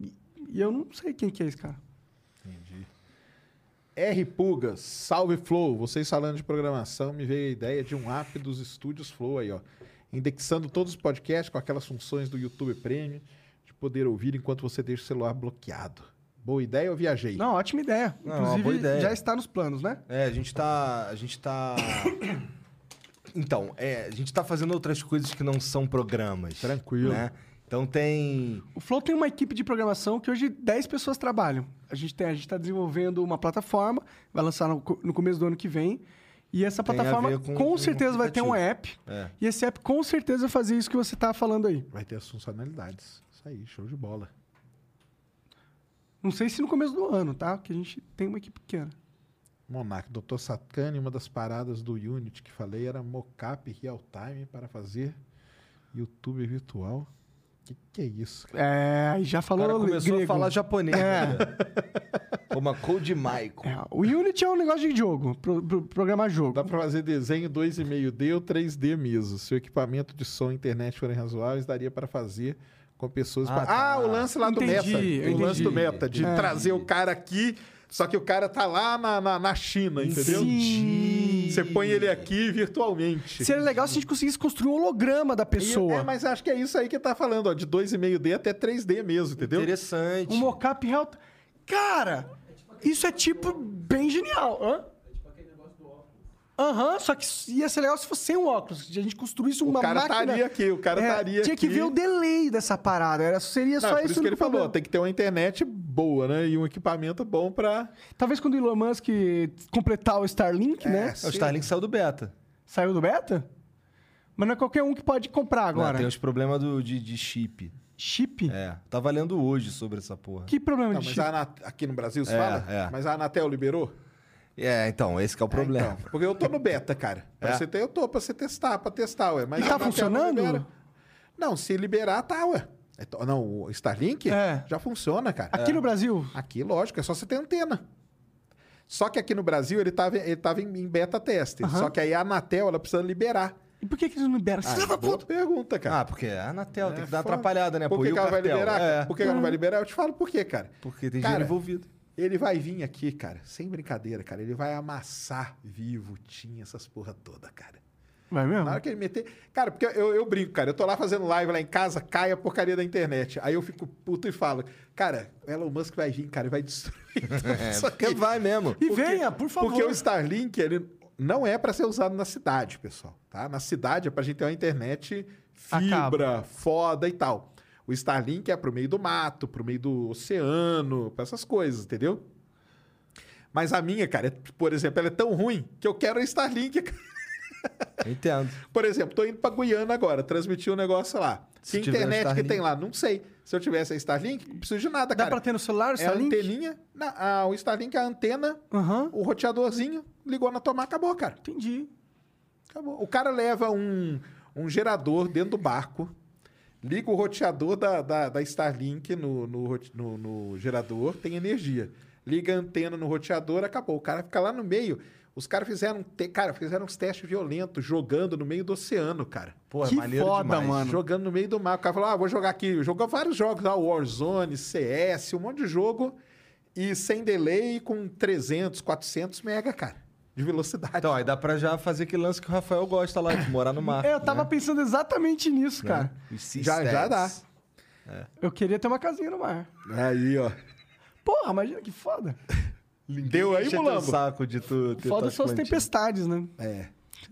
Speaker 3: E, e eu não sei quem que é esse cara.
Speaker 1: R. Puga, salve Flow. Vocês falando de programação, me veio a ideia de um app dos estúdios Flow aí, ó. Indexando todos os podcasts com aquelas funções do YouTube Premium, de poder ouvir enquanto você deixa o celular bloqueado. Boa ideia ou viajei?
Speaker 3: Não, ótima ideia.
Speaker 1: é
Speaker 2: Não,
Speaker 3: Inclusive,
Speaker 2: uma boa ideia.
Speaker 3: já está nos planos, né?
Speaker 2: É, a gente tá. A gente tá. Então, é, a gente tá fazendo outras coisas que não são programas.
Speaker 1: Tranquilo.
Speaker 2: né? Então tem.
Speaker 3: O Flow tem uma equipe de programação que hoje 10 pessoas trabalham. A gente tem, a gente está desenvolvendo uma plataforma, vai lançar no, co- no começo do ano que vem. E essa
Speaker 2: Tem a
Speaker 3: plataforma
Speaker 2: ver com-
Speaker 3: com,
Speaker 2: com
Speaker 3: certeza vai ter um app.
Speaker 2: aplicativo. É.
Speaker 3: E esse app com certeza vai fazer isso que você está falando aí.
Speaker 1: Vai ter as funcionalidades. Isso aí, show de bola.
Speaker 3: Não sei se no começo do ano, tá? Que a gente tem uma equipe pequena.
Speaker 1: Monark, Dr. Satani, uma das paradas do Unity que falei era mocap real time para fazer YouTube virtual. Que que é isso? cara?
Speaker 3: É, aí já falou
Speaker 2: o cara começou
Speaker 3: grego.
Speaker 2: a falar japonês. né?
Speaker 3: É.
Speaker 2: Como a Code Michael.
Speaker 3: É, o Unity é um negócio de jogo, pro- pro- programar jogo.
Speaker 1: Dá para fazer desenho 2,5D ou 3D mesmo. Se o equipamento de som e internet forem razoáveis, daria para fazer com pessoas.
Speaker 2: Ah,
Speaker 1: pa-
Speaker 2: tá.
Speaker 1: ah o lance lá do
Speaker 3: Entendi,
Speaker 1: Meta. O
Speaker 3: eu
Speaker 1: lance do
Speaker 3: entendi.
Speaker 1: Meta, de
Speaker 2: É.
Speaker 1: trazer o cara aqui, só que o cara tá lá na, na, na China, entendeu?
Speaker 3: Entendi.
Speaker 1: Você põe ele aqui virtualmente.
Speaker 3: Seria legal se a gente conseguisse construir um holograma da
Speaker 1: E-
Speaker 3: pessoa.
Speaker 1: É, mas acho que é isso aí que tá falando, ó, de 2,5D até 3D mesmo, entendeu?
Speaker 2: Interessante.
Speaker 3: Um mocap real. Cara, isso é tipo bem genial. Hã?
Speaker 2: É tipo
Speaker 3: Aham, só que ia ser legal se fosse sem um óculos. Se a gente construísse uma
Speaker 1: cara
Speaker 3: máquina... É,
Speaker 1: estaria aqui, o cara estaria
Speaker 3: Tinha que
Speaker 1: aqui.
Speaker 3: ver o delay dessa parada. Era, seria
Speaker 1: Não, é
Speaker 3: só
Speaker 1: por
Speaker 3: isso
Speaker 1: isso que ele
Speaker 3: o problema.
Speaker 1: falou, tem que ter uma internet boa, né? E um equipamento bom pra...
Speaker 3: Talvez quando o Elon Musk completar o Starlink, né?
Speaker 2: É, o Starlink saiu do beta.
Speaker 3: Saiu do beta? Mas não é qualquer um que pode comprar agora.
Speaker 2: Não, tem os problemas do, de, de chip.
Speaker 3: Chip?
Speaker 2: É. Tava lendo hoje sobre essa porra.
Speaker 3: Que problema
Speaker 1: Não,
Speaker 3: de
Speaker 1: mas
Speaker 3: chip?
Speaker 1: a Ana- aqui no Brasil se
Speaker 2: É,
Speaker 1: fala?
Speaker 2: é.
Speaker 1: Mas a Anatel liberou?
Speaker 2: É, então, esse que é o problema.
Speaker 1: Então, porque eu tô no beta, cara. Pra
Speaker 2: É.
Speaker 1: você ter, eu tô pra você testar, pra testar, ué. Mas
Speaker 3: E tá
Speaker 1: a Anatel não
Speaker 3: funcionando?
Speaker 1: libera. Não, se liberar, tá, ué. Então, Não, o Starlink
Speaker 3: É.
Speaker 1: já funciona, cara.
Speaker 2: É.
Speaker 3: Aqui no Brasil?
Speaker 1: Aqui, lógico, é só você ter antena. Só que aqui no Brasil ele tava, ele tava em em beta teste.
Speaker 3: Aham.
Speaker 1: Só que aí a Anatel ela precisa liberar.
Speaker 3: E por que, que eles não liberam? Filha da
Speaker 1: Ah, boa
Speaker 3: puta!
Speaker 1: pergunta, cara.
Speaker 2: Ah, porque a Anatel tem
Speaker 1: É
Speaker 2: que dar
Speaker 1: foda.
Speaker 2: atrapalhada, né?
Speaker 1: Por
Speaker 2: pô?
Speaker 1: que,
Speaker 2: E o
Speaker 1: que ela vai
Speaker 2: cartel?
Speaker 1: liberar?
Speaker 2: É.
Speaker 1: Por que que ela não
Speaker 3: Uhum.
Speaker 1: vai liberar? Eu te falo por quê, cara.
Speaker 2: Porque tem
Speaker 1: Cara,
Speaker 2: dinheiro envolvido.
Speaker 1: Ele vai vir aqui, cara, sem brincadeira, cara. Ele vai amassar vivo, tinha essas porra toda, cara.
Speaker 3: Vai
Speaker 1: Na hora
Speaker 3: mesmo?
Speaker 1: que ele meter. Cara, porque eu, eu brinco, cara. Eu tô lá fazendo live lá em casa, cai a porcaria da internet. Aí eu fico puto e falo, cara, o Elon Musk vai vir, cara, e vai destruir. tudo isso
Speaker 2: Só que
Speaker 1: aqui.
Speaker 2: É,
Speaker 1: é
Speaker 2: vai mesmo.
Speaker 3: E venha, por favor.
Speaker 1: Porque o Starlink, ele não é para ser usado na cidade, pessoal. Tá? Na cidade é para a gente ter uma internet fibra, foda e tal. O Starlink é para o meio do mato, para o meio do oceano, para essas coisas, entendeu? Mas a minha, cara, é- por exemplo, ela é tão ruim que eu quero a Starlink. cara.
Speaker 2: Entendo.
Speaker 1: Por exemplo, tô indo para Guiana agora, transmitir um negócio lá.
Speaker 2: Se
Speaker 1: que
Speaker 2: tiver um
Speaker 1: internet que
Speaker 2: Starlink.
Speaker 1: tem lá? Não sei. Se eu tivesse a Starlink, não preciso de nada,
Speaker 3: Dá
Speaker 1: cara.
Speaker 3: pra ter no celular,
Speaker 1: é a
Speaker 3: Starlink?
Speaker 1: anteninha, na- ah, o Starlink é a antena
Speaker 3: Aham.
Speaker 1: o roteadorzinho ligou na tomada, acabou, cara.
Speaker 3: Entendi.
Speaker 1: Acabou. O cara leva um, um gerador dentro do barco, liga o roteador da, da, da Starlink no, no, rote- no- no gerador, tem energia. Liga a antena no roteador, acabou. O cara fica lá no meio. Os caras fizeram, te- cara, fizeram uns testes violentos, jogando no meio do oceano, cara.
Speaker 2: Pô, é
Speaker 3: Que
Speaker 2: maneiro
Speaker 3: foda,
Speaker 2: demais.
Speaker 3: mano.
Speaker 1: Tá Jogando no meio do mar. O cara falou, ah, vou jogar aqui. Jogou vários jogos lá, Warzone, CS, um monte de jogo. E sem delay, com 300, 400 mega, cara, de velocidade.
Speaker 2: Então, aí dá pra já fazer aquele lance que o Rafael gosta lá, de morar no mar.
Speaker 1: Né?
Speaker 2: né?
Speaker 3: É, eu tava pensando exatamente nisso, cara.
Speaker 1: já, já dá.
Speaker 3: Eu queria ter uma casinha no mar.
Speaker 1: Aí, ó.
Speaker 3: Porra, imagina que foda.
Speaker 1: Deu aí,
Speaker 2: Enche teu
Speaker 1: Mulambo?
Speaker 2: saco de tu ter
Speaker 3: Foda
Speaker 2: tuas
Speaker 3: são as
Speaker 2: plantinhas.
Speaker 3: tempestades, né?
Speaker 1: É.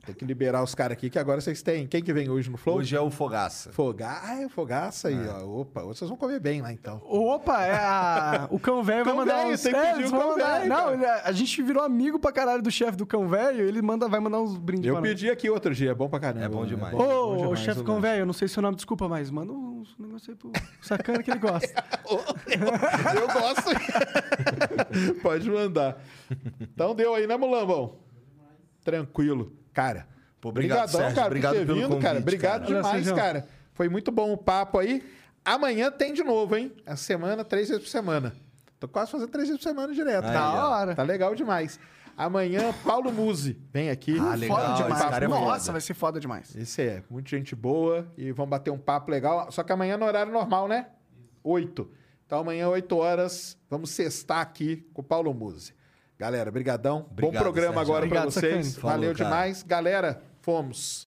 Speaker 1: Tem que liberar os caras aqui, que agora vocês têm. Quem que vem hoje no Flow?
Speaker 2: Hoje é o Fogaça.
Speaker 1: Foga... Ah, é Fogaça aí, ó. Opa, hoje vocês vão comer bem lá, então.
Speaker 3: Opa, é a- o cão velho vai
Speaker 1: Cão
Speaker 3: mandar
Speaker 1: velho,
Speaker 3: uns...
Speaker 1: tem que
Speaker 3: É,
Speaker 1: pedir
Speaker 3: eles
Speaker 1: o
Speaker 3: vão
Speaker 1: cão
Speaker 3: mandar-
Speaker 1: velho,
Speaker 3: Não,
Speaker 1: cara.
Speaker 3: ele- a gente virou amigo pra caralho do chefe do cão velho, ele manda, vai mandar uns brindes
Speaker 1: Eu
Speaker 3: pra nós.
Speaker 1: pedi aqui outro dia, é bom pra caramba.
Speaker 2: É bom
Speaker 1: né?
Speaker 2: demais.
Speaker 3: Ô,
Speaker 1: bom
Speaker 3: ô,
Speaker 1: demais,
Speaker 3: chefe
Speaker 1: o
Speaker 3: cão
Speaker 1: lanche.
Speaker 3: velho, eu não sei seu nome, desculpa, mas manda uns negócio aí pro sacana que ele gosta.
Speaker 1: Eu gosto. Pode mandar. Então deu aí, né, Mulambão? Tranquilo. Cara,
Speaker 2: Pô, obrigado,
Speaker 1: brigadão,
Speaker 2: Sérgio.
Speaker 1: cara,
Speaker 2: Obrigado
Speaker 1: por ter
Speaker 2: pelo
Speaker 1: vindo,
Speaker 2: convite,
Speaker 1: cara. Obrigado
Speaker 2: cara.
Speaker 3: Olha,
Speaker 1: demais,
Speaker 3: Sérgio.
Speaker 1: cara. Foi muito bom o papo aí. Amanhã tem de novo, hein? Essa semana, três vezes por semana. Tô quase fazendo três vezes por semana direto.
Speaker 2: Aí,
Speaker 1: da
Speaker 2: ó.
Speaker 1: hora. Tá legal demais. Amanhã, Paulo Musi vem aqui.
Speaker 2: Ah, legal,
Speaker 1: Foda
Speaker 2: esse
Speaker 1: demais.
Speaker 2: cara é
Speaker 3: Nossa,
Speaker 2: foda.
Speaker 3: vai ser foda demais.
Speaker 1: Esse é, muita gente boa e vamos bater um papo legal. Só que amanhã no horário normal, né? Oito. Então amanhã, oito horas, vamos sextar aqui com o Paulo Musi. Galera, brigadão. Bom
Speaker 2: Obrigado,
Speaker 1: programa
Speaker 2: Sérgio.
Speaker 1: agora para
Speaker 2: Obrigado,
Speaker 1: vocês.
Speaker 2: Sacani. Falou,
Speaker 1: Valeu
Speaker 2: cara.
Speaker 1: demais. Galera, fomos.